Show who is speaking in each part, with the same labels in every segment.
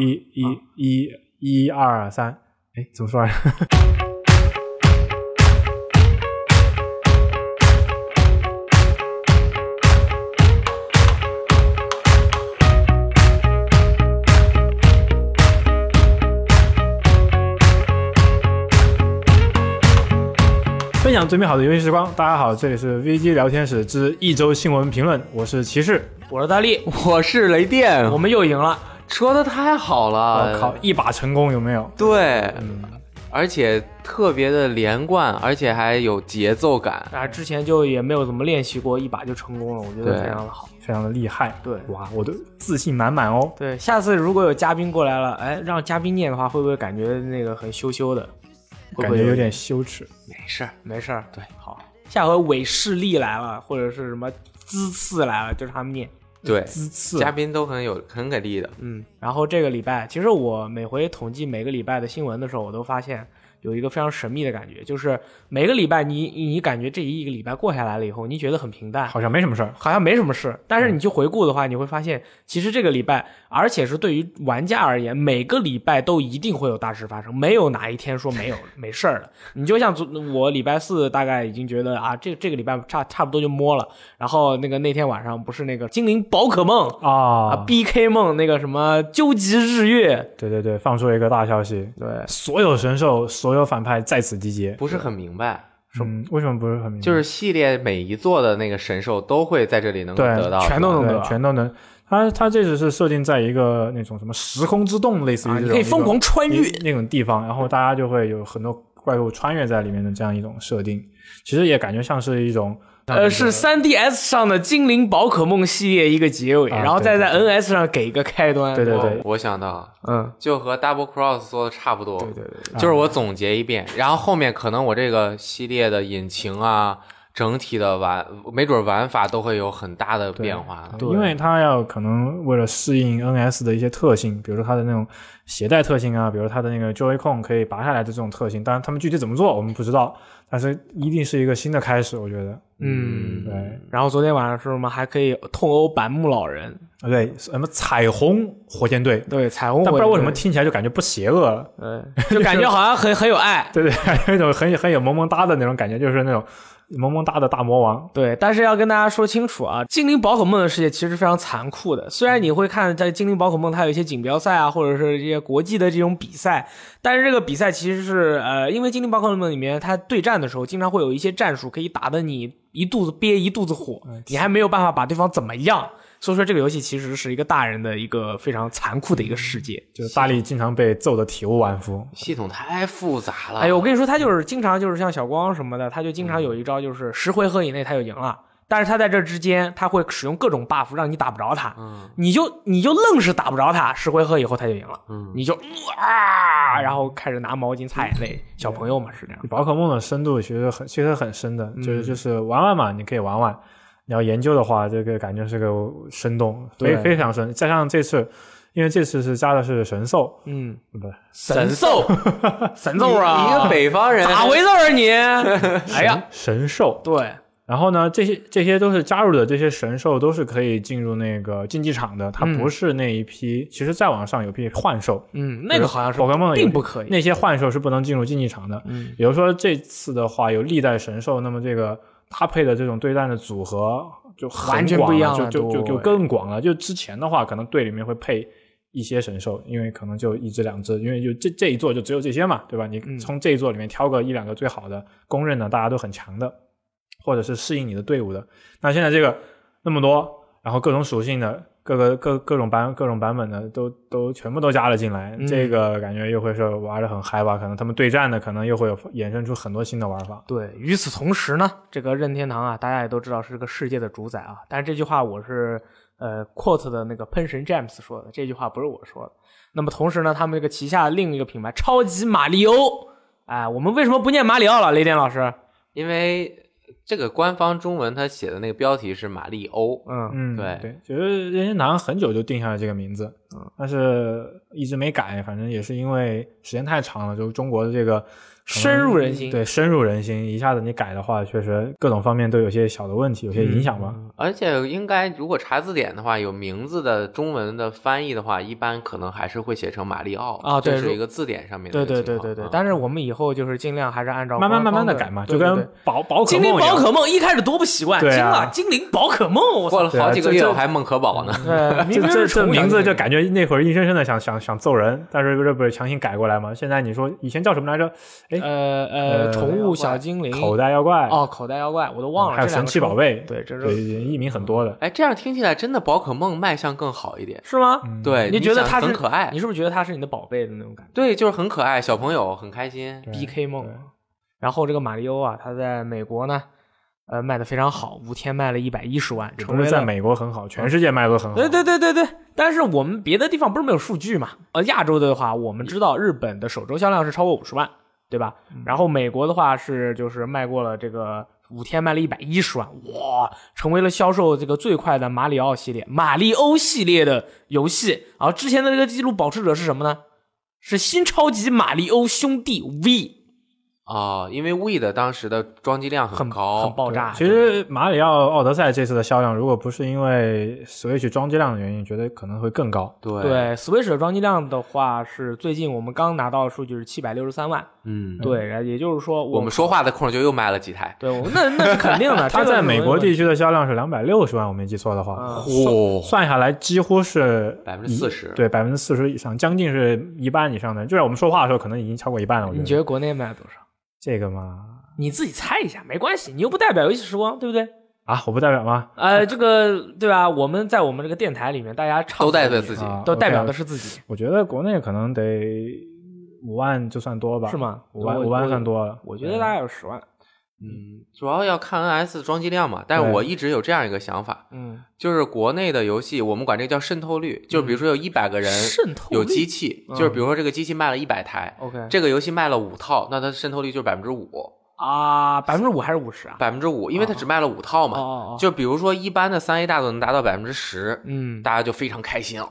Speaker 1: 一
Speaker 2: 啊
Speaker 1: 一一一二三，哎，怎么说来着？ 分享最美好的游戏时光，大家好，这里是 VG 聊天室之一周新闻评论，我是骑士。
Speaker 2: 我是大力，
Speaker 3: 我是雷电，
Speaker 2: 我们又赢了，
Speaker 3: 说的太好
Speaker 1: 我、
Speaker 3: 了，
Speaker 2: 呃
Speaker 1: 靠，一把成功有没有？
Speaker 3: 对，而且特别的连贯，而且还有节奏感，
Speaker 2: 啊，之前就也没有怎么练习过，一把就成功了，我觉得
Speaker 3: 对
Speaker 2: 非常的好。
Speaker 1: 非常的厉害。
Speaker 2: 对
Speaker 1: 哇，我都自信满满哦。
Speaker 2: 对，下次如果有嘉宾过来了，哎，让嘉宾念的话，会不会感觉那个很羞羞的？会
Speaker 1: 感
Speaker 2: 不会
Speaker 1: 觉有点羞耻。
Speaker 3: 没事儿，
Speaker 2: 没事儿？对，好，下回韦氏力来了，或者是什么滋次来了，就是他们念。
Speaker 3: 对，
Speaker 1: 姿次
Speaker 3: 嘉宾都很有很给力的，
Speaker 2: 嗯，然后这个礼拜，其实我每回统计每个礼拜的新闻的时候，我都发现有一个非常神秘的感觉，就是每个礼拜你你感觉这一个礼拜过下来了以后，你觉得很平淡，
Speaker 1: 好像没什么事儿。
Speaker 2: 好像没什么事，但
Speaker 1: 嗯
Speaker 2: 是你去回顾的话，你会发现，其实这个礼拜，而且是对于玩家而言，每个礼拜都一定会有大事发生，没有哪一天说 没有没事儿的。你就像昨我礼拜四大概已经觉得啊，这这个礼拜差差不多就摸了，然后那个那天晚上不是那个精灵宝可梦啊
Speaker 1: 啊，
Speaker 2: B K 梦那个什么究极日月，
Speaker 1: 对对对，放出了一个大消息，
Speaker 2: 对，
Speaker 1: 所有神兽、所有反派在此集结。
Speaker 3: 不是很明白，
Speaker 1: 嗯，为什么不是很明白？
Speaker 3: 就是系列每一座的那个神兽都会在这里能够
Speaker 1: 对
Speaker 3: 得到，
Speaker 2: 全都能
Speaker 1: 对
Speaker 2: 对，吧
Speaker 1: 全都能。它它这只是设定在一个那种什么时空之洞，类似于
Speaker 2: 啊，
Speaker 1: 这
Speaker 2: 你
Speaker 1: 种
Speaker 2: 可以
Speaker 1: 一个
Speaker 2: 疯狂穿越，
Speaker 1: 那那种地方，然后大家就会有很多怪物穿越在里面的这样一种设定，其实也感觉像是一种
Speaker 2: 呃，是 3DS 上的精灵宝可梦系列一个结尾，
Speaker 1: 啊
Speaker 2: 然后再
Speaker 1: 对
Speaker 2: 在 NS 上给一个开端，
Speaker 1: 对对
Speaker 3: 我
Speaker 1: 对
Speaker 3: 我想到
Speaker 2: 嗯，
Speaker 3: 就和 Double Cross 做的差不多，
Speaker 2: 对对。
Speaker 3: 就是我总结一遍，然后后面可能我这个系列的引擎啊，整体的玩，没准玩法都会有很大的变化的。
Speaker 2: 对
Speaker 1: 啊因为它要可能为了适应 NS 的一些特性，比如说它的那种携带特性啊，比如它的那个 Joy-Con 可以拔下来的这种特性，当然他们具体怎么做我们不知道，但是一定是一个新的开始，我觉得。
Speaker 2: 嗯
Speaker 1: 对，
Speaker 2: 然后昨天晚上是我们还可以痛殴板木老人，
Speaker 1: 啊对，什么彩虹火箭队，
Speaker 2: 对彩虹
Speaker 1: 但不
Speaker 2: 火
Speaker 1: 知道为什么
Speaker 2: 箭
Speaker 1: 听起来就感觉不邪恶了。
Speaker 2: 队， 对，就感觉好像很很有爱，
Speaker 1: 对对，有一种很很有萌萌哒的那种感觉，就是那种萌萌哒的大魔王。
Speaker 2: 对。但是要跟大家说清楚啊，精灵宝可梦的世界其实非常残酷的。虽然你会看在精灵宝可梦它有一些锦标赛啊，或者是一些国际的这种比赛，但是这个比赛其实是呃，因为精灵宝可梦里面它对战的时候，经常会有一些战术可以打得你一肚子憋一肚子火，你还没有办法把对方怎么样。所以说这个游戏其实是一个大人的一个非常残酷的一个世界。
Speaker 1: 就是大力经常被揍得体无完肤，
Speaker 3: 系统太复杂了。
Speaker 2: 哎呦，我跟你说，他就是经常就是像小光什么的，他就经常有一招，就是十回合以内他就赢了。但是他在这之间，他会使用各种 buff 让你打不着他，
Speaker 3: 嗯
Speaker 2: 你就你就愣是打不着他，十回合以后他就赢了，
Speaker 3: 嗯，
Speaker 2: 你就啊，然后开始拿毛巾擦眼泪，小朋友嘛是这样，
Speaker 1: 宝可梦的深度其实很其实很深的，
Speaker 2: 嗯
Speaker 1: 就是就是玩玩嘛，你可以玩玩。你要研究的话，这个感觉是个生动，非
Speaker 2: 对
Speaker 1: 非常深。加上这次，因为这次是加的是神兽，
Speaker 2: 嗯，
Speaker 1: 不是
Speaker 2: 神兽，神兽啊，
Speaker 3: 一个北方人，
Speaker 2: 咋回事儿 你？哎呀，
Speaker 1: 神兽。
Speaker 2: 对，
Speaker 1: 然后呢，这些这些都是加入的这些神兽都是可以进入那个竞技场的，它
Speaker 2: 嗯
Speaker 1: 不是那一批。其实再往上有批幻兽，
Speaker 2: 嗯，那个好像是
Speaker 1: 宝可梦有
Speaker 2: 并不可以，
Speaker 1: 那些幻兽是不能进入竞技场的。
Speaker 2: 嗯，
Speaker 1: 比如说这次的话，有历代神兽，那么这个搭配的这种对战的组合就很
Speaker 2: 完全不一样
Speaker 1: 广
Speaker 2: 了
Speaker 1: 了就就就
Speaker 2: 对
Speaker 1: 就更广了。就之前的话，可能队里面会配一些神兽，因为可能就一只两只，因为就这这一座就只有这些嘛，对吧？你
Speaker 2: 嗯
Speaker 1: 从这一座里面挑个一两个最好的，公认的大家都很强的，或者是适应你的队伍的。那现在这个那么多，然后各种属性的。各个各各种版各种版本的都都全部都加了进来，
Speaker 2: 嗯
Speaker 1: 这个感觉又会是玩的很嗨吧？可能他们对战的可能又会有衍生出很多新的玩法。
Speaker 2: 对，与此同时呢，这个任天堂啊，大家也都知道是个世界的主宰啊。但是这句话我是呃 quote 的那个喷神 James 说的，这句话不是我说的。那么同时呢，他们这个旗下另一个品牌超级马里欧，哎，我们为什么不念马里奥了，雷电老师？
Speaker 3: 因为这个官方中文它写的那个标题是马里欧，
Speaker 2: 嗯，
Speaker 1: 嗯，
Speaker 3: 对
Speaker 1: 对，其实任天堂很久就定下了这个名字，
Speaker 2: 嗯
Speaker 1: 但是一直没改，反正也是因为时间太长了，就是中国的这个
Speaker 2: 深入人心。
Speaker 1: 对，深入人心，一下子你改的话，确实各种方面都有些小的问题，有些影响吧。
Speaker 2: 嗯
Speaker 3: 而且应该如果查字典的话，有名字的中文的翻译的话，一般可能还是会写成马里奥
Speaker 2: 啊对
Speaker 3: 这是
Speaker 2: 如
Speaker 3: 一个字典上面的
Speaker 2: 对
Speaker 3: 一个
Speaker 2: 对
Speaker 3: 情
Speaker 2: 对对
Speaker 3: 况
Speaker 2: 对
Speaker 3: 啊，
Speaker 2: 但是我们以后就是尽量还是按照
Speaker 1: 嗯慢慢慢
Speaker 2: 官方
Speaker 1: 慢的
Speaker 2: 的
Speaker 1: 改嘛，
Speaker 2: 对
Speaker 1: 就
Speaker 2: 对
Speaker 1: 跟
Speaker 2: 对
Speaker 1: 宝宝可
Speaker 2: 精灵
Speaker 1: 梦一
Speaker 2: 宝
Speaker 1: 样。
Speaker 2: 可梦一开始多不习惯，
Speaker 1: 对啊
Speaker 2: 惊了，精灵宝可梦，我
Speaker 3: 过
Speaker 2: 操
Speaker 3: 了，好几个月我还梦可宝呢。
Speaker 2: 呃，
Speaker 1: 这
Speaker 2: 明明
Speaker 1: 这
Speaker 2: 是
Speaker 1: 这
Speaker 2: 重
Speaker 1: 名
Speaker 2: 名
Speaker 1: 字就感觉那会儿硬生生的想想想揍人，但是这不是强行改过来吗？现在你说以前叫什么来着？哎，
Speaker 2: 呃呃，
Speaker 1: 呃
Speaker 2: 宠物小精灵，
Speaker 1: 口袋妖怪，嗯
Speaker 2: 哦，口袋妖怪，我都忘了，
Speaker 1: 还有
Speaker 2: 这两
Speaker 1: 神
Speaker 2: 个
Speaker 1: 奇宝贝，
Speaker 2: 称呼，对，这
Speaker 1: 对，
Speaker 2: 是
Speaker 1: 艺名很多的。
Speaker 3: 哎，这样听起来真的宝可梦卖相更好一点。
Speaker 2: 是吗？
Speaker 1: 嗯
Speaker 3: 对，
Speaker 2: 你觉得
Speaker 3: 想
Speaker 2: 它是
Speaker 3: 很可爱
Speaker 2: 你？是不是觉得它是你的宝贝的那种感觉
Speaker 3: 对，就是很可爱，小朋友很开心。
Speaker 1: 对
Speaker 2: ？B K 梦
Speaker 1: 对。
Speaker 2: 然后这个马里欧啊，它在美国呢，呃，卖的非常好，五天卖了一百一十万，
Speaker 1: 也
Speaker 2: 成
Speaker 1: 不
Speaker 2: 为
Speaker 1: 是在
Speaker 2: 了嗯
Speaker 1: 美国很好，全世界卖都
Speaker 3: 哦
Speaker 1: 很好。
Speaker 2: 对对对对对，但是我们别的地方不是没有数据嘛？呃，亚洲的话，
Speaker 3: 嗯
Speaker 2: 我们知道日本的首周销量是超过五十万，对吧？然后美国的话是就是卖过了这个五天卖了一百一十万，哇，成为了销售这个最快的马里奥系列、马里欧系列的游戏。然后之前的这个记录保持者是什么呢？是新超级马里欧兄弟 V，
Speaker 3: 哦，因为 We 的当时的装机量
Speaker 2: 很
Speaker 3: 高，
Speaker 2: 很爆炸。
Speaker 1: 其实马里奥奥德赛这次的销量，如果不是因为 Switch 装机量的原因，觉得可能会更高。
Speaker 3: 对，
Speaker 2: 对 Switch 的装机量的话，是最近我们刚拿到的数据是七百六十三万，
Speaker 3: 嗯，
Speaker 2: 对，然后也就是说
Speaker 3: 我
Speaker 2: 我
Speaker 3: 们说话的空儿就又卖了几 台。
Speaker 2: 对，我们那那是肯 定的。
Speaker 1: 它
Speaker 2: 啊这个
Speaker 1: 在
Speaker 2: 是
Speaker 1: 美
Speaker 2: 没
Speaker 1: 国
Speaker 2: 问题
Speaker 1: 地区的销量是两百六十万，我没记错的话，
Speaker 2: 啊
Speaker 3: 嚯
Speaker 1: 算下来几乎是
Speaker 3: 40%
Speaker 1: 一对百分之四十以上，将近是一半以上的。就是我们说话的时候，可能已经超过一半了。我
Speaker 2: 你
Speaker 1: 觉
Speaker 2: 觉
Speaker 1: 得
Speaker 2: 得国内卖了多少？
Speaker 1: 这个嘛，
Speaker 2: 你自己猜一下，没关系，你又不代表游戏时光，对不对？
Speaker 1: 啊，我不代表吗？
Speaker 2: 呃，这个对吧？我们在我们这个电台里面，大家唱
Speaker 3: 都代表自己
Speaker 1: 啊
Speaker 2: 都代表
Speaker 1: OK
Speaker 2: 的是自己，
Speaker 1: 我觉得国内可能得五万就算多吧，
Speaker 2: 是？吗？
Speaker 1: 五万
Speaker 2: 我
Speaker 1: 五万算。多了，
Speaker 2: 我我觉得大概有十万。
Speaker 3: 嗯，主要要看 NS 装机量嘛。但是
Speaker 1: 对
Speaker 3: 我一直有这样一个想法，
Speaker 2: 嗯，
Speaker 3: 就是国内的游戏，我们管这个叫渗透率，就是比如说有一百个
Speaker 2: 嗯
Speaker 3: 人
Speaker 2: 渗透率
Speaker 3: 有机器，
Speaker 2: 嗯
Speaker 3: 就是比如说这个机器卖了一百台，
Speaker 2: OK
Speaker 3: 这个游戏卖了五套，那它的渗透率就是百分之五，
Speaker 2: 啊，百分之五还是五十啊？
Speaker 3: 百分之五，因为它只卖了五套
Speaker 2: 哦
Speaker 3: 嘛。
Speaker 2: 哦哦，
Speaker 3: 就比如说一般的三 A 大作能达到百分之十，
Speaker 2: 嗯，
Speaker 3: 大家就非常开心哦。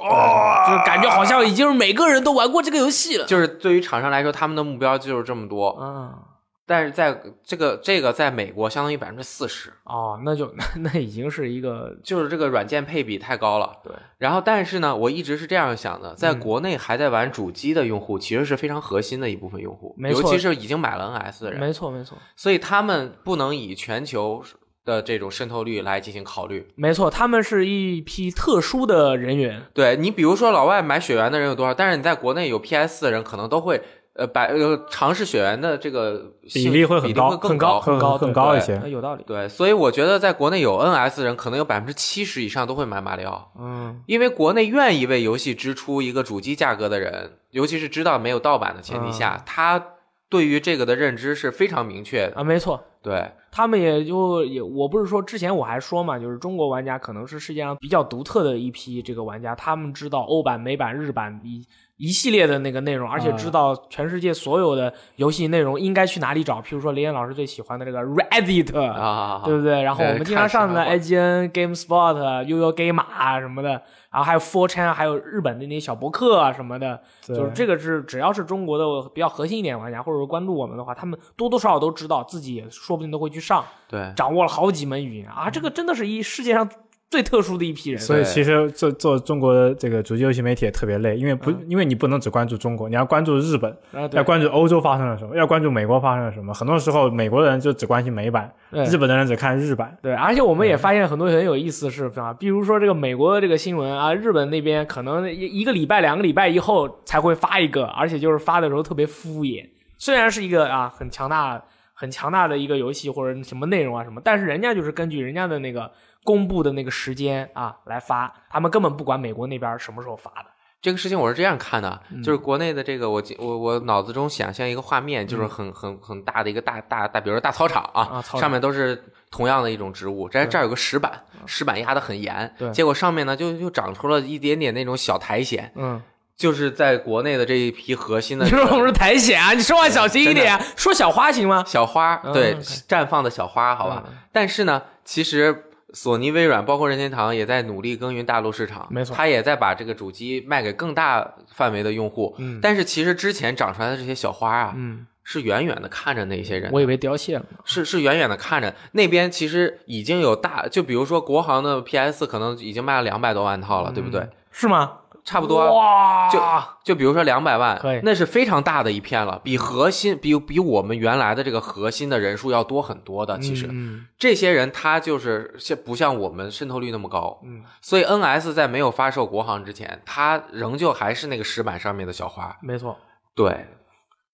Speaker 2: 就是感觉好像已经是每个人都玩过这个游戏了。
Speaker 3: 就是对于厂商来说，他们的目标就是这么多，
Speaker 2: 啊，
Speaker 3: 但是在这个这个在美国相当于百分之四十，
Speaker 2: 哦，那就那那已经是一个
Speaker 3: 就是这个软件配比太高了。
Speaker 2: 对，嗯
Speaker 3: 然后，但是呢，我一直是这样想的，在国内还在玩主机的用户，其实是非常核心的一部分用户，
Speaker 2: 没
Speaker 3: 尤
Speaker 2: 错
Speaker 3: 其是已经买了 NS 的人，
Speaker 2: 没错没错。
Speaker 3: 所以他们不能以全球的这种渗透率来进行考虑。
Speaker 2: 没错，他们是一批特殊的人员，
Speaker 3: 对你，比如说老外买雪原的人有多少，但是你在国内有 PS 的人，可能都会呃百呃尝试雪原的这个
Speaker 1: 比例会很
Speaker 3: 比
Speaker 1: 高
Speaker 3: 会更
Speaker 2: 很高
Speaker 1: 更
Speaker 2: 高
Speaker 1: 更
Speaker 2: 对
Speaker 1: 高一
Speaker 3: 对
Speaker 1: 些
Speaker 2: 呃。有道理。
Speaker 3: 对，所以我觉得在国内有 NS 的人，可能有百分之七十以上都会买马里奥，
Speaker 2: 嗯，
Speaker 3: 因为国内愿意为游戏支出一个主机价格的人，尤其是知道没有盗版的前提
Speaker 2: 嗯
Speaker 3: 下，他对于这个的认知是非常明确的。
Speaker 2: 啊，没错，
Speaker 3: 对，
Speaker 2: 他们也就也，我不是说之前我还说嘛，就是中国玩家可能是世界上比较独特的一批这个玩家，他们知道欧版、美版、日版一一系列的那个内容，而且知道全世界所有的游戏内容应该去哪里找。譬如说雷岩老师最喜欢的这个 Reddit
Speaker 3: 啊，
Speaker 2: 对不对？然后我们经常上的
Speaker 3: 看
Speaker 2: IGN、GameSpot、悠悠 Game 啊什么的，然后还有 f o r c h a n 还有日本的那些小博客啊什么的，
Speaker 1: 对
Speaker 2: 就是这个是只要是中国的比较核心一点玩家，或者说关注我们的话，他们多多少少都知道，自己也说不定都会去上，
Speaker 3: 对，
Speaker 2: 掌握了好几门语言啊，这个真的是一世界上最特殊的一批人。
Speaker 1: 所以
Speaker 3: 对
Speaker 1: 其实做做中国的这个主机游戏媒体也特别累，因为不、因为你不能只关注中国，你要关注日本，
Speaker 2: 啊，嗯对
Speaker 1: 要，关注欧洲发生了什么，要关注美国发生了什么。很多时候，美国人就只关心美版，
Speaker 2: 对
Speaker 1: 日本的人只看日版。
Speaker 2: 对，而且我们
Speaker 3: 嗯
Speaker 2: 也发现很多很有意思的事情啊，比如说这个美国的这个新闻啊，日本那边可能一一个礼拜、两个礼拜以后才会发一个，而且就是发的时候特别敷衍。虽然是一个啊很强大、很强大的一个游戏或者什么内容啊什么，但是人家就是根据人家的那个公布的那个时间啊来发，他们根本不管美国那边什么时候发的。
Speaker 3: 这个事情我是这样看的，
Speaker 2: 嗯
Speaker 3: 就是国内的这个，我我我脑子中想象一个画面，就是很很很大的一个大大大，比如说大操场
Speaker 2: 嗯啊操
Speaker 3: 啊，
Speaker 2: 场啊
Speaker 3: 上面都是同样的一种植物，这这儿有个石板，石板压得很严
Speaker 2: 对，
Speaker 3: 结果上面呢就又长出了一点点那种小苔藓，
Speaker 2: 嗯，
Speaker 3: 就是在国内的这一批核心的
Speaker 2: 你
Speaker 3: 这
Speaker 2: 说我们
Speaker 3: 个
Speaker 2: 是苔藓啊，你说话小心一点啊，说小花行吗？
Speaker 3: 小花儿，
Speaker 2: 嗯
Speaker 3: 对，
Speaker 2: OK 嗯
Speaker 3: 绽放的小花儿，好吧。但是呢，其实。索尼、微软，包括任天堂，也在努力耕耘大陆市场。
Speaker 2: 没错
Speaker 3: 它也在把这个主机卖给更大范围的用户。
Speaker 2: 嗯
Speaker 3: 但是其实之前长出来的这些小花儿啊，
Speaker 2: 嗯，
Speaker 3: 是远远的看着那些人的，
Speaker 2: 我以为凋谢了呢。
Speaker 3: 是是远远的看着那边，其实已经有大，就比如说国行的 PS 可能已经卖了两百多万套了，对不对？
Speaker 2: 是吗？
Speaker 3: 差不多，
Speaker 2: 嗯
Speaker 3: 啊
Speaker 2: 哇，
Speaker 3: 就就比如说两百万
Speaker 2: 啊可以，
Speaker 3: 那是非常大的一片了，比核心比比我们原来的这个核心的人数要多很多的。其实、
Speaker 2: 嗯
Speaker 3: 这些人他就是像不像我们渗透率那么高，
Speaker 2: 嗯，
Speaker 3: 所以 NS 在没有发售国行之前，它仍旧还是那个石板上面的小花。
Speaker 2: 没错。
Speaker 3: 对，
Speaker 2: 啊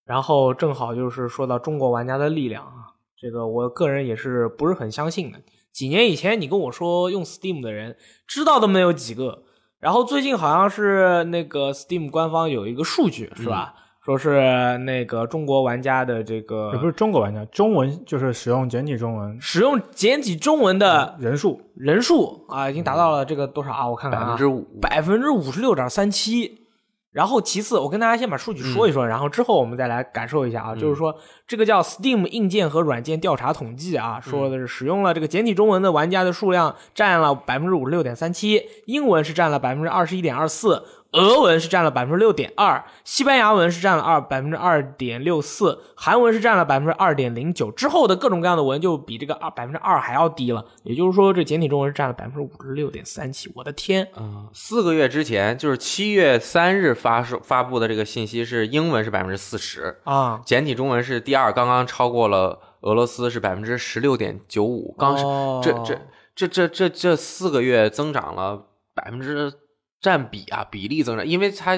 Speaker 2: 然后正好就是说到中国玩家的力量啊，这个我个人也是不是很相信的。几年以前你跟我说用 Steam 的人，知道都没有几个。然后最近好像是那个 Steam 官方有一个数据是吧？
Speaker 3: 嗯
Speaker 2: 说是那个中国玩家的这个
Speaker 1: 也不是中国玩家，中文就是使用简体中文
Speaker 2: 使用简体中文的
Speaker 1: 人数，
Speaker 2: 人数啊，已经达到了这个多少啊？我看看
Speaker 3: 百
Speaker 2: 啊，
Speaker 3: 分之五。
Speaker 2: 百分之五十六点三七。然后其次，我跟大家先把数据说一说，然后之后我们再来感受一下啊，就是说这个叫 Steam 硬件和软件调查统计啊，说的是使用了这个简体中文的玩家的数量占了百分之五十六点三七，英文是占了百分之二十一点二四，俄文是占了百分之六点二，西班牙文是占了二百分之二点六四，韩文是占了百分之二点零九，之后的各种各样的文就比这个二百分之二还要低了，也就是说这简体中文是占了百分之五十六点三七，我的天！
Speaker 3: 嗯，四个月之前，就是七月三日发售发布的这个信息是英文是百分之四十，
Speaker 2: 啊，
Speaker 3: 简体中文是第二，刚刚超过了俄罗斯是百分之十六点九五，刚是、
Speaker 2: 哦
Speaker 3: 这这这这这这四个月增长了百分之占比啊比例增长，因为它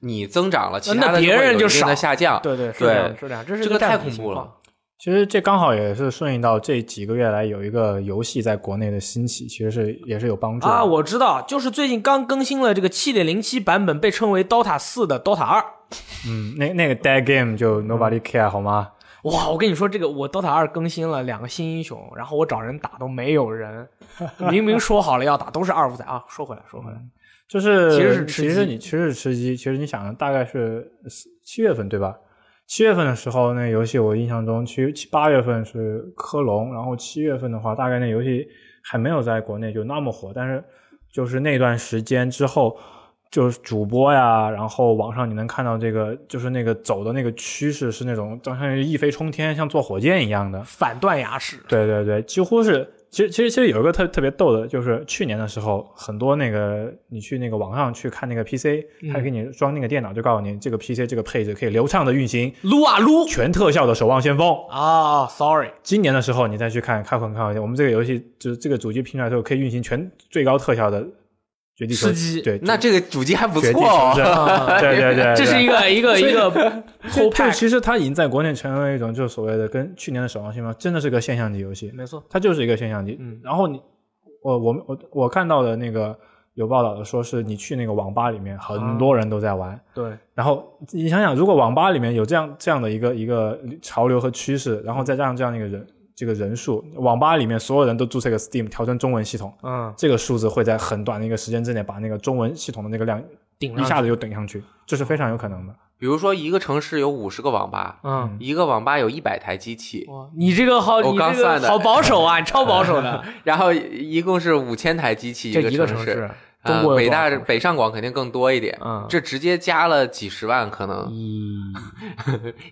Speaker 3: 你增长了，其
Speaker 2: 那
Speaker 3: 他的
Speaker 2: 别
Speaker 3: 就会有
Speaker 2: 人就
Speaker 3: 一定
Speaker 2: 少
Speaker 3: 的下降，
Speaker 2: 对对是
Speaker 3: 对
Speaker 2: 这样，是这样，这是一
Speaker 3: 这个
Speaker 2: 占
Speaker 3: 太
Speaker 2: 比
Speaker 3: 恐
Speaker 2: 情
Speaker 3: 怖
Speaker 2: 况
Speaker 3: 了。
Speaker 1: 其实这刚好也是顺应到这几个月来有一个游戏在国内的兴起，其实是也是有帮助的
Speaker 2: 啊！我知道，就是最近刚更新了这个七点零七版本，被称为 DOTA 四的 DOTA 二。
Speaker 1: 嗯，那那个 dead game 就 nobody care 好吗？
Speaker 2: 哇，我跟你说，这个我 DOTA 二更新了两个新英雄，然后我找人打都没有 人，明明说好了要打，都是二五仔啊。说回来，说回来，
Speaker 3: 嗯
Speaker 1: 就是
Speaker 2: 其实是吃鸡
Speaker 1: 其实你其实是吃鸡，其实你想大概是四七月份对吧？七月份的时候，那游戏我印象中七七八月份是科隆，然后七月份的话，大概那游戏还没有在国内就那么火，但是就是那段时间之后，就是主播呀，然后网上你能看到这个，就是那个走的那个趋势是那种相当于一飞冲天，像坐火箭一样的，
Speaker 2: 反断崖式
Speaker 1: 对对对，几乎是，其实其实其实有一个特特别逗的，就是去年的时候，很多那个你去那个网上去看那个 PC，它给你装那个电脑，就告诉你这个 PC 这个配置可以流畅的运行
Speaker 2: 撸啊 撸
Speaker 1: 全特效的《守望先锋》。
Speaker 2: 啊！Sorry，
Speaker 1: 今年的时候你再去看看混看一下，我们这个游戏就是这个主机拼出来之后可以运行全最高特效的《绝地求
Speaker 2: 吃鸡
Speaker 1: 对，
Speaker 3: 那这个主机还不
Speaker 1: 绝地
Speaker 3: 错
Speaker 1: 求生
Speaker 3: 哦，》
Speaker 2: 啊
Speaker 1: 对对对对，
Speaker 2: 这是一个一个一个
Speaker 1: 就
Speaker 2: whole
Speaker 1: 就
Speaker 2: pack，
Speaker 1: 其实它已经在国内成为一种就是所谓的跟去年的《守望先锋》真的是个现象级游戏。
Speaker 2: 没错。
Speaker 1: 它就是一个现象级。
Speaker 2: 嗯
Speaker 1: 然后你，我我们我我看到的那个有报道的说是你去那个网吧里面，很
Speaker 2: 啊
Speaker 1: 多人都在玩。
Speaker 2: 对，
Speaker 1: 然后你想想，如果网吧里面有这样这样的一个一个潮流和趋势，然后再加上这样的一个人这个人数，网吧里面所有人都注册一个 Steam 调成中文系统，
Speaker 2: 嗯，
Speaker 1: 这个数字会在很短的一个时间之内把那个中文系统的那个量
Speaker 2: 顶
Speaker 1: 一
Speaker 2: 上
Speaker 1: 下子就顶上去，这是非常有可能的。
Speaker 3: 比如说一个城市有五十个网吧，
Speaker 2: 嗯，
Speaker 3: 一个网吧有一百台机器，
Speaker 2: 哇，你这个好，
Speaker 3: 我
Speaker 2: 你
Speaker 3: 刚
Speaker 2: 这个
Speaker 3: 算的
Speaker 2: 好保守啊，你超保守 的。
Speaker 3: 然后一共是五千台机器
Speaker 2: 这
Speaker 3: 个
Speaker 2: 一个
Speaker 3: 城
Speaker 2: 城市，中
Speaker 3: 啊，
Speaker 2: 国有
Speaker 3: 北
Speaker 2: 多少
Speaker 3: 大
Speaker 2: 城市
Speaker 3: 北上广肯定更多一点，
Speaker 2: 嗯
Speaker 3: 这直接加了几十万可能。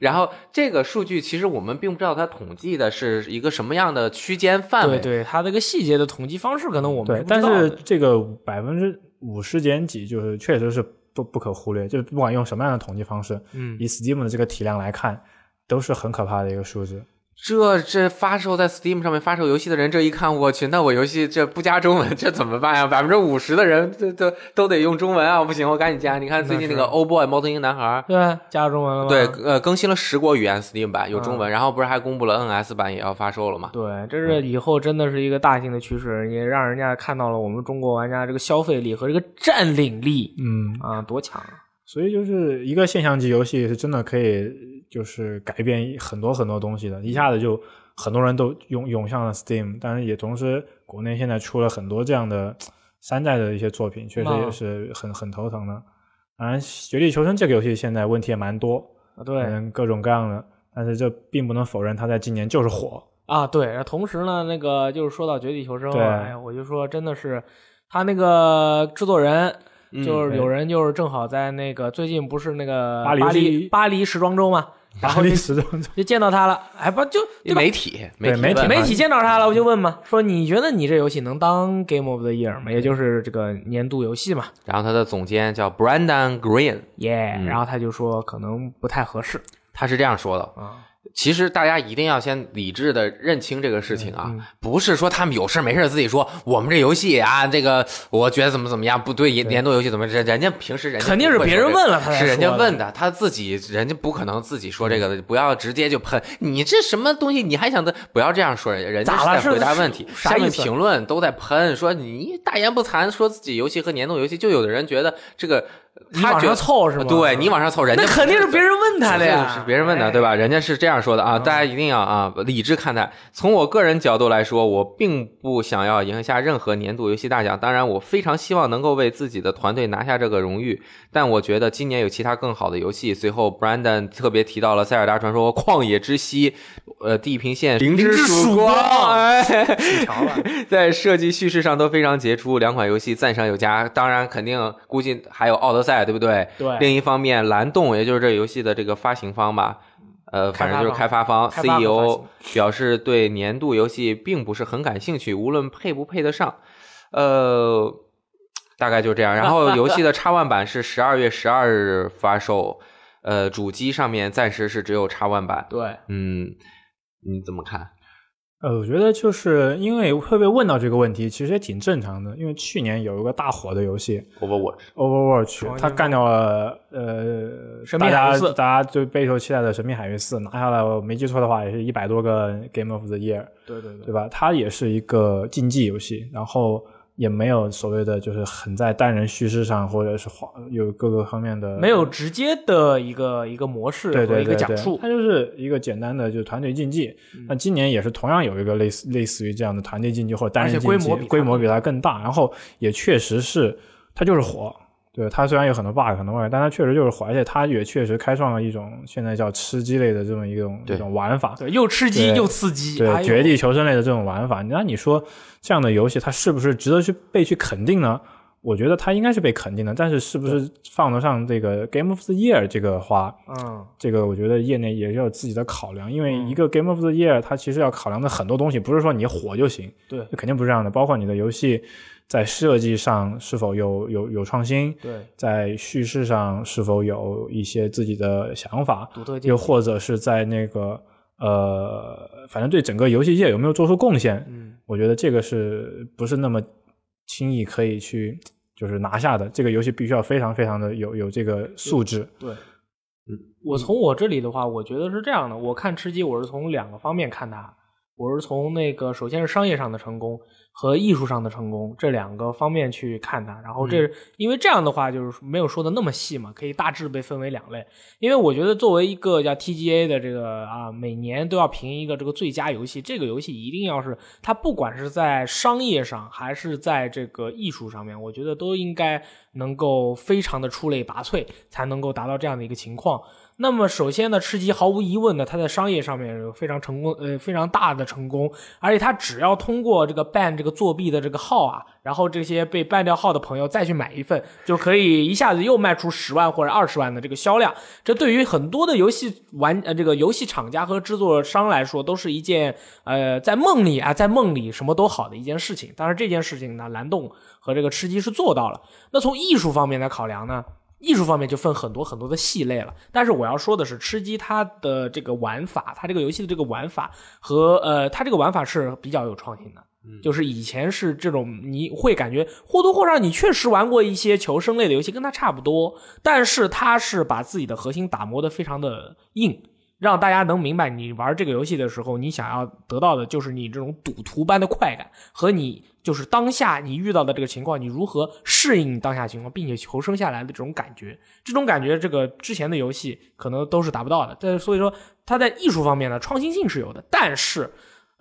Speaker 3: 然后这个数据其实我们并不知道它统计的是一个什么样的区间范围，
Speaker 2: 对对，它这个细节的统计方式，可能我们
Speaker 1: 对
Speaker 2: 不，知
Speaker 1: 但
Speaker 2: 道
Speaker 1: 是
Speaker 2: 的
Speaker 1: 这个百分之五十减几，就是确实是不不可忽略，就是不管用什么样的统计方式，
Speaker 2: 嗯，
Speaker 1: 以 Steam 的这个体量来看，都是很可怕的一个数字。
Speaker 3: 这这发售在 Steam 上面发售游戏的人，这一看，我去，那我游戏这不加中文， 这怎么办呀？百分之五十的人这这都得用中文啊！不行，我赶紧加。你看最近那个《欧 boy 猫头鹰男孩》，
Speaker 2: 对啊，加入中文了吗？
Speaker 3: 对，呃，更新了十国语言 Steam 版有中文，然后不是还公布了 NS 版也要发售了吗？
Speaker 2: 对，这是以后真的是一个大型的趋势，也让人家看到了我们中国玩家这个消费力和这个占领力
Speaker 1: 嗯，
Speaker 2: 啊，多强啊！
Speaker 1: 所以就是一个现象级游戏是真的可以，就是改变很多很多东西的，一下子就很多人都涌涌向了 Steam，但是也同时国内现在出了很多这样的山寨的一些作品，确实也是很很头疼的。当然，《绝地求生》这个游戏现在问题也蛮多，
Speaker 2: 啊，对
Speaker 1: 嗯，各种各样的，但是这并不能否认它在今年就是火。
Speaker 2: 啊，对，然后同时呢，那个就是说到《绝地求生》
Speaker 1: 对
Speaker 2: 啊，哎呀，我就说真的是他那个制作人。
Speaker 3: 嗯
Speaker 2: 就是
Speaker 1: 对
Speaker 2: 有人就是正好在那个最近不是那个
Speaker 1: 巴黎
Speaker 2: 巴
Speaker 1: 游
Speaker 2: 黎
Speaker 1: 戏
Speaker 2: 巴黎时装周嘛，
Speaker 1: 然后 历史当中，
Speaker 2: 就见到他了，还不就对吧？
Speaker 3: 媒体，
Speaker 1: 对媒
Speaker 3: 媒
Speaker 1: 体
Speaker 3: 问
Speaker 1: 嘛
Speaker 2: 媒体见到他了，我就问嘛，说你觉得你这游戏能当 Game of the Year 吗？也就是这个年度游戏嘛，
Speaker 3: 然后他的总监叫 Brandon Green，
Speaker 2: 耶、
Speaker 3: 嗯
Speaker 2: 然后他就说可能不太合适
Speaker 3: 他是这样说的：
Speaker 2: 啊，
Speaker 3: 其实大家一定要先理智的认清这个事情
Speaker 2: 嗯
Speaker 3: 啊，不是说他们有事没事自己说我们这游戏啊，这个我觉得怎么怎么样不对，年度游戏怎么人人家平时人家
Speaker 2: 肯定是别人问了他
Speaker 3: 不会
Speaker 2: 才
Speaker 3: 说这个是人家
Speaker 2: 说的嗯
Speaker 3: 问的，他自己人家不可能自己说这个的，不要直接就喷你这什么东西，你还想的不要这样说人家，人家
Speaker 2: 咋了
Speaker 3: 在回答
Speaker 2: 是
Speaker 3: 问题，
Speaker 2: 是
Speaker 3: 下
Speaker 2: 啥
Speaker 3: 面
Speaker 2: 意思
Speaker 3: 评论都在喷说你大言不惭说自己游戏和年度游戏，就有的人觉得这个
Speaker 2: 你
Speaker 3: 他
Speaker 2: 往
Speaker 3: 觉
Speaker 2: 上
Speaker 3: 得。
Speaker 2: 凑是吗？
Speaker 3: 对你往上凑，人家
Speaker 2: 那肯定是别人 问他的
Speaker 3: 是
Speaker 2: 呀，哎
Speaker 3: 别人问的，对吧？人家是这样说的啊，大家一定要啊理智看待。从我个人角度来说，我并不想要赢下任何年度游戏大奖，当然我非常希望能够为自己的团队拿下这个荣誉。但我觉得今年有其他更好的游戏。随后，Brandon 特别提到了《塞尔达传说：旷野之息》、呃，《地平线：零之曙光》 哎。
Speaker 1: 起条了，
Speaker 2: 啊
Speaker 3: 在设计叙事上都非常杰出，两款游戏赞赏有加。当然，肯定估计还有《奥德赛》，对不对？
Speaker 2: 对
Speaker 3: 另一方面，蓝洞也就是这游戏的这个发行方吧，呃，
Speaker 2: 开
Speaker 3: 反
Speaker 2: 发
Speaker 3: 正
Speaker 2: 方
Speaker 3: 就是开发方
Speaker 2: 开发和发
Speaker 3: CEO
Speaker 2: 行
Speaker 3: 表示对年度游戏并不是很感兴趣，无论配不配得上，呃，大概就这样。然后游戏的叉 One 版是十二月十二日发售，呃，主机上面暂时是只有叉 One 版。
Speaker 2: 对，
Speaker 3: 嗯，你怎么看？
Speaker 1: 呃，我觉得就是因为会被问到这个问题，其实也挺正常的。因为去年有一个大火的游戏
Speaker 3: Overwatch
Speaker 1: Overwatch，
Speaker 2: 王者
Speaker 1: 它干掉了呃，
Speaker 2: 神
Speaker 1: 大
Speaker 2: 秘海
Speaker 1: 家
Speaker 2: 域四
Speaker 1: 大家最备受期待的《神秘海域四》，拿下来我没记错的话，也是一百多个 Game of the Year，
Speaker 2: 对对对
Speaker 1: 对吧？它也是一个竞技游戏，然后也没有所谓的就是很在单人叙事上或者是画有各个方面的
Speaker 2: 没有直接的一个一个模式
Speaker 1: 对
Speaker 2: 和
Speaker 1: 对
Speaker 2: 一个
Speaker 1: 对
Speaker 2: 讲
Speaker 1: 对，
Speaker 2: 述嗯
Speaker 1: 它，就是一个简单的就是团队竞技。那今年也是同样有一个类似类似于这样的团队竞技或者单人
Speaker 2: 而
Speaker 1: 竞
Speaker 2: 且
Speaker 1: 技，
Speaker 2: 规
Speaker 1: 规
Speaker 2: 模比
Speaker 1: 比
Speaker 2: 它
Speaker 1: 它更大，然后也确实是它就是火。对它虽然有很多 bug 很多问题，但它确实就是火，而且它也确实开创了一种现在叫吃鸡类的这么一种
Speaker 3: 对
Speaker 1: 一种玩法。
Speaker 2: 对，又吃鸡
Speaker 1: 对
Speaker 2: 又刺激，
Speaker 1: 对，
Speaker 2: 哎呦
Speaker 1: 绝地求生类的这种玩法，那你说这样的游戏它是不是值得去被去肯定呢？我觉得它应该是被肯定的，但是是不是放得上这个 Game of the Year 这个花，
Speaker 2: 嗯，
Speaker 1: 这个我觉得业内也是要有自己的考量，因为一个 Game of the Year 它其实要考量的很多东西，不是说你火就行，
Speaker 2: 对
Speaker 1: 肯定不是这样的，包括你的游戏在设计上是否有有有创新，
Speaker 2: 对，
Speaker 1: 在叙事上是否有一些自己的想法，
Speaker 2: 独特
Speaker 1: 又
Speaker 2: 劲，
Speaker 1: 或者是在那个呃，反正对整个游戏界有没有做出贡献，
Speaker 2: 嗯，
Speaker 1: 我觉得这个是不是那么轻易可以去就是拿下的？这个游戏必须要非常非常的有有这个素质，
Speaker 2: 对。嗯我从我这里的话，我觉得是这样的。我看吃鸡，我是从两个方面看它，我是从那个首先是商业上的成功和艺术上的成功这两个方面去看它。然后这、因为这样的话，就是没有说的那么细嘛，可以大致被分为两类。因为我觉得作为一个叫 TGA 的这个啊，每年都要评一个这个最佳游戏，这个游戏一定要是它不管是在商业上还是在这个艺术上面，我觉得都应该能够非常的出类拔萃，才能够达到这样的一个情况。那么首先呢，吃鸡毫无疑问呢，它在商业上面有非常成功，呃，非常大的成功，而且它只要通过这个 ban 这个作弊的这个号啊，然后这些被 ban 掉号的朋友再去买一份，就可以一下子又卖出十万或者二十万的这个销量。这对于很多的游戏玩呃这个游戏厂家和制作商来说，都是一件呃在梦里啊，在梦里什么都好的一件事情。当然这件事情呢，蓝洞和这个吃鸡是做到了。那从艺术方面来考量呢？艺术方面就分很多很多的细类了，但是我要说的是，吃鸡它的这个玩法，它这个游戏的这个玩法和呃，它这个玩法是比较有创新的。就是以前是这种，你会感觉或多或少你确实玩过一些求生类的游戏，跟它差不多，但是它是把自己的核心打磨得非常的硬，让大家能明白你玩这个游戏的时候，你想要得到的就是你这种赌徒般的快感和你就是当下你遇到的这个情况，你如何适应你当下情况，并且求生下来的这种感觉。这种感觉，这个之前的游戏可能都是达不到的。但是所以说，它在艺术方面呢，创新性是有的，但是。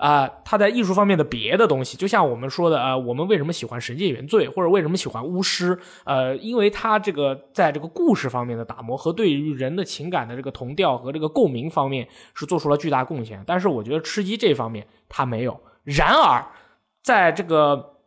Speaker 2: 啊、它在艺术方面的别的东西，就像我们说的，呃，我们为什么喜欢《神界原罪》，或者为什么喜欢《巫师》？呃，因为它这个在这个故事方面的打磨和对于人的情感的这个同调和这个共鸣方面是做出了巨大贡献。但是我觉得吃鸡这方面它没有。然而，在这个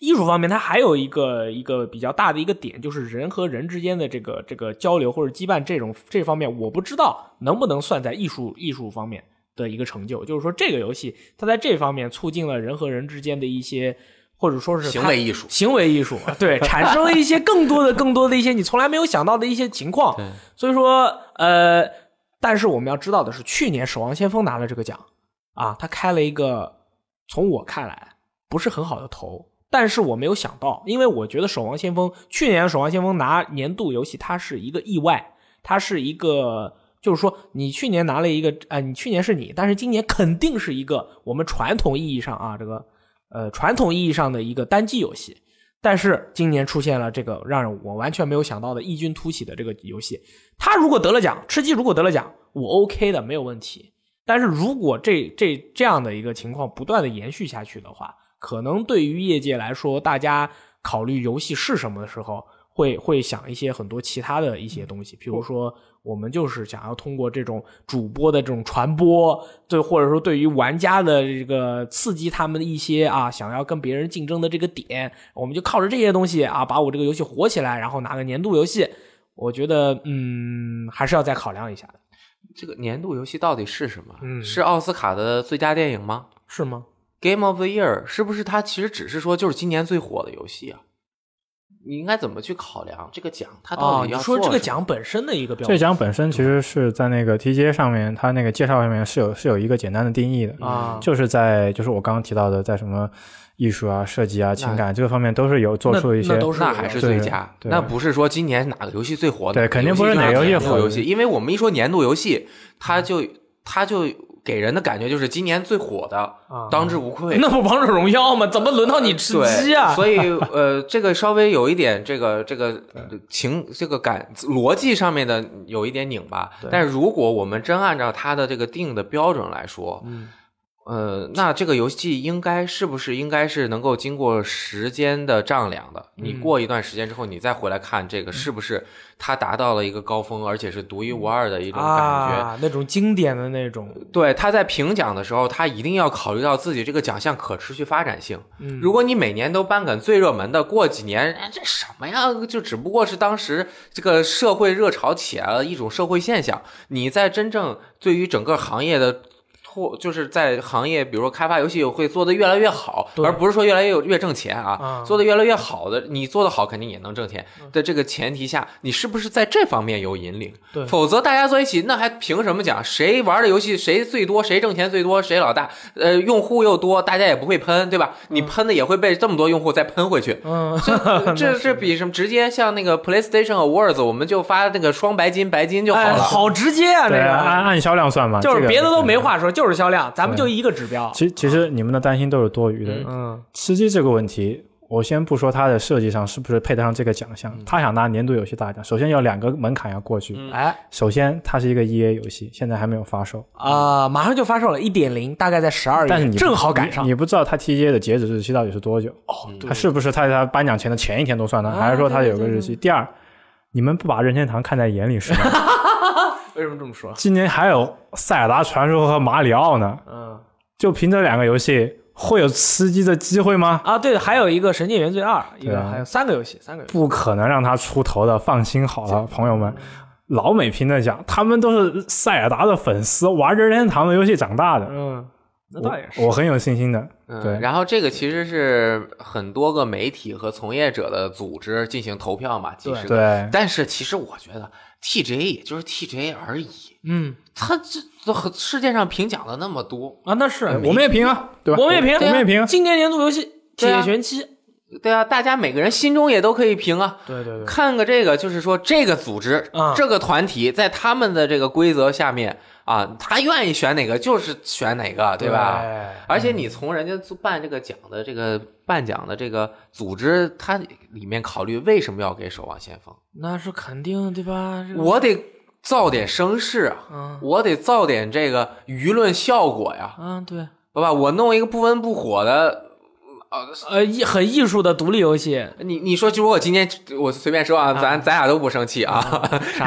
Speaker 2: 艺术方面，它还有一个一个比较大的一个点，就是人和人之间的这个这个交流或者羁绊这种这方面，我不知道能不能算在艺术艺术方面的一个成就。就是说，这个游戏它在这方面促进了人和人之间的一些，或者说是它
Speaker 4: 行为艺术
Speaker 2: 行为艺术，啊对，产生了一些更多的、更多的一些你从来没有想到的一些情况。所以说，呃，但是我们要知道的是，去年《守望先锋》拿了这个奖啊，他开了一个从我看来不是很好的头，但是我没有想到，因为我觉得《守望先锋》去年《守望先锋》拿年度游戏，它是一个意外，它是一个。就是说，你去年拿了一个，啊、你去年是你，但是今年肯定是一个我们传统意义上啊，这个呃传统意义上的一个单机游戏，但是今年出现了这个让我完全没有想到的异军突起的这个游戏。他如果得了奖，吃鸡如果得了奖，我 OK 的，没有问题。但是如果这这这样的一个情况不断的延续下去的话，可能对于业界来说，大家考虑游戏是什么的时候，会会想一些很多其他的一些东西，比如说我们就是想要通过这种主播的这种传播，对或者说对于玩家的这个刺激他们的一些啊想要跟别人竞争的这个点，我们就靠着这些东西啊把我这个游戏火起来，然后拿个年度游戏。我觉得，嗯，还是要再考量一下的，
Speaker 3: 这个年度游戏到底是什么？
Speaker 2: 嗯
Speaker 3: 是奥斯卡的最佳电影吗
Speaker 2: 是吗？
Speaker 3: ？Game of the Year 是不是它其实只是说就是今年最火的游戏啊？你应该怎么去考量这个奖？它到
Speaker 2: 哦，
Speaker 3: 底
Speaker 2: 你
Speaker 3: 要
Speaker 2: 说这个
Speaker 3: 做什么
Speaker 2: 奖本身的一个标
Speaker 1: 这
Speaker 2: 准
Speaker 1: 奖本身其实是在那个 TGA 上面，它那个介绍上面是有是有一个简单的定义的，
Speaker 3: 嗯
Speaker 2: 啊，
Speaker 1: 就是在就是我刚刚提到的，在什么艺术啊、设计啊、情感这个方面都是有做
Speaker 2: 那
Speaker 1: 出一些
Speaker 2: 那都是
Speaker 3: 那
Speaker 2: 有
Speaker 3: 还
Speaker 2: 的
Speaker 3: 是最佳，
Speaker 1: 对对
Speaker 3: 那不是说今年哪个游戏最火的？
Speaker 1: 对肯定不是
Speaker 3: 哪
Speaker 1: 哪
Speaker 3: 个
Speaker 1: 个
Speaker 3: 游
Speaker 1: 游
Speaker 3: 戏
Speaker 1: 戏
Speaker 3: 就是年度
Speaker 1: 火
Speaker 3: 游戏，因为我们一说年度游戏，它就它就给人的感觉就是今年最火的，
Speaker 2: 啊
Speaker 3: 当之无 愧。
Speaker 2: 那不王者荣耀吗？怎么轮到你吃鸡啊？
Speaker 3: 对所以呃，这个稍微有一点这个这个情这个感逻辑上面的有一点拧巴，但是如果我们真按照它的这个定的标准来说，
Speaker 2: 嗯，
Speaker 3: 呃，那这个游戏应该是不是应该是能够经过时间的丈量的？你过一段时间之后，你再回来看这个是不是它达到了一个高峰，而且是独一无二的一种感觉。呃
Speaker 2: 啊，那种经典的那种，
Speaker 3: 对，他在评奖的时候，他一定要考虑到自己这个奖项可持续发展性。
Speaker 2: 嗯
Speaker 3: 如果你每年都颁给最热门的，过几年、哎、这什么呀？就只不过是当时这个社会热潮起来了一种社会现象。你在真正对于整个行业的拓，就是在行业，比如说开发游戏会做得越来越好，
Speaker 2: 对
Speaker 3: 而不是说越来越有越挣钱啊。
Speaker 2: 啊嗯
Speaker 3: 做得越来越好的，你做得好肯定也能挣钱的这个前提下，你是不是在这方面有引领？
Speaker 2: 对
Speaker 3: 否则大家坐一起，那还凭什么讲谁玩的游戏谁最多，谁挣钱最多，谁老大？呃，用户又多，大家也不会喷，对吧？你喷的也会被这么多用户再喷 回去。
Speaker 2: 嗯，
Speaker 3: 这这这比什么直接像那个 PlayStation Awards，我们就发那个双白金白金就好
Speaker 2: 哎，
Speaker 3: 了。
Speaker 2: 好直接啊，这
Speaker 1: 对按
Speaker 2: 个
Speaker 1: 按销量算嘛，
Speaker 2: 就是
Speaker 1: 这个
Speaker 2: 别的都没
Speaker 1: 对
Speaker 2: 话说，就是销量，咱们
Speaker 1: 对
Speaker 2: 就一个指标，
Speaker 1: 其其实你们的担心都是多余的。
Speaker 2: 嗯
Speaker 1: 吃鸡这个问题，我先不说它的设计上是不是配得上这个奖
Speaker 2: 嗯
Speaker 1: 项，他想拿年度游戏大奖，首先有两个门槛要过去。
Speaker 3: 嗯
Speaker 2: 哎
Speaker 1: 首先，它是一个 EA 游戏，现在还没有发售，
Speaker 2: 啊，马上就发售了，一点零，大概在十二
Speaker 1: 但是
Speaker 2: 月，
Speaker 1: 你
Speaker 2: 正好赶上
Speaker 1: 你，你不知道它 TGA 的截止日期到底是多久，
Speaker 2: 哦，对
Speaker 1: 它是不是它在它颁奖前的前一天都算呢，
Speaker 2: 啊
Speaker 1: 还是说它有个
Speaker 2: 对对对
Speaker 1: 日期？第二，你们不把任天堂看在眼里是 吗？
Speaker 2: 为什么这么说？
Speaker 1: 今年还有《塞尔达传说》和《马里奥》呢，
Speaker 2: 嗯
Speaker 1: 就凭这两个游戏，会有吃鸡的机会吗？
Speaker 2: 啊，对，还有一个《神界原罪二》，一
Speaker 1: 对
Speaker 2: 个
Speaker 1: 啊
Speaker 2: 还有三个游戏，三个游戏，
Speaker 1: 不可能让他出头的，放心好了，朋友们。老美评的奖，他们都是塞尔达的粉丝，玩任天堂的游戏长大的，
Speaker 2: 嗯，那倒也是。
Speaker 1: 我我很有信心的。对
Speaker 3: 嗯，然后这个其实是很多个媒体和从业者的组织进行投票嘛，几十个。
Speaker 1: 对，
Speaker 3: 但是其实我觉得 TJ 也就是 TJ 而已，
Speaker 2: 嗯
Speaker 3: 他这这很世界上评奖的那么多，
Speaker 2: 啊，那是
Speaker 1: 我们也评啊，对吧？
Speaker 2: 我们也评，
Speaker 1: 我们也啊评。
Speaker 2: 今年年度游戏《
Speaker 3: 对啊
Speaker 2: 铁拳七》，
Speaker 3: 对啊，大家每个人心中也都可以评啊。
Speaker 2: 对对对，
Speaker 3: 看个这个，就是说这个组织、
Speaker 2: 啊
Speaker 3: 这个团体，在他们的这个规则下面啊，他愿意选哪个就是选哪个，对吧？而且你从人家做办这个奖的这个办奖的这个组织，它里面考虑为什么要给《守望先锋
Speaker 2: 那是肯定对吧？这》，个
Speaker 3: 我得造点声势啊，
Speaker 2: 嗯
Speaker 3: 我得造点这个舆论效果呀，
Speaker 2: 啊对，
Speaker 3: 对吧？我弄一个不温不火的
Speaker 2: 呃，艺很艺术的独立游戏，
Speaker 3: 你你说，如果今天我随便说啊，咱咱俩都不生气啊。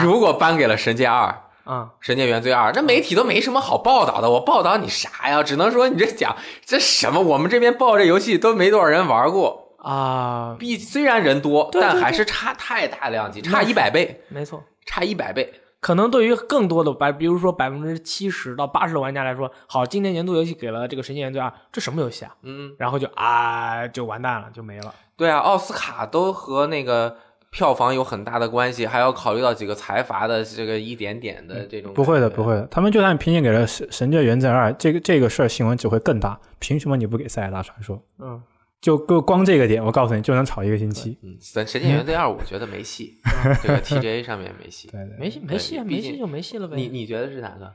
Speaker 3: 如果颁给了《神界二》《
Speaker 2: 啊，
Speaker 3: 神界原罪二》，那媒体都没什么好报道的，我报道你啥呀？只能说你这讲这什么，我们这边报这游戏都没多少人玩过，
Speaker 2: 啊，
Speaker 3: 毕虽然人多，
Speaker 2: 对对
Speaker 3: 但
Speaker 2: 对
Speaker 3: 还是差太大量级，差一百倍，
Speaker 2: 没错，
Speaker 3: 差一百倍。
Speaker 2: 可能对于更多的百，比如说百分之七十到八十的玩家来说，好，今年年度游戏给了这个《神仙原罪二》，这什么游戏啊？
Speaker 3: 嗯，
Speaker 2: 然后就啊，就完蛋了，就没了。
Speaker 3: 对啊，奥斯卡都和那个票房有很大的关系，还要考虑到几个财阀的这个一点点的这种。
Speaker 1: 不会的，不
Speaker 3: 会。
Speaker 1: 会的。他们就算评级给了《神神界原罪二》，这个这个事儿新闻只会更大。凭什么你不给《塞尔达传说》？
Speaker 2: 嗯，
Speaker 1: 就就光这个点，我告诉你就能吵一个星期。
Speaker 3: 嗯，神神剑原罪二，我觉得 没戏，这个 TGA 上面没戏。
Speaker 1: 对对，
Speaker 2: 没戏，没戏啊，
Speaker 3: 毕
Speaker 2: 没
Speaker 3: 竟
Speaker 2: 戏就没戏了呗。
Speaker 3: 你你觉得是哪个？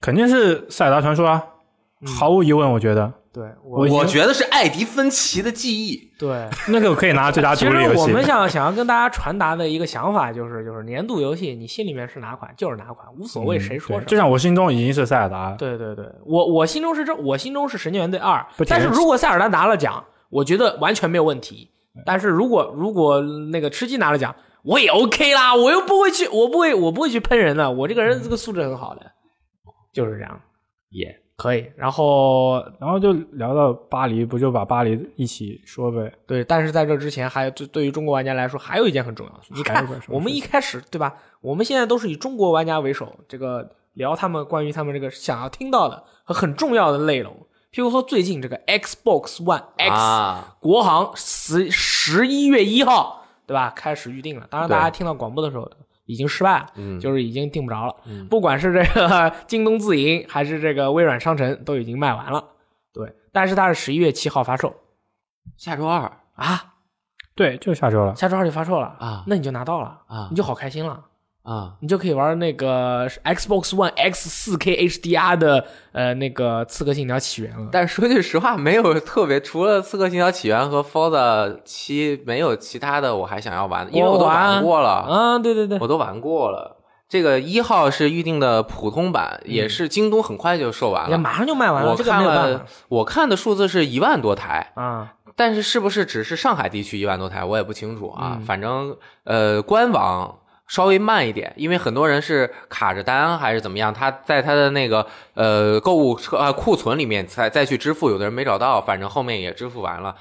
Speaker 1: 肯定是《塞尔达传说》啊，
Speaker 2: 嗯
Speaker 1: 毫无疑问，我觉得
Speaker 2: 对我
Speaker 1: 我已经
Speaker 3: 我觉得是艾迪芬奇的记忆。
Speaker 2: 对，
Speaker 1: 那个可以拿最佳
Speaker 2: 其
Speaker 1: 独
Speaker 2: 实
Speaker 1: 立游
Speaker 2: 我
Speaker 1: 戏。
Speaker 2: 们想 想要跟大家传达的一个想法就是，就是年度游戏，你心里面是哪款就是哪款，无所谓谁说
Speaker 1: 嗯对
Speaker 2: 什
Speaker 1: 就
Speaker 2: 么。
Speaker 1: 像我心中已经是塞尔达了，
Speaker 2: 对对对，我我心中是这，我心中是《神经元队二
Speaker 1: 不》，
Speaker 2: 但是
Speaker 1: 填
Speaker 2: 如果塞尔达拿了奖，我觉得完全没有问题。但是如果如果那个吃鸡拿了奖，我也 OK 啦，我又不会去，我不会我不会去喷人的，我这个人这个素质很好的，就是这样，
Speaker 3: 耶，
Speaker 2: 可以。然后
Speaker 1: 然后就聊到巴黎，不就把巴黎一起说呗？
Speaker 2: 对，但是在这之前还，对对于中国玩家来说，还有一件很重要的事。你
Speaker 1: 还
Speaker 2: 看
Speaker 1: 有个什，么
Speaker 2: 我们
Speaker 1: 事
Speaker 2: 一开始对吧？我们现在都是以中国玩家为首，这个聊他们关于他们这个想要听到的和很重要的内容。譬如说，最近这个 Xbox One X、
Speaker 3: 啊，
Speaker 2: 国行十十一月一号，对吧？开始预定了。当然，
Speaker 3: 对
Speaker 2: 大家听到广播的时候已经失败了，
Speaker 3: 嗯
Speaker 2: 就是已经订不着了。
Speaker 3: 嗯
Speaker 2: 不管是这个 京东自营还是这个微软商城，都已经卖完了。对，但是它是十一月七号发售
Speaker 3: 下周二
Speaker 2: 啊。
Speaker 1: 对，就下周了。
Speaker 2: 下周二就发售了
Speaker 3: 啊
Speaker 2: 那你就拿到了，
Speaker 3: 啊
Speaker 2: 你就好开心了，
Speaker 3: 啊，
Speaker 2: 你就可以玩那个 Xbox One X 四 K HDR 的呃那个《刺客信条：起源》了。
Speaker 3: 但说句实话，没有特别，除了《刺客信条：起源》和《Forza 七》，没有其他的我还想要玩的，因为我都
Speaker 2: 我玩啊
Speaker 3: 玩过了，
Speaker 2: 啊，对对对，
Speaker 3: 我都玩过了。这个一号是预定的普通版，也是京东很快就售完
Speaker 2: 嗯也
Speaker 3: 了。
Speaker 2: 马上就卖完了，
Speaker 3: 我
Speaker 2: 这个没
Speaker 3: 看
Speaker 2: 有办
Speaker 3: 了
Speaker 2: 法，
Speaker 3: 我看的数字是一万多台，
Speaker 2: 啊。
Speaker 3: 但是是不是只是上海地区一万多台，我也不清楚啊。
Speaker 2: 嗯
Speaker 3: 反正呃，官网稍微慢一点，因为很多人是卡着单还是怎么样，他在他的那个呃购物车啊、库存里面才再去支付，有的人没找到，反正后面也支付完了。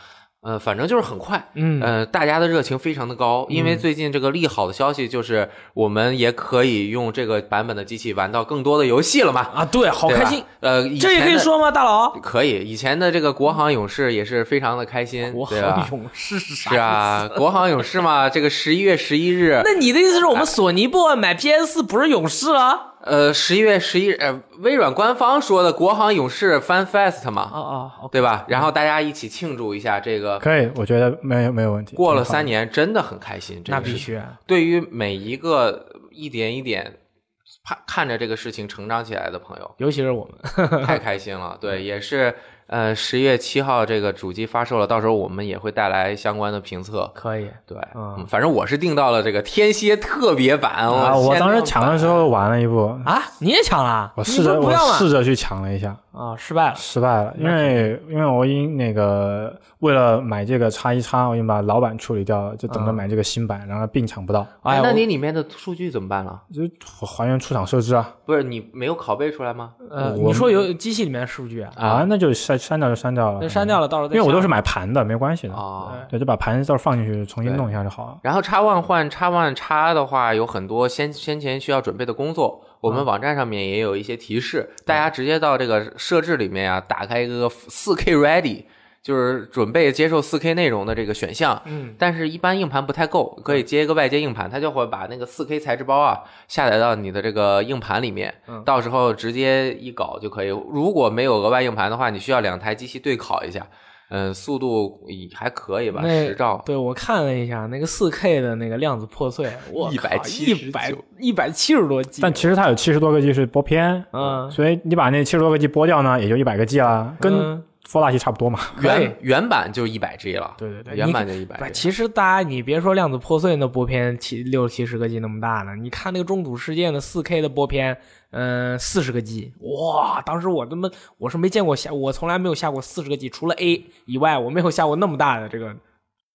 Speaker 3: 呃，反正就是很快，
Speaker 2: 嗯
Speaker 3: 呃，大家的热情非常的高，因为最近这个利好的消息就是，我们也可以用这个版本的机器玩到更多的游戏了嘛，
Speaker 2: 啊，对， 好
Speaker 3: 对
Speaker 2: 开
Speaker 3: 吧
Speaker 2: 心，。
Speaker 3: 呃，以
Speaker 2: 这也
Speaker 3: 前
Speaker 2: 可以
Speaker 3: 的
Speaker 2: 说吗，大佬？
Speaker 3: 可以，以前的这个国行勇士也是非常的开心，
Speaker 2: 我好
Speaker 3: 对吧？
Speaker 2: 勇士是啥？
Speaker 3: 是，啊，国行勇 士嘛，这个十一月十一日，
Speaker 2: 那你的意思是我们索尼部买 PS 不是勇士啊了？
Speaker 3: 呃，十一月十一，呃，微软官方说的国行勇士 Fan Fest
Speaker 2: 哦
Speaker 3: 嘛，
Speaker 2: 哦，OK，
Speaker 3: 对吧？然后大家一起庆祝一下这个。
Speaker 1: 可以，我觉得没有没有问题。
Speaker 3: 过了
Speaker 1: 挺好的
Speaker 3: 三年，真的很开心。这
Speaker 2: 那
Speaker 3: 个事
Speaker 2: 必
Speaker 3: 情
Speaker 2: 须啊。
Speaker 3: 对于每一个一点一点看看着这个事情成长起来的朋 友，
Speaker 2: 尤其是我们，
Speaker 3: 太开心了。
Speaker 1: 嗯
Speaker 3: 对，也是呃，十月七号这个主机发售了，到时候我们也会带来相关的评测。
Speaker 2: 可以，
Speaker 3: 对，
Speaker 2: 嗯
Speaker 3: 嗯，反正我是订到了这个天蝎特别版
Speaker 1: 啊！我当时抢的时
Speaker 3: 候。
Speaker 1: 候玩了一部，
Speaker 2: 啊，你也抢了？
Speaker 1: 我
Speaker 2: 你
Speaker 1: 试
Speaker 2: 不是
Speaker 1: 着
Speaker 2: 不
Speaker 1: 我
Speaker 2: 要吗？
Speaker 1: 试着去抢了一下，
Speaker 2: 啊，失败了。
Speaker 1: 失败了，因为因为我已经那个为了买这个叉一叉，我已经把老版处理掉了，就等着
Speaker 2: 嗯
Speaker 1: 买这个新版，然后并抢不到，
Speaker 2: 哎，
Speaker 3: 那
Speaker 2: 我
Speaker 3: 你里面的数据怎么办了？
Speaker 1: 就是还原出厂设置啊
Speaker 3: 不是你没有拷贝出来吗？
Speaker 2: 呃，
Speaker 1: 我
Speaker 2: 你说有机器里面的数据啊，
Speaker 1: 啊，，那就删删掉就删掉了，嗯
Speaker 2: 那删掉了，到时候
Speaker 1: 啊因
Speaker 2: 再
Speaker 1: 为我都是
Speaker 2: 下
Speaker 1: 买盘的，没关系的，
Speaker 3: 哦。
Speaker 1: 对，就把盘到时候放进去重新弄一下就好了。
Speaker 3: 然后叉 One 换叉 One 叉的话，有很多先先前需要准备的工作，我
Speaker 2: 嗯
Speaker 3: 们网站上面也有一些提示，大家直接到这个设置里面啊，打开一个4 K Ready，就是准备接受4 K 内容的这个选项，
Speaker 2: 嗯，
Speaker 3: 但是，一般硬盘不太够，可以接一个外接硬盘，它就会把那个 4K 材质包啊下载到你的这个硬盘里面，
Speaker 2: 嗯
Speaker 3: 到时候直接一搞就可以。如果没有额外硬盘的话，你需要两台机器对拷一下，嗯，速度也还可以吧，
Speaker 2: 那
Speaker 3: 十兆。
Speaker 2: 对我看了一下那个四 K 的那个量子破碎，我一
Speaker 3: 179
Speaker 2: 百一百七十多 G，
Speaker 1: 但其实它有七十多个 G 是播片，
Speaker 2: 嗯
Speaker 1: 所以你把那七十多个 G 播掉呢，也就一百个 G 啦，跟
Speaker 2: 嗯
Speaker 1: f o r a 差不多嘛。
Speaker 2: 可以
Speaker 3: 原原版就一百 G 了，
Speaker 2: 对对对
Speaker 3: 原
Speaker 2: 你
Speaker 3: 版就一
Speaker 2: 不
Speaker 3: 百 G。
Speaker 2: 其实大家你别说量子破碎那播片七六七十个 G 那么大呢，你看那个中土世界的四 K 的播片，嗯、四十个 G，哇！当时我他妈我是没见过下，我从来没有下过四十个 G，除了 A 以外，我没有下过那么大的这个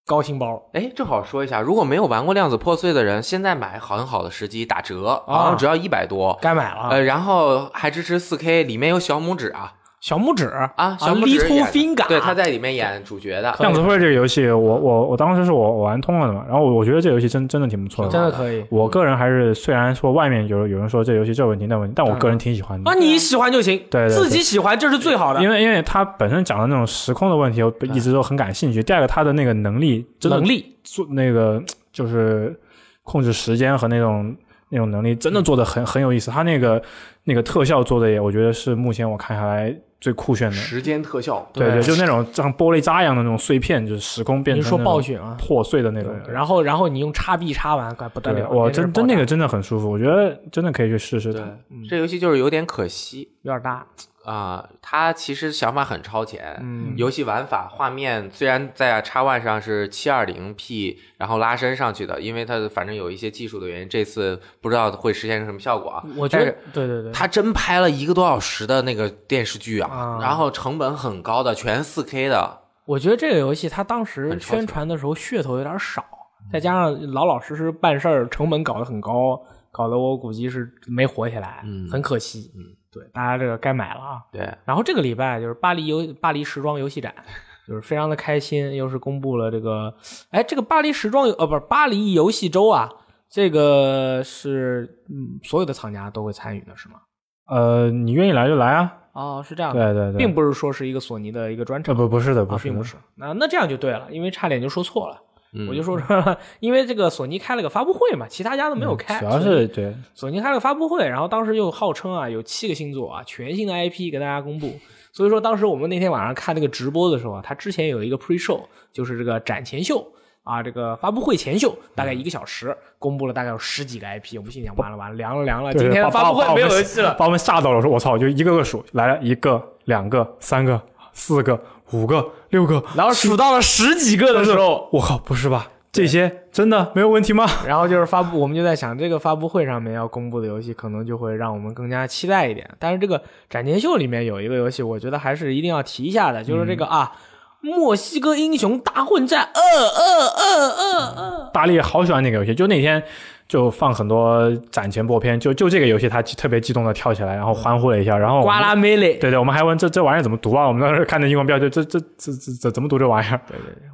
Speaker 2: 高清包。
Speaker 3: 哎，正好说一下，如果没有玩过量子破碎的人，现在买很好的时机，打折，
Speaker 2: 啊
Speaker 3: 好像只要一百多。
Speaker 2: 该买了，
Speaker 3: 呃，然后还支持 4K，里面有小拇指啊，
Speaker 2: 小拇指
Speaker 3: 啊，小
Speaker 2: l
Speaker 3: 拇
Speaker 2: i t
Speaker 3: 指
Speaker 2: t
Speaker 3: 演
Speaker 2: l
Speaker 3: 的
Speaker 2: Finger，
Speaker 3: 对，他在里面演主角的。
Speaker 1: 量子会这个游戏，我我我当时是我我玩通了的嘛，然后我我觉得这游戏真真的挺不错
Speaker 2: 真
Speaker 1: 的。
Speaker 2: 的可以
Speaker 1: 我个人还是虽然说外面有有人说这游戏这问题那问题，但我个人挺喜欢的
Speaker 2: 啊，，你喜欢就行，
Speaker 1: 对对对
Speaker 2: 自己喜欢这是最好的
Speaker 1: 因为因为它本身讲的那种时空的问题，我一直都很感兴趣。第二个，它的那个能力真的
Speaker 2: 能力，
Speaker 1: 做那个就是控制时间和那种那种能力，
Speaker 2: 嗯
Speaker 1: 真的做的很很有意思。它那个那个特效做的也，我觉得是目前我看下来最酷炫的。
Speaker 3: 时间特效，
Speaker 1: 对
Speaker 2: 对
Speaker 1: 对，就那种像玻璃渣一样的那种碎片，就是时空变
Speaker 2: 你
Speaker 1: 成
Speaker 2: 说
Speaker 1: 那
Speaker 2: 暴
Speaker 1: 种
Speaker 2: 雪啊，
Speaker 1: 破碎的那种。
Speaker 2: 然后然后你用叉 B 叉完，怪不得
Speaker 1: 对，
Speaker 2: 了，
Speaker 1: 哇，
Speaker 2: 那
Speaker 1: 真
Speaker 2: 阵儿
Speaker 1: 真
Speaker 2: 爆炸
Speaker 1: 那个真的很舒服，我觉得真的可以去试试
Speaker 3: 对
Speaker 1: 它。，
Speaker 3: 这游戏就是有点可惜
Speaker 2: 有点大，
Speaker 3: 啊，它其实想法很超前，
Speaker 2: 嗯，
Speaker 3: 游戏玩法、画面虽然在 X One 上是 720P，然后拉伸上去的，因为它反正有一些技术的原因，这次不知道会实现成什么效果啊。
Speaker 2: 我觉得
Speaker 3: 但是
Speaker 2: 对对对，
Speaker 3: 他真拍了一个多小时的那个电视剧啊
Speaker 2: 啊，
Speaker 3: 然后成本很高的，全 4K 的，
Speaker 2: 我觉得这个游戏它当时
Speaker 3: 很超前
Speaker 2: 宣传的时候噱头有点少，再加上老老实实办事儿，成本搞得很高，搞得我估计是没火起来，
Speaker 3: 嗯
Speaker 2: 很可惜。
Speaker 3: 嗯，
Speaker 2: 对，大家这个该买了啊。
Speaker 3: 对，
Speaker 2: 然后这个礼拜就是巴黎游巴黎时装游戏展，就是非常的开心，又是公布了这个，哎，这个巴黎时装游呃不是巴黎游戏周啊，这个是嗯所有的厂家都会参与的是吗？
Speaker 1: 呃，你愿意来就来啊。
Speaker 2: 哦，是这样的，
Speaker 1: 对对对，
Speaker 2: 并不是说是一个索尼的一个专
Speaker 1: 呃
Speaker 2: 场，
Speaker 1: 不不是的，
Speaker 2: 啊，
Speaker 1: 是
Speaker 2: 并
Speaker 1: 的
Speaker 2: 不。是。那那这样就对了，因为差点就说错了，
Speaker 3: 嗯
Speaker 2: 我就说说， 因为这个索尼开了个发布会嘛，其他家都没有开，
Speaker 1: 嗯主要
Speaker 2: 所以
Speaker 1: 是对
Speaker 2: 索尼开了发布会，然后当时又号称啊有七个新作啊全新的 IP 给大家公布，所以说当时我们那天晚上看那个直播的时候啊，它之前有一个 pre show，就是这个展前秀啊，这个发布会前秀，大
Speaker 1: 嗯
Speaker 2: 概一个小时，公布了大概有十几个 IP，我不信讲完了完了，凉了凉了，
Speaker 1: 对
Speaker 2: 今天
Speaker 1: 把
Speaker 2: 发布
Speaker 1: 把
Speaker 2: 会
Speaker 1: 我
Speaker 2: 没有
Speaker 1: 们
Speaker 2: 游戏了，
Speaker 1: 啊把我们吓到了，我说我操，就一个个数来了一个、两个、三个、四个、五个、六个，
Speaker 2: 然后数到了十几个的时候，
Speaker 1: 我靠，不是吧？这些真的没有问题吗？
Speaker 2: 然后就是发布，我们就在想这个发布会上面要公布的游戏，可能就会让我们更加期待一点。但是这个展前秀里面有一个游戏，我觉得还是一定要提一下的，就是这个啊，墨西哥英雄大混战二二二二二。
Speaker 1: 大力好喜欢那个游戏，就那天就放很多攒钱播片，就就这个游戏他特别激动的跳起来，然后欢呼了一下，然后我们
Speaker 2: 瓜拉梅雷，
Speaker 1: 对对，我们还问这这玩意儿怎么读啊？我们当时看那英文标就这这这这这怎么读这玩意儿？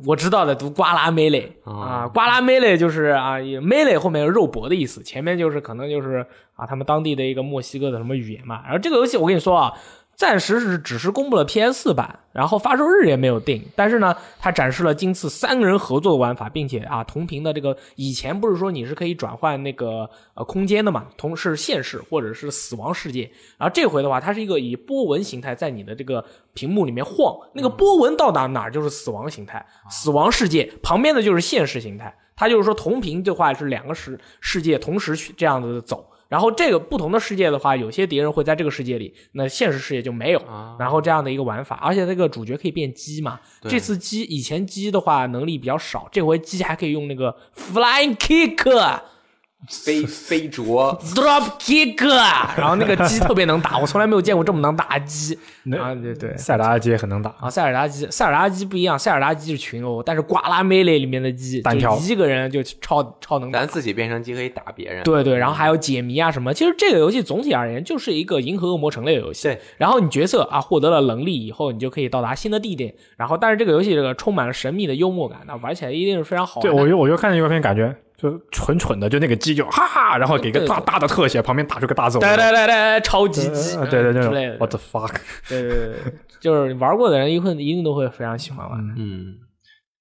Speaker 2: 我知道的读瓜拉梅雷啊，瓜拉梅雷就是啊，也梅雷后面有肉搏的意思，前面就是可能就是啊他们当地的一个墨西哥的什么语言嘛。然后这个游戏我跟你说啊，暂时是只是公布了 PS 版，然后发售日也没有定，但是呢，它展示了今次三个人合作的玩法，并且啊同屏的这个以前不是说你是可以转换那个呃空间的嘛，同是现实或者是死亡世界，然后这回的话，它是一个以波纹形态在你的这个屏幕里面晃，那个波纹到哪哪儿就是死亡形态，
Speaker 3: 啊
Speaker 2: 死亡世界旁边的就是现实形态。它就是说同屏的话是两个世世界同时去这样子走，然后这个不同的世界的话，有些敌人会在这个世界里，那现实世界就没有。
Speaker 3: 啊，
Speaker 2: 然后这样的一个玩法，而且这个主角可以变鸡嘛。
Speaker 3: 对
Speaker 2: 这次鸡以前鸡的话能力比较少，这回鸡还可以用那个 flying kick、啊
Speaker 3: 飞飞啄
Speaker 2: drop kick，然后那个鸡特别能打，我从来没有见过这么能打的鸡
Speaker 1: 那
Speaker 2: 啊！对对，
Speaker 1: 塞达街很能打，
Speaker 2: 啊，塞尔达鸡，塞尔达鸡不一样，塞尔达鸡是群殴，但是瓜拉梅雷里面的鸡
Speaker 1: 单挑
Speaker 2: 就一个人就超超能打。
Speaker 3: 咱自己变成鸡可以打别人，
Speaker 2: 对对，然后还有解谜啊什么。其实这个游戏总体而言就是一个银河恶魔城类的游戏
Speaker 3: 对。
Speaker 2: 然后你角色啊获得了能力以后，你就可以到达新的地点。然后，但是这个游戏这个充满了神秘的幽默感，那玩起来一定是非常好玩
Speaker 1: 对
Speaker 2: 的。
Speaker 1: 我就我就看那预告片，感觉就蠢蠢的，就那个鸡就哈哈，然后给个大
Speaker 2: 对
Speaker 1: 大的特写，旁边打出个大字，
Speaker 2: 哒哒哒哒，超级 鸡，
Speaker 1: 呃对对对
Speaker 2: 之类的。
Speaker 1: ，What the fuck？
Speaker 2: 对对对对，就是玩过的人一定一定都会非常喜欢玩。
Speaker 3: 嗯，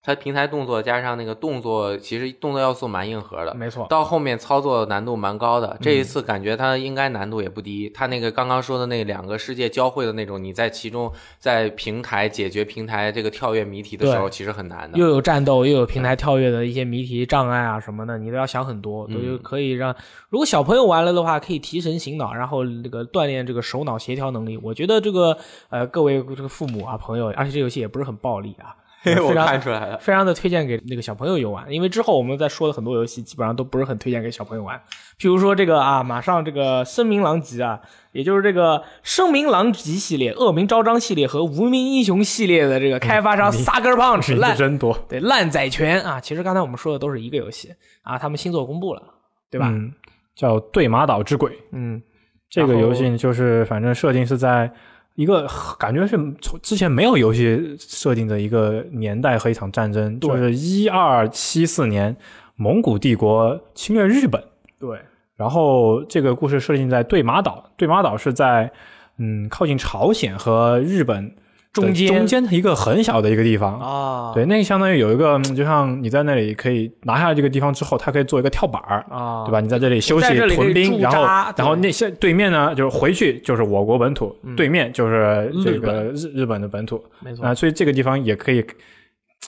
Speaker 3: 它平台动作加上那个动作，其实动作要素蛮硬核的，
Speaker 2: 没错，
Speaker 3: 到后面操作难度蛮高的，
Speaker 2: 嗯
Speaker 3: 这一次感觉它应该难度也不低。它那个刚刚说的那两个世界交汇的那种，你在其中在平台解决平台这个跳跃谜题的时候，其实很难的。
Speaker 2: 又有战斗，又有平台跳跃的一些谜题、障碍啊什么的，你都要想很多，都就可以让如果小朋友玩了的话，可以提神醒脑，然后这个锻炼这个手脑协调能力。我觉得这个呃，各位这个父母啊、朋友，而且这游戏也不是很暴力啊，
Speaker 3: 我
Speaker 2: 非常
Speaker 3: 看出来了，
Speaker 2: 非常的推荐给那个小朋友游玩，因为之后我们在说的很多游戏基本上都不是很推荐给小朋友玩，譬如说这个啊，马上这个声名狼藉啊，也就是这个声名狼藉系列、恶名昭彰系列和无名英雄系列的这个开发 商 Sucker
Speaker 1: 是
Speaker 2: Punch
Speaker 1: 你
Speaker 2: 烂
Speaker 1: 这真多，
Speaker 2: 对，烂仔拳啊，其实刚才我们说的都是一个游戏啊，他们新作公布了，对吧？
Speaker 1: 嗯，叫《对马岛之鬼》
Speaker 2: 嗯，
Speaker 1: 这个
Speaker 2: 然后
Speaker 1: 游戏，就是反正设定是在一个感觉是从之前没有游戏设定的一个年代和一场战争，
Speaker 2: 对
Speaker 1: 就是一二七四年蒙古帝国侵略日本，
Speaker 2: 对，
Speaker 1: 然后这个故事设定在对马岛，对马岛是在嗯靠近朝鲜和日本的
Speaker 2: 中间
Speaker 1: 中间的一个很小的一个地方。
Speaker 2: 啊，
Speaker 1: 对，那个相当于有一个，嗯就像你在那里可以拿下这个地方之后，它可以做一个跳板儿，
Speaker 2: 啊，
Speaker 1: 对吧？？你在这里休
Speaker 2: 在
Speaker 1: 息
Speaker 2: 这里可以
Speaker 1: 屯兵，
Speaker 2: 驻
Speaker 1: 然后
Speaker 2: 扎
Speaker 1: 然后
Speaker 2: 对嗯
Speaker 1: 那些对面呢，就是回去就是我国本土，对面就是这
Speaker 2: 日
Speaker 1: 个
Speaker 2: 本
Speaker 1: 日日本的本土
Speaker 2: 没错
Speaker 1: 啊、，所以这个地方也可以。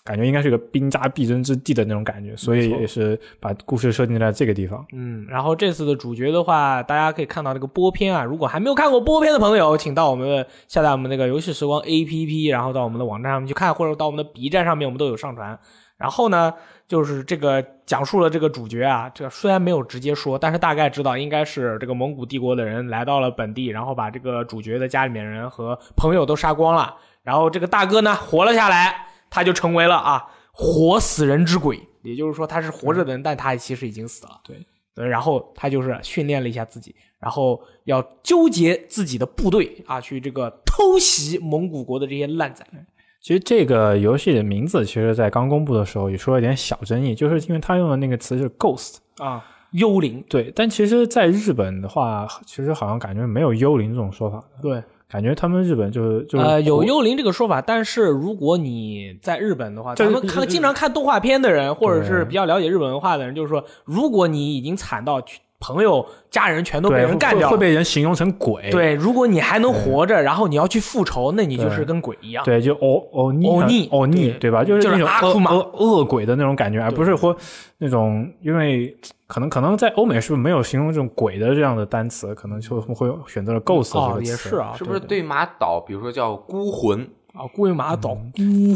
Speaker 1: 感觉应该是个兵家必争之地的那种感觉，所以
Speaker 2: 没错
Speaker 1: 也是把故事设定在这个地方。
Speaker 2: 嗯，然后这次的主角的话，大家可以看到那个播片啊，如果还没有看过播片的朋友，请到我们的下载我们那个游戏时光 APP，然后到我们的网站上面去看，或者到我们的 B 站上面，我们都有上传。然后呢，就是这个讲述了这个主角啊，这个虽然没有直接说，但是大概知道应该是这个蒙古帝国的人来到了本地，然后把这个主角的家里面人和朋友都杀光了，然后这个大哥呢活了下来，他就成为了啊活死人之鬼，也就是说他是活着的人，但他其实已经死了。对，呃然后他就是训练了一下自己，然后要纠结自己的部队啊，去这个偷袭蒙古国的这些烂仔。
Speaker 1: 其实这个游戏的名字，其实在刚公布的时候也说了一点小争议，就是因为他用的那个词是 “ghost”，
Speaker 2: 啊，幽灵，
Speaker 1: 对，但其实，在日本的话，其实好像感觉没有“幽灵”这种说法，
Speaker 2: 对，
Speaker 1: 感觉他们日本就是就是
Speaker 2: 呃，有
Speaker 1: 国
Speaker 2: 幽灵这个说法，但是如果你在日本的话，
Speaker 1: 就
Speaker 2: 咱
Speaker 1: 是
Speaker 2: 们看经常看动画片的人，或者是
Speaker 1: 对
Speaker 2: 比较了解日本文化的人，就是说，如果你已经惨到去朋友、家人全都被
Speaker 1: 对
Speaker 2: 人
Speaker 1: 会
Speaker 2: 干掉
Speaker 1: 会
Speaker 2: 了，
Speaker 1: 被人形容成鬼，
Speaker 2: 对，如果你还能活着，然后你要去复仇，那你就是
Speaker 1: 对
Speaker 2: 跟鬼一样。
Speaker 1: 对，就哦欧欧尼
Speaker 2: 欧尼
Speaker 1: 欧尼
Speaker 2: 哦对
Speaker 1: 哦对吧？就是
Speaker 2: 就是
Speaker 1: 那种
Speaker 2: 阿库
Speaker 1: 恶
Speaker 2: 玛
Speaker 1: 恶恶鬼的那种感觉，而啊不是说那种因为可能可能在欧美是不是没有形容这种鬼的这样的单词，可能就会选择了 ghost 这
Speaker 2: 哦，
Speaker 1: 个词，
Speaker 2: 也是啊，
Speaker 3: 是不是
Speaker 2: 对
Speaker 3: 对马岛，比如说叫孤魂，
Speaker 2: 啊？龟马岛孤
Speaker 1: 嗯对，因为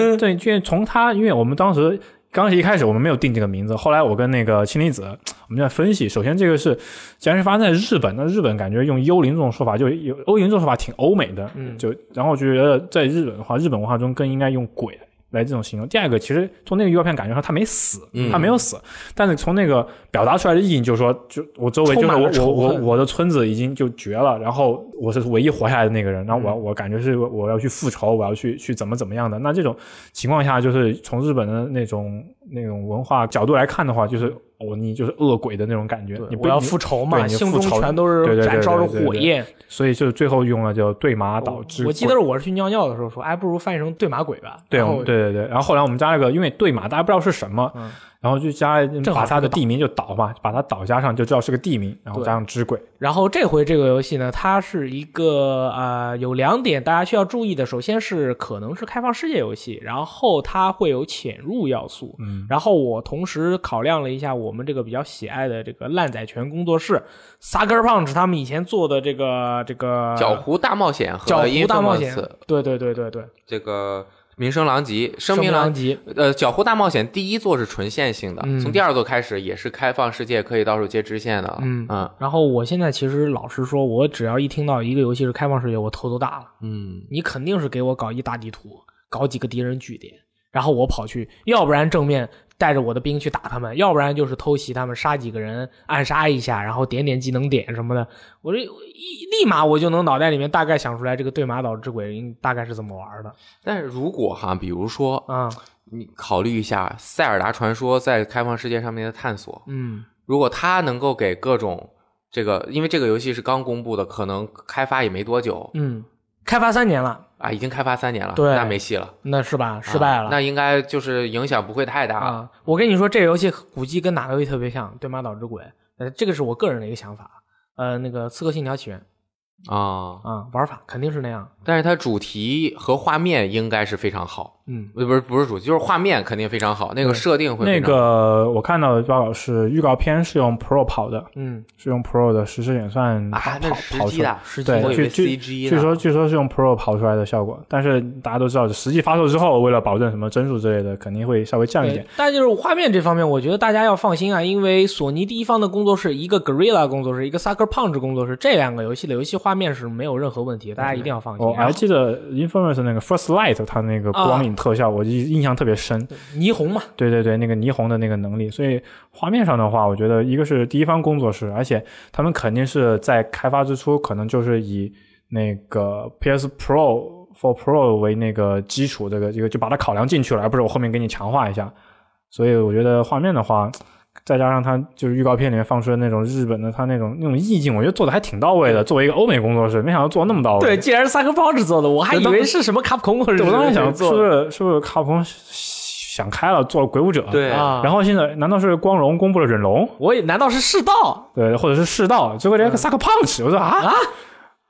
Speaker 2: 魂，
Speaker 1: 对，因为从他，因为我们当时刚一开始我们没有定这个名字，后来我跟那个青离子我们在分析，首先这个是既然是发生在日本，那日本感觉用幽灵这种说法就有幽灵这种说法挺欧美的，
Speaker 2: 嗯
Speaker 1: 就然后我就觉得在日本的话，日本文化中更应该用鬼。来这种形容。第二个，其实从那个预告片感觉上他没死，
Speaker 3: 嗯
Speaker 1: 他没有死，但是从那个表达出来的意义，就是说，就我周围就
Speaker 2: 充满了
Speaker 1: 是我我
Speaker 2: 仇
Speaker 1: 我
Speaker 2: 恨
Speaker 1: 我的村子已经就绝了，然后我是唯一活下来的那个人，然后我要
Speaker 2: 嗯
Speaker 1: 我感觉是我要去复仇，我要去去怎么怎么样的。那这种情况下，就是从日本的那种那种文化角度来看的话，就是哦，你就是恶鬼的那种感觉，你
Speaker 2: 嗯我
Speaker 1: 不
Speaker 2: 要
Speaker 1: 你
Speaker 2: 复仇嘛，
Speaker 1: 对你
Speaker 2: 心
Speaker 1: 复
Speaker 2: 中
Speaker 1: 仇
Speaker 2: 全都
Speaker 1: 对
Speaker 2: 是
Speaker 1: 对对
Speaker 2: 燃烧着
Speaker 1: 对对
Speaker 2: 火
Speaker 1: 对
Speaker 2: 焰。
Speaker 1: 所以就是最后用了叫对马岛之鬼。
Speaker 2: 我记得我是去尿尿的时候说，哎，不如翻译成对马鬼吧。
Speaker 1: 对，
Speaker 2: 然
Speaker 1: 我
Speaker 2: 后
Speaker 1: 们对对对，然后后来我们加了个，因为对马大家不知道是什么，
Speaker 2: 嗯
Speaker 1: 然后就加
Speaker 2: 正好
Speaker 1: 把
Speaker 2: 是
Speaker 1: 它
Speaker 2: 个
Speaker 1: 的地名就岛嘛，把它岛加上就知道是个地名，然后
Speaker 2: 对
Speaker 1: 加上之鬼，
Speaker 2: 然后这回这个游戏呢，它是一个呃有两点大家需要注意的，首先是可能是开放世界游戏，然后它会有潜入要素。
Speaker 1: 嗯，
Speaker 2: 然后我同时考量了一下我们这个比较喜爱的这个烂仔拳工作室 Sucker Punch 他们以前做的这个这个
Speaker 3: 角湖大冒险和
Speaker 2: 啊角湖
Speaker 3: Infamous
Speaker 2: 大冒险，对对对对对，
Speaker 3: 这个名声狼藉，声
Speaker 2: 名
Speaker 3: 名狼
Speaker 2: 狼藉，
Speaker 3: 呃，《角湖大冒险》第一座是纯线性的，
Speaker 2: 嗯
Speaker 3: 从第二座开始也是开放世界，可以到处接支线的。
Speaker 2: 嗯
Speaker 3: 嗯
Speaker 2: 然后我现在其实老实说，我只要一听到一个游戏是开放世界，我头都大了。
Speaker 3: 嗯，
Speaker 2: 你肯定是给我搞一大地图，搞几个敌人据点，然后我跑去，要不然正面带着我的兵去打他们，要不然就是偷袭他们，杀几个人，暗杀一下，然后点点技能点什么的。我这我一立马我就能脑袋里面大概想出来这个对马岛之鬼应大概是怎么玩的
Speaker 3: 但是如果哈，比如说
Speaker 2: 啊、
Speaker 3: 你考虑一下《塞尔达传说》在开放世界上面的探索，
Speaker 2: 嗯，
Speaker 3: 如果它能够给各种这个，因为这个游戏是刚公布的，可能开发也没多久
Speaker 2: 嗯嗯，开发三年了，
Speaker 3: 啊，已经开发三年了，
Speaker 2: 对
Speaker 3: 那没戏了，
Speaker 2: 那是吧？失败了。
Speaker 3: 啊那应该就是影响不会太大。
Speaker 2: 啊，我跟你说，这个游戏估计跟哪个游戏特别像，《对马岛之鬼》。呃，这个是我个人的一个想法。呃，那个《刺客信条：起源
Speaker 3: 啊、》
Speaker 2: 啊，玩法肯定是那样。
Speaker 3: 但是它主题和画面应该是非常好，呃
Speaker 2: 嗯，
Speaker 3: 不是不是主题，就是画面肯定非常好，那个设定会
Speaker 1: 那
Speaker 3: 非常好
Speaker 1: 个我看到的报道是预告片是用 Pro 跑的，
Speaker 2: 嗯，
Speaker 1: 是用 Pro 的实时演算跑
Speaker 3: 啊，那
Speaker 1: 跑
Speaker 3: 是实
Speaker 1: 跑
Speaker 3: 际
Speaker 1: 出来
Speaker 3: 的，，
Speaker 2: 实际
Speaker 1: 对
Speaker 3: 我以
Speaker 1: 据
Speaker 3: 为
Speaker 1: 据
Speaker 3: CG 呢
Speaker 1: 据说据说是用 Pro 跑出来的效果，但是大家都知道，实际发售之后，为了保证什么帧数之类的，肯定会稍微降一点
Speaker 2: 对。，但就是画面这方面，我觉得大家要放心啊，因为索尼第一方的工作室，一个 Gorilla 工作室，一个 Sucker Punch 工作室，这两个游戏的游戏画面是没有任何问题的，大家一定要放心。啊
Speaker 1: 我
Speaker 2: 然
Speaker 1: 还
Speaker 2: 后
Speaker 1: 记得 Infamous 那个 First Light，它那个
Speaker 2: 啊
Speaker 1: 光影特效，我印印象特别深。
Speaker 2: 霓虹嘛，
Speaker 1: 对对对，那个霓虹的那个能力，所以画面上的话，我觉得一个是第一方工作室，而且他们肯定是在开发之初，可能就是以那个 PS Pro for Pro 为那个基础，这个这个就把它考量进去了，而不是我后面给你强化一下。所以我觉得画面的话，再加上它就是预告片里面放出的那种日本的它那种那种意境，我觉得做的还挺到位的。作为一个欧美工作室，没想到做那么到位。
Speaker 2: 对，既然是三个包子做的，我还以为是什么卡普空或者
Speaker 1: 对，我当时想，是
Speaker 2: 做
Speaker 1: 不是
Speaker 2: 的
Speaker 1: 是不是卡普空想开了做了鬼武者？
Speaker 3: 对
Speaker 2: 啊。
Speaker 1: 然后现在难道是光荣公布了忍龙？
Speaker 2: 我也难道是世道？
Speaker 1: 对，或者是世道？结果连个萨克 punch，我说啊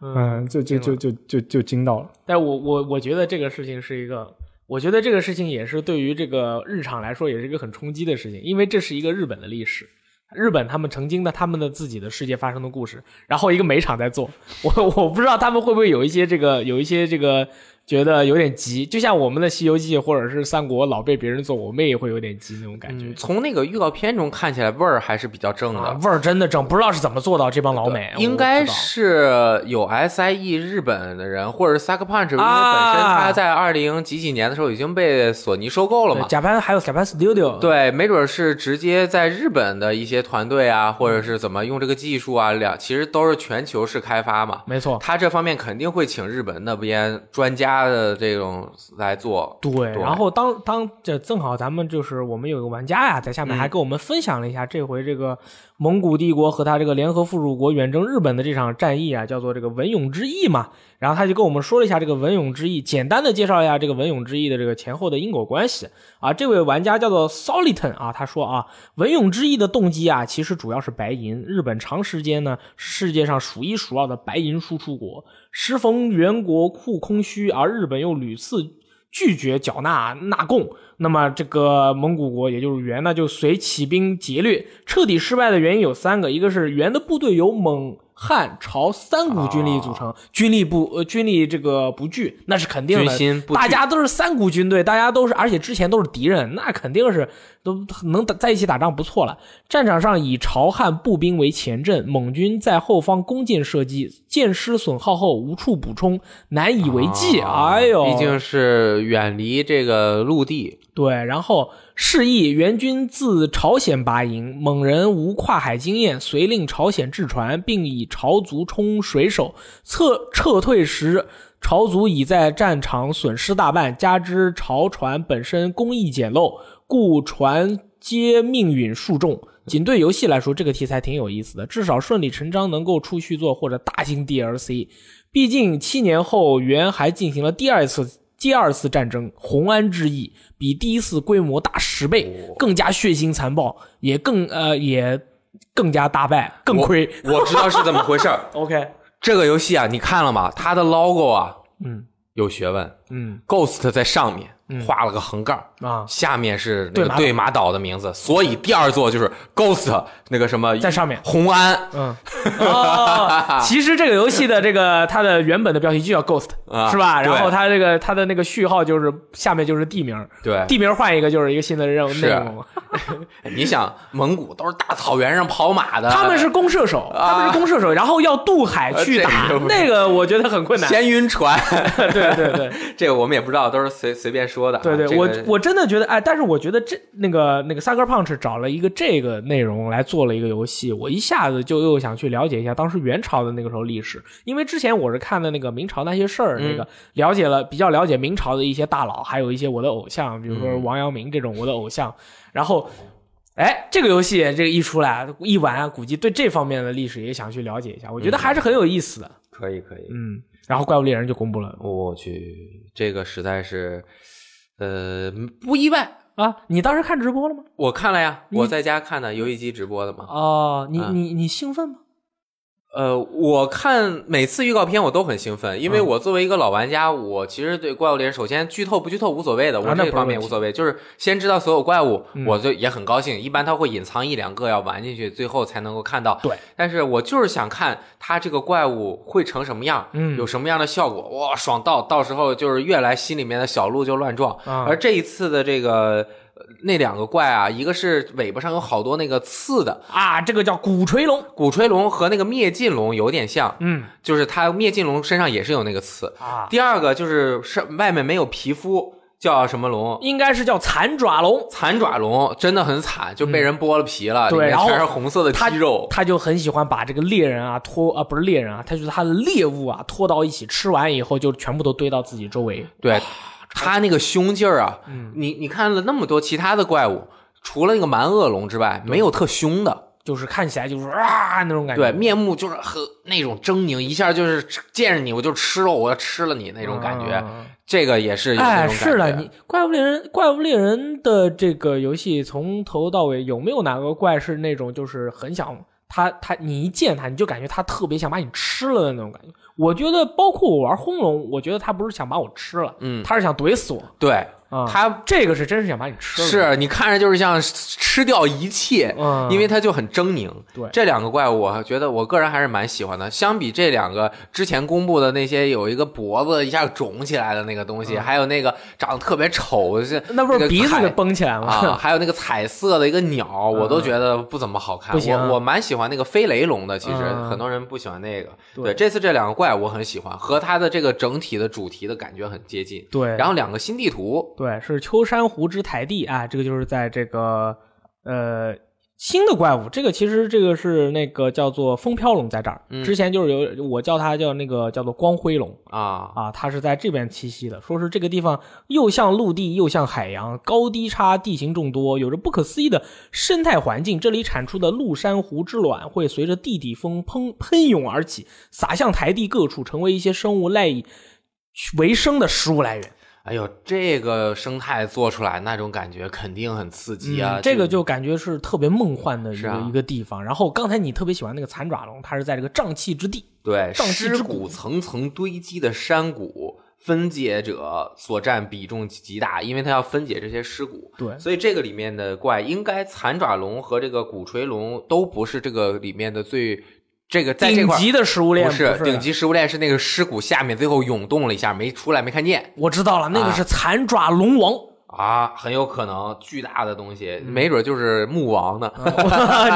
Speaker 2: 嗯啊，
Speaker 1: 嗯，就就就就就就惊到了。
Speaker 2: 但我我我觉得这个事情是一个，我觉得这个事情也是对于这个日常来说也是一个很冲击的事情，因为这是一个日本的历史。日本他们曾经的他们的自己的世界发生的故事，然后一个美厂在做，我我不知道他们会不会有一些这个有一些这个觉得有点急，就像我们的《西游记》或者是《三国》老被别人做，我们也会有点急那种感觉。
Speaker 3: 从那个预告片中看起来味儿还是比较正的，
Speaker 2: 啊，味儿真的正，不知道是怎么做到这帮老美，
Speaker 3: 嗯应该是有 SIE 日本的人，或者是 Sucker Punch，因为
Speaker 2: 啊
Speaker 3: 本身他在二零几几年的时候已经被索尼收购
Speaker 2: 我
Speaker 3: 了
Speaker 2: 不知道
Speaker 3: 嘛
Speaker 2: 对。甲班还有甲班 Studio，
Speaker 3: 对，没准是直接在日本的一些团队啊，或者是怎么用这个技术啊，两其实都是全球式开发嘛。
Speaker 2: 没错，
Speaker 3: 他这方面肯定会请日本那边专家的这种来做。
Speaker 2: 对，
Speaker 3: 对
Speaker 2: 然后当当这正好咱们就是我们有个玩家呀，在下面
Speaker 3: 嗯
Speaker 2: 还跟我们分享了一下这回这个蒙古帝国和他这个联合附属国远征日本的这场战役啊，叫做这个文勇之役嘛。然后他就跟我们说了一下这个文勇之役，简单的介绍一下这个文勇之役的这个前后的因果关系啊。这位玩家叫做 Soliton 啊，他说啊，文勇之役的动机啊，其实主要是白银。日本长时间呢是世界上数一数二的白银输出国，时逢元国库空虚，而日本又屡次拒绝缴纳纳贡，那么这个蒙古国也就是元呢，就随起兵劫掠，彻底失败的原因有三个，一个是元的部队由蒙汉朝三股军力组成，
Speaker 3: 啊
Speaker 2: 军力不呃军力这个不聚，那是肯定的，
Speaker 3: 军心不
Speaker 2: 大
Speaker 3: 惧
Speaker 2: 家都是三股军队，大家都是，而且之前都是敌人，那肯定是都能打在一起打仗不错了。战场上以朝汉步兵为前阵，蒙军在后方弓箭射击，箭失损耗后无处补充，难以为继。哎呦，
Speaker 3: 啊毕竟是远离这个陆地，
Speaker 2: 对，然后示意元军自朝鲜拔营，蒙人无跨海经验，遂令朝鲜制船，并以朝族充水手。撤撤退时，朝族已在战场损失大半，加之朝船本身工艺简陋，故船皆命运数众。仅对游戏来说，这个题材挺有意思的，至少顺理成章能够出续作或者大型 DLC。毕竟七年后，元还进行了第二次第二次战争——红安之役，比第一次规模大十倍，
Speaker 3: 哦
Speaker 2: 更加血腥残暴，也更呃也更加大败，更亏。
Speaker 3: 我知道是怎么回事儿
Speaker 2: OK，
Speaker 3: 这个游戏啊，你看了吗？它的 logo 啊
Speaker 2: 嗯
Speaker 3: 有学问
Speaker 2: 嗯
Speaker 3: ，Ghost 在上面画了个横杠，
Speaker 2: 啊，
Speaker 3: 下面是
Speaker 2: 对
Speaker 3: 那个
Speaker 2: 马岛
Speaker 3: 对马岛的名字，所以第二座就是 Ghost 那个什么
Speaker 2: 在上面
Speaker 3: 红安
Speaker 2: 嗯，哦，其实这个游戏的这个它的原本的标题就叫 Ghost，、
Speaker 3: 啊
Speaker 2: 是吧？
Speaker 3: 对
Speaker 2: 然后它这个它的那个序号就是下面就是地名，
Speaker 3: 对。
Speaker 2: 地名换一个就是一个新的任务
Speaker 3: 哎是啊
Speaker 2: 内容。
Speaker 3: 你想，蒙古都是大草原上跑马的，
Speaker 2: 他们是弓射手，他们是弓射手，然后要渡海去打
Speaker 3: 啊啊这个不，是
Speaker 2: 那个我觉得很困难。
Speaker 3: 先晕船，
Speaker 2: 对对对
Speaker 3: 这个我们也不知道，都是随随便说的啊。
Speaker 2: 对对，
Speaker 3: 这个
Speaker 2: 我我真的觉得，哎，但是我觉得这那个那个 Sucker Punch 找了一个这个内容来做了一个游戏，我一下子就又想去了解一下当时元朝的那个时候历史，因为之前我是看的那个明朝那些事儿，那
Speaker 3: 嗯
Speaker 2: 个了解了比较了解明朝的一些大佬，还有一些我的偶像，比如
Speaker 3: 嗯
Speaker 2: 说王阳明这种我的偶像，然后。哎，这个游戏这个一出来一玩，啊估计对这方面的历史也想去了解一下，我觉
Speaker 3: 嗯
Speaker 2: 得还是很有意思的。
Speaker 3: 可以可以，
Speaker 2: 嗯，然后怪物猎人就公布了
Speaker 3: 我去，这个实在是，呃，不意外。
Speaker 2: 啊！你当时看直播了吗？
Speaker 3: 我看了呀，
Speaker 2: 你
Speaker 3: 我在家看的游戏机直播的嘛。
Speaker 2: 哦，你
Speaker 3: 啊
Speaker 2: 你你兴奋吗？
Speaker 3: 呃，我看每次预告片我都很兴奋，因为
Speaker 2: 嗯
Speaker 3: 我作为一个老玩家，我其实对怪物猎人，首先剧透不剧透无所谓的，
Speaker 2: 啊
Speaker 3: 我
Speaker 2: 那
Speaker 3: 这
Speaker 2: 不是
Speaker 3: 方面
Speaker 2: 问题
Speaker 3: 无所谓，就是先知道所有怪物
Speaker 2: 嗯，
Speaker 3: 我就也很高兴。一般他会隐藏一两个要玩进去，最后才能够看到。
Speaker 2: 对，
Speaker 3: 但是我就是想看他这个怪物会成什么样，
Speaker 2: 嗯
Speaker 3: 有什么样的效果，哇，爽到到时候就是越来心里面的小鹿就乱撞。
Speaker 2: 啊
Speaker 3: 而这一次的这个呃那两个怪啊，一个是尾巴上有好多那个刺的，
Speaker 2: 啊，这个叫鼓吹龙。
Speaker 3: 鼓吹龙和那个灭尽龙有点像，
Speaker 2: 嗯就是
Speaker 3: 就是它灭尽龙身上也是有那个刺。
Speaker 2: 啊，
Speaker 3: 第二个就是是外面没有皮肤，叫什么龙？
Speaker 2: 应该是叫残爪龙，
Speaker 3: 惨爪龙真的很惨，就被人剥了皮了，
Speaker 2: 嗯对
Speaker 3: 里面
Speaker 2: 然后
Speaker 3: 全是红色的
Speaker 2: 他
Speaker 3: 肌肉。
Speaker 2: 他就很喜欢把这个猎人啊拖啊不是猎人啊，他就是他的猎物啊拖到一起，吃完以后就全部都堆到自己周围。
Speaker 3: 对，他那个凶劲儿啊，
Speaker 2: 嗯
Speaker 3: 你你看了那么多其他的怪物，除了那个蛮恶龙之外，没有特凶的。
Speaker 2: 就是看起来就是啊那种感觉。
Speaker 3: 对，面目就是很那种狰狞，一下就是见着你我就吃肉，我要吃了你那种感觉。
Speaker 2: 啊
Speaker 3: 这个也是有那
Speaker 2: 哎，
Speaker 3: 种感觉。
Speaker 2: 是的，你怪物猎人，怪物猎人的这个游戏从头到尾有没有哪个怪是那种就是很想他他你一见他你就感觉他特别想把你吃了的那种感觉？我觉得包括我玩轰龙，我觉得他不是想把我吃了，
Speaker 3: 嗯，
Speaker 2: 他是想怼死我
Speaker 3: 对，
Speaker 2: 啊。
Speaker 3: 他
Speaker 2: 这个是真是想把你吃了，，
Speaker 3: 是你看着就是像吃掉一切，
Speaker 2: 嗯，
Speaker 3: 因为他就很狰狞。
Speaker 2: 对
Speaker 3: 这两个怪物，我觉得我个人还是蛮喜欢的。相比这两个之前公布的那些，有一个脖子一下肿起来的那个东
Speaker 2: 嗯
Speaker 3: 西，还有那个长得特别丑 是
Speaker 2: 那不是
Speaker 3: 那个
Speaker 2: 鼻子
Speaker 3: 凯
Speaker 2: 给崩起来吗？
Speaker 3: 啊，还有那个彩色的一个鸟，我都觉得不怎么好
Speaker 2: 嗯
Speaker 3: 看。
Speaker 2: 不行啊
Speaker 3: 我我蛮喜欢那个飞雷龙的，其实、
Speaker 2: 嗯
Speaker 3: 很多人不喜欢那个。
Speaker 2: 对
Speaker 3: 这次这两个怪我很喜欢，和它的这个整体的主题的感觉很接近。
Speaker 2: 对，
Speaker 3: 然后两个新地图，
Speaker 2: 对，是秋山湖之台地啊，这个就是在这个呃新的怪物，这个其实这个是那个叫做风飘龙在这儿，
Speaker 3: 嗯
Speaker 2: 之前就是有我叫它叫那个叫做光辉龙
Speaker 3: 啊，
Speaker 2: 啊，它是在这边栖息的，说是这个地方又像陆地又像海洋，高低差，地形众多，有着不可思议的生态环境。这里产出的陆珊瑚之卵会随着地底风喷喷涌而起，洒向台地各处，成为一些生物赖以为生的食物来源。
Speaker 3: 哎呦，这个生态做出来那种感觉肯定很刺激啊！
Speaker 2: 嗯这个就感觉是特别梦幻的一
Speaker 3: 是
Speaker 2: 个、
Speaker 3: 啊
Speaker 2: 一个地方。然后刚才你特别喜欢那个残爪龙，它是在这个瘴气之地。
Speaker 3: 对
Speaker 2: 瘴气呃之
Speaker 3: 尸
Speaker 2: 谷
Speaker 3: 骨层层堆积的山谷。分解者所占比重极大，因为它要分解这些尸骨。
Speaker 2: 对，
Speaker 3: 所以这个里面的怪，应该残爪龙和这个鼓槌龙都不是这个里面的最这个在这
Speaker 2: 顶
Speaker 3: 块儿
Speaker 2: 级的食物链
Speaker 3: 不
Speaker 2: 是
Speaker 3: 是
Speaker 2: 的
Speaker 3: 顶。级食物链，是那个尸骨下面最后涌动了一下，没出来，没看见
Speaker 2: 我知道了，那个
Speaker 3: 啊
Speaker 2: 是残爪龙 王，
Speaker 3: 啊，很有可能巨大的东
Speaker 2: 嗯
Speaker 3: 西，没准就是木 王呢。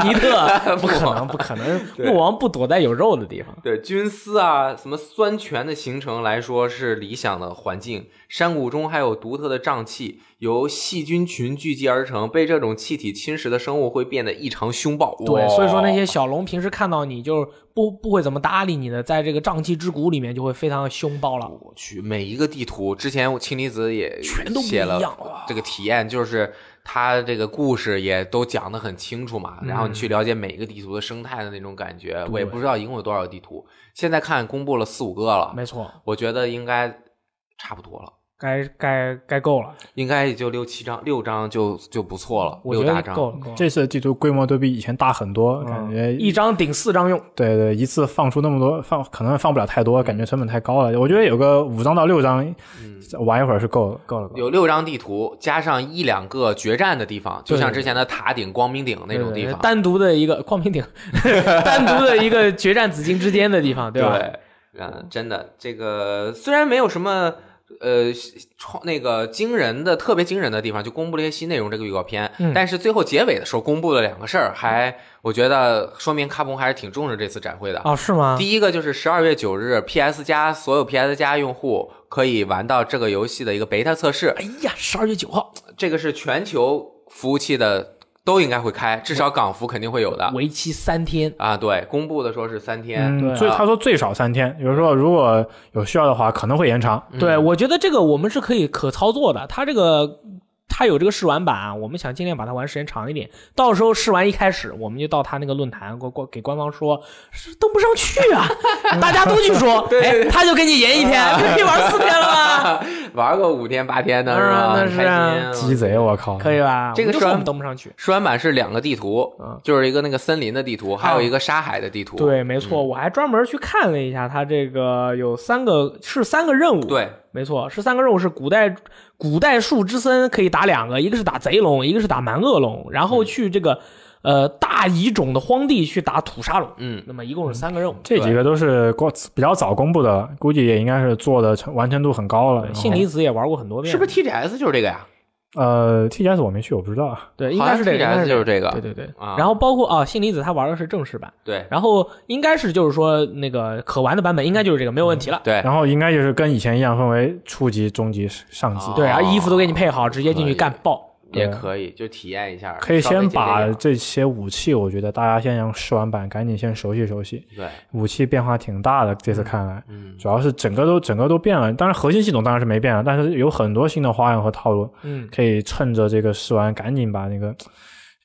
Speaker 2: 尼特，不可
Speaker 3: 木
Speaker 2: 能，
Speaker 3: 王
Speaker 2: 不可能，
Speaker 3: 对
Speaker 2: 木王不躲在有肉的地方。
Speaker 3: 对菌丝啊，什么酸泉的形成来说是理想的环境。山谷中还有独特的瘴气，由细菌群聚集而成，被这种气体侵蚀的生物会变得异常凶暴。
Speaker 2: 对，
Speaker 3: 哇
Speaker 2: 所以说那些小龙平时看到你就不不会怎么搭理你的，在这个瘴气之谷里面就会非常的凶暴了。
Speaker 3: 我去，每一个地图之前我氢离子也
Speaker 2: 全都不一
Speaker 3: 写了
Speaker 2: 样哇
Speaker 3: 这个体验，就是它这个故事也都讲得很清楚嘛，然后你
Speaker 2: 嗯
Speaker 3: 去了解每一个地图的生态的那种感觉。我也不知道一共有多少个地图，现在看公布了四五个了，
Speaker 2: 没错，
Speaker 3: 我觉得应该差不多了。
Speaker 2: 该该该够了，
Speaker 3: 应该也就六七张，六张就就不错了，
Speaker 2: 我
Speaker 3: 六
Speaker 2: 觉
Speaker 3: 大
Speaker 2: 得
Speaker 3: 张。
Speaker 2: 够了，够了。
Speaker 1: 这次的地图规模都比以前大很多，感觉
Speaker 2: 嗯一张顶四张用，
Speaker 1: 对对，一次放出那么多，放可能放不了太
Speaker 2: 嗯
Speaker 1: 多，感觉成本太高了。我觉得有个五张到六张，玩一会儿是够了，够了。够了
Speaker 3: 有六张地图，加上一两个决战的地方，就像之前的塔顶、光明顶那种
Speaker 2: 对
Speaker 3: 地
Speaker 2: 对
Speaker 3: 方。
Speaker 2: 单独的一个光明顶， 单独的一个决战紫禁之巅的地方，对吧？
Speaker 3: 嗯，真的，这个虽然没有什么呃创那个惊人的、特别惊人的地方，就公布了一些新内容这个预告片，
Speaker 2: 嗯
Speaker 3: 但是最后结尾的时候公布了两个事儿，还我觉得说明卡普空还是挺重视这次展会的。
Speaker 2: 哦，是吗？
Speaker 3: 第一个就是十二月九日，PS 加所有 PS 加用户可以玩到这个游戏的一个 beta 测试，
Speaker 2: 哎呀，十二月九号，
Speaker 3: 这个是全球服务器的都应该会开，至少港服肯定会有的
Speaker 2: 为期三天。
Speaker 3: 啊。对，公布的说是三天，
Speaker 1: 嗯，
Speaker 2: 对啊嗯
Speaker 1: 所以他说最少三天，比如说如果有需要的话，可能会延长。
Speaker 3: 嗯
Speaker 2: 对，我觉得这个我们是可以可操作的，它这个。它有这个试玩版，我们想尽量把它玩时间长一点。到时候试玩一开始，我们就到他那个论坛给官给官方说，是登不上去 啊，大家都去说，哎，他就给你延一天，就可以玩四天了 吧？
Speaker 3: 玩个五天八天的是
Speaker 2: 嗯
Speaker 3: 吧？
Speaker 2: 那
Speaker 3: 很
Speaker 2: 是啊
Speaker 3: 开心
Speaker 1: 鸡贼，我靠！
Speaker 2: 可以吧？
Speaker 3: 这个
Speaker 2: 我们就说
Speaker 3: 试玩
Speaker 2: 我们登不上去。
Speaker 3: 试玩版是两个地图，就是一个那个森林的地图，还有一个沙海的地图。
Speaker 2: 嗯对，没错，
Speaker 3: 嗯
Speaker 2: 我还专门去看了一下，它这个有三个是三个任务，，
Speaker 3: 对
Speaker 2: 没错，是三个任务是古代古代树之森可以打两个，一个是打贼龙，一个是打蛮恶龙，然
Speaker 3: 嗯
Speaker 2: 后去这个、呃大乙种的荒地去打土沙龙，
Speaker 3: 嗯，
Speaker 2: 那么一共是三个任务。
Speaker 1: 这几个都是过比较早公布的，估计也应该是做的成完成度很高了。然后
Speaker 3: 嗯
Speaker 2: 信离子也玩过很多遍，
Speaker 3: 是不是 TGS 就是这个呀？
Speaker 1: 呃，TGS 我没去，我不知道啊。
Speaker 2: 对，应该是这个，
Speaker 3: 好像
Speaker 2: 应该
Speaker 3: TGS 就是
Speaker 2: 这
Speaker 3: 这个
Speaker 2: 对对对。
Speaker 3: 啊
Speaker 2: 然后包括啊，信离子他玩的是正式版，
Speaker 3: 对
Speaker 2: 然后应该是就是说那个可玩的版本应该就是这个，没有问题了。
Speaker 3: 对，
Speaker 1: 然后应该就是跟以前一样，分为初级、中级、上级。
Speaker 3: 哦
Speaker 2: 对，然后衣服都给你配好，直接进去干爆。
Speaker 1: 对
Speaker 3: 也可以，就体验一下，
Speaker 1: 可以
Speaker 3: 稍微
Speaker 1: 先
Speaker 3: 接近
Speaker 1: 把
Speaker 3: 一下
Speaker 1: 这些武器，我觉得大家先让试玩版赶紧先熟悉熟悉。
Speaker 3: 对，
Speaker 1: 武器变化挺大的，这次看来，
Speaker 3: 嗯
Speaker 1: 主要是整个都整个都变了。当然核心系统当然是没变了，但是有很多新的花样和套路，
Speaker 2: 嗯，
Speaker 1: 可以趁着这个试玩赶紧把那个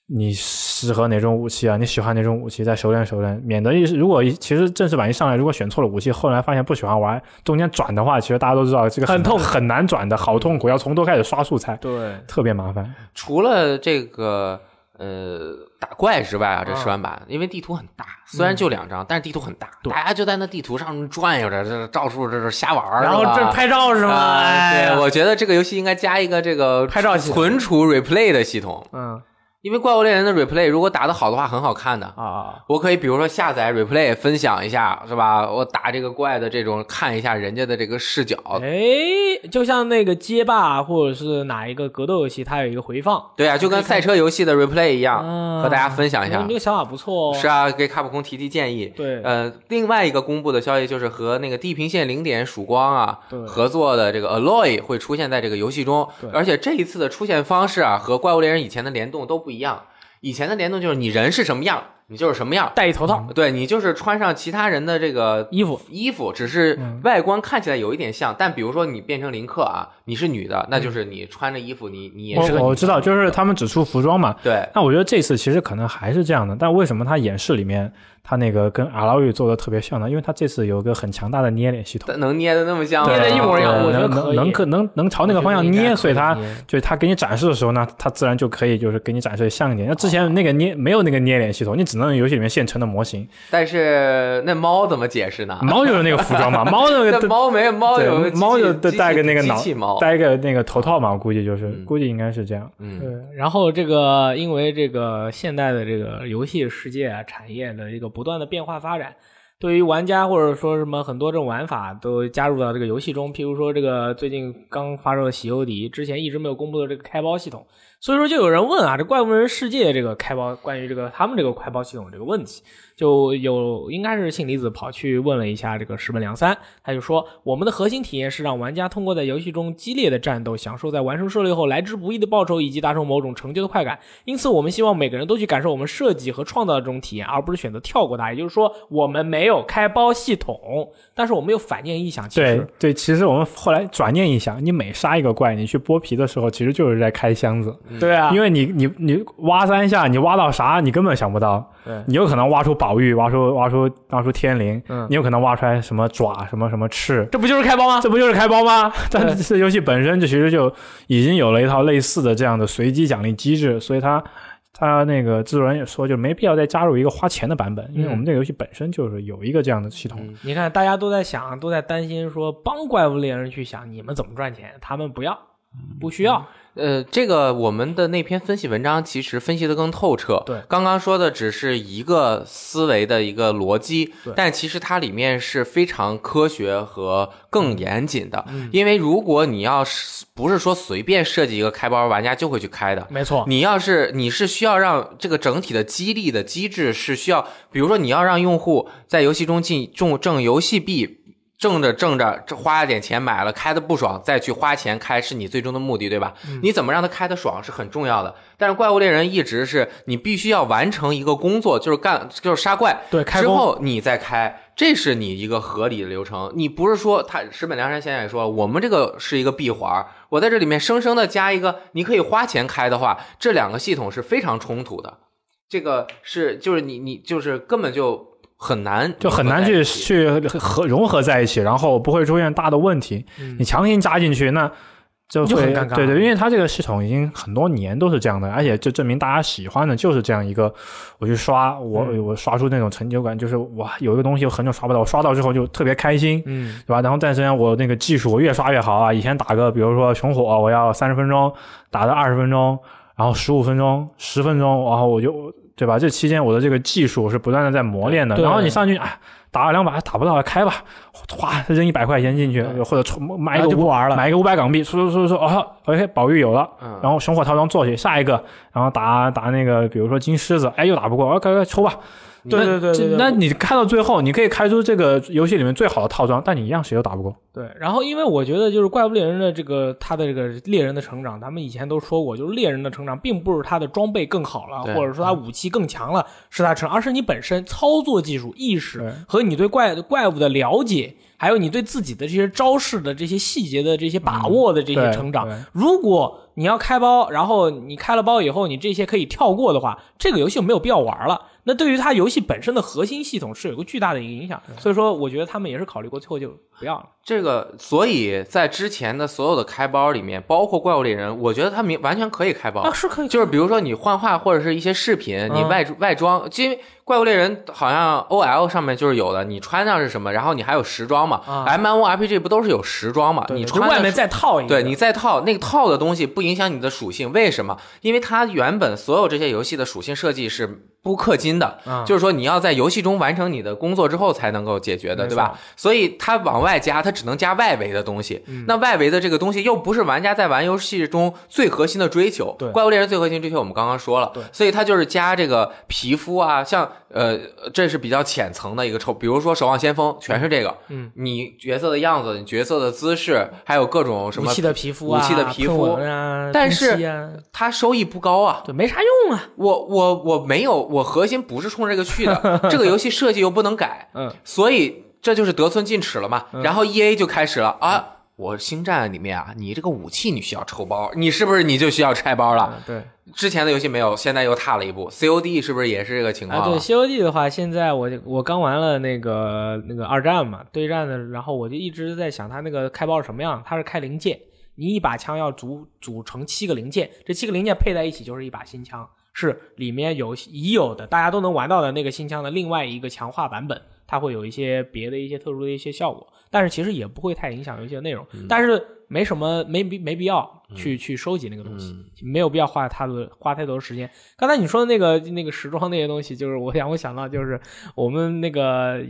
Speaker 1: 你适合哪种武器啊，你喜欢哪种武器再熟练熟练，免得一如果一其实正式版一上来如果选错了武器，后来发现不喜欢玩，中间转的话，其实大家都知道这个
Speaker 2: 很痛
Speaker 1: 很难转的，好痛苦，要从头开始刷素材，
Speaker 2: 对，
Speaker 1: 特别麻烦。
Speaker 3: 除了这个呃打怪之外啊，这
Speaker 2: 嗯
Speaker 3: 试玩版、因为地图很大，虽然就两张，但是地图很大，大家就在那地图上面转悠着，这到处这这瞎玩儿
Speaker 2: 然后
Speaker 3: 是吧
Speaker 2: 这拍照是吗？
Speaker 3: 啊
Speaker 2: 哎呀
Speaker 3: 对，我觉得这个游戏应该加一个这个
Speaker 2: 拍照系统
Speaker 3: 存储 replay 的系统，
Speaker 2: 嗯
Speaker 3: 因为怪物猎人的 replay 如果打得好的话，很好看的。
Speaker 2: 啊，
Speaker 3: 我可以比如说下载 replay 分享一下，是吧？我打这个怪的这种，看一下人家的这个视角，
Speaker 2: 哎，就像那个街霸或者是哪一个格斗游戏，它有一个回放，
Speaker 3: 对啊，就跟赛车游戏的 replay 一样，
Speaker 2: 啊
Speaker 3: 和大家分享一
Speaker 2: 哎
Speaker 3: 下
Speaker 2: 你这。个想法不错哦。
Speaker 3: 是啊，给卡普空提提建议。
Speaker 2: 对
Speaker 3: 呃，另外一个公布的消息就是和那个《地平线：零点：曙光》啊
Speaker 2: 对
Speaker 3: 合作的这个 Alloy 会出现在这个游戏中，而且这一次的出现方式啊和《怪物猎人》以前的联动都不一样。以前的联动就是你人是什么样，你就是什么样，
Speaker 2: 戴一头套
Speaker 3: 对你就是穿上其他人的这个
Speaker 2: 衣服，
Speaker 3: 衣服，只是外观看起来有一点像。但比如说你变成林克啊，你是女的，那就是你穿着衣服，你你也是个女
Speaker 1: 我
Speaker 3: 的
Speaker 1: 我知道，就是他们只出服装嘛。
Speaker 3: 对。
Speaker 1: 那我觉得这次其实可能还是这样的，但为什么他演示里面他那个跟阿拉玉做的特别像呢？因为他这次有一个很强大的捏脸系统，
Speaker 3: 但能捏的那么像吗，
Speaker 2: 捏得一模一样
Speaker 1: 对
Speaker 2: 我觉得
Speaker 1: 能
Speaker 2: 可
Speaker 1: 能
Speaker 2: 以
Speaker 1: 能可能能朝那个方向
Speaker 3: 我觉得应该
Speaker 1: 捏，
Speaker 3: 可以嗯
Speaker 1: 所以他
Speaker 3: 捏
Speaker 1: 就是他给你展示的时候呢，他自然就可以就是给你展示得像一点。那之
Speaker 3: 哦
Speaker 1: 前那个捏没有那个捏脸系统，你只能用游戏里面现成的模型。
Speaker 3: 但是那猫怎么解释呢？
Speaker 1: 猫就是那个服装 嘛，猫那
Speaker 3: 啊那
Speaker 1: 个
Speaker 3: 猫没猫有
Speaker 1: 对
Speaker 3: 个机器
Speaker 1: 猫就
Speaker 3: 机器
Speaker 1: 戴个那个脑
Speaker 3: 机器猫，
Speaker 1: 戴个那个头套嘛，我估计就是
Speaker 3: 嗯
Speaker 1: 估计应该是这样。
Speaker 3: 嗯，
Speaker 2: 对，然后这个因为这个现代的这个游戏世界啊，产业的一个不断的变化发展，对于玩家或者说什么很多这种玩法都加入到这个游戏中，譬如说这个最近刚发售的《喜忧迪》，之前一直没有公布的这个开包系统，所以说就有人问啊，这《怪物猎人世界》这个开包关于这个他们这个开包系统这个问题，就有应该是信离子跑去问了一下这个石本良三，他就说我们的核心体验是让玩家通过在游戏中激烈的战斗，享受在完成狩猎后来之不易的报酬以及达成某种成就的快感。因此，我们希望每个人都去感受我们设计和创造的这种体验，而不是选择跳过它。也就是说，我们没有开包系统，但是我们有反面意向。其
Speaker 1: 对
Speaker 2: 实
Speaker 1: 对，其实我们后来转念一想，你每杀一个怪，你去剥皮的时候，其实就是在开箱子，
Speaker 2: 对啊，
Speaker 1: 因为你你你挖三下，你挖到啥你根本想不到
Speaker 2: 对，
Speaker 1: 你有可能挖出宝玉，挖出挖出挖出天灵，
Speaker 2: 嗯啊
Speaker 1: 你有可能挖出来什么爪什么什么翅。
Speaker 2: 这不就是开包吗？
Speaker 1: 这不就是开包吗？但是这游戏本身就其实就已经有了一套类似的这样的随机奖励机制，所以它它那个制作人也说，就没必要再加入一个花钱的版本，
Speaker 2: 嗯
Speaker 1: 因为我们这个游戏本身就是有一个这样的系统。
Speaker 2: 你看，大家都在想，都在担心说，帮怪物猎人去想你们怎么赚钱，他们不要，不需要。
Speaker 3: 呃，这个我们的那篇分析文章其实分析的更透彻。
Speaker 2: 对
Speaker 3: 刚刚说的只是一个思维的一个逻辑
Speaker 2: 对，
Speaker 3: 但其实它里面是非常科学和
Speaker 1: 嗯
Speaker 3: 更严谨的。因为如果你要是不是说随便设计一个开包，玩家就会去
Speaker 1: 嗯
Speaker 3: 开的，
Speaker 2: 没错，
Speaker 3: 你要是你是需要让这个整体的激励的机制是需要，比如说你要让用户在游戏中进中挣游戏币。挣着挣着，这花了点钱买了，开的不爽，再去花钱开，是你最终的目的，对吧？
Speaker 1: 嗯
Speaker 3: 你怎么让他开的爽是很重要的。但是怪物猎人一直是你必须要完成一个工作，就是干就是杀怪，
Speaker 2: 对开
Speaker 3: 之
Speaker 2: 工
Speaker 3: 后你再开，这是你一个合理的流程。你不是说他石本良山先生也说了，我们这个是一个闭环儿，我在这里面生生的加一个，你可以花钱开的话，这两个系统是非常冲突的。这个是就是你你就是根本就很难
Speaker 1: 就很难
Speaker 3: 合在
Speaker 1: 去
Speaker 3: 一起
Speaker 1: 去和融合在一起，然后不会出现大的问题。你强行加进去，那就
Speaker 2: 嗯就
Speaker 1: 会
Speaker 2: 很尴尬
Speaker 1: 对对，因为它这个系统已经很多年都是这样的，而且就证明大家喜欢的就是这样一个，我去刷我、
Speaker 2: 嗯
Speaker 1: 我刷出那种成就感，就是哇有一个东西我很久刷不到，我刷到之后就特别开心，
Speaker 2: 嗯，
Speaker 1: 对吧？然后但是呢，我那个技术我越刷越好啊，以前打个比如说熊火，我要三十分钟打到二十分钟，然后十五分钟、十分钟，然后我就对吧？这期间我的这个技术是不断的在磨练的。
Speaker 2: 对
Speaker 1: 然后你上去啊，打两把打不到了开吧，哗扔一百块钱进去，或者充买一
Speaker 4: 然
Speaker 1: 个
Speaker 4: 后就不
Speaker 1: 五
Speaker 4: 玩了
Speaker 1: 买一个五百港币，出出出出哦，OK 宝玉有了，
Speaker 3: 嗯
Speaker 1: 然后熊火套装做去下一个，然后打打那个比如说金狮子，哎又打不过，OK 快抽吧。
Speaker 2: 对对对对对
Speaker 1: 那你看到最后，你可以开出这个游戏里面最好的套装，但你一样谁都打不过。
Speaker 2: 对，然后因为我觉得就是怪物猎人的这个他的这个猎人的成长，咱们以前都说过，就是猎人的成长并不是他的装备更好了，
Speaker 3: 对
Speaker 2: 或者说他武器更强了是他成，而是你本身操作技术、意
Speaker 1: 对
Speaker 2: 识和你对怪怪物的了解，还有你对自己的这些招式的这些细节的这些把握的这些
Speaker 1: 对
Speaker 2: 成长。
Speaker 1: 对
Speaker 2: 如果你要开包，然后你开了包以后，你这些可以跳过的话，这个游戏就没有必要玩了。那对于它游戏本身的核心系统是有一个巨大的一个影响，所以说我觉得他们也是考虑过，最后就不要了。
Speaker 3: 这个，所以在之前的所有的开包里面，包括怪物猎人，我觉得他明完全可以 开包，
Speaker 2: 是可以
Speaker 3: 就是比如说你幻化或者是一些饰品，你
Speaker 2: 嗯
Speaker 3: 外外装，因为怪物猎人好像 O L 上面就是有的，你穿上是什么，然后你还有时装嘛
Speaker 2: 啊
Speaker 3: ，M M O R P G 不都是有时装嘛？
Speaker 2: 对
Speaker 3: 你
Speaker 2: 对
Speaker 3: 穿
Speaker 2: 就外
Speaker 3: 的
Speaker 2: 面
Speaker 3: 是
Speaker 2: 再套一个，
Speaker 3: 对你再套那个套的东西不影响你的属性，为什么？因为它原本所有这些游戏的属性设计是不氪金的，
Speaker 2: 啊
Speaker 3: 就是说你要在游戏中完成你的工作之后才能够解决的，
Speaker 2: 没
Speaker 3: 对吧？所以它往外加，它只能加外围的东西。
Speaker 2: 嗯
Speaker 3: 那外围的这个东西又不是玩家在玩游戏中最核心的追求。
Speaker 2: 对
Speaker 3: 怪物猎人最核心追求我们刚刚说了，
Speaker 2: 对
Speaker 3: 所以它就是加这个皮肤啊，像呃，这是比较浅层的一个抽，比如说《守望先锋》全是这个，
Speaker 2: 嗯，
Speaker 3: 你角色的样子、你角色的姿势，还有各种什
Speaker 2: 武
Speaker 3: 么
Speaker 2: 器的皮肤啊，
Speaker 3: 武器的皮肤
Speaker 2: 喷纹啊，
Speaker 3: 但是
Speaker 2: 喷漆啊
Speaker 3: 它收益不高啊。
Speaker 2: 对没啥用啊，
Speaker 3: 我我我没有，我核心不是冲这个去的，这个游戏设计又不能改，
Speaker 2: 嗯，
Speaker 3: 所以这就是得寸进尺了嘛。然后 E A 就开始了啊。我星战里面啊，你这个武器你需要抽包，你是不是你就需要拆包了？
Speaker 2: 对，
Speaker 3: 之前的游戏没有，现在又踏了一步。C O D 是不是也是这个情
Speaker 2: 啊，
Speaker 3: 况
Speaker 2: 对
Speaker 3: 啊？
Speaker 2: 《西游记》的话，现在我就我刚玩了那个那个二战嘛，对战的，然后我就一直在想它那个开包是什么样，它是开零件，你一把枪要组组成七个零件，这七个零件配在一起就是一把新枪，是里面有已有的大家都能玩到的那个新枪的另外一个强化版本。它会有一些别的一些特殊的一些效果，但是其实也不会太影响游戏的内容。
Speaker 3: 嗯
Speaker 2: 但是没什么没必没必要去、去收集那个东西，
Speaker 3: 嗯
Speaker 2: 没有必要花太多花太多时间。刚才你说的那个那个时装那些东西，就是我让我想到就是我们那个。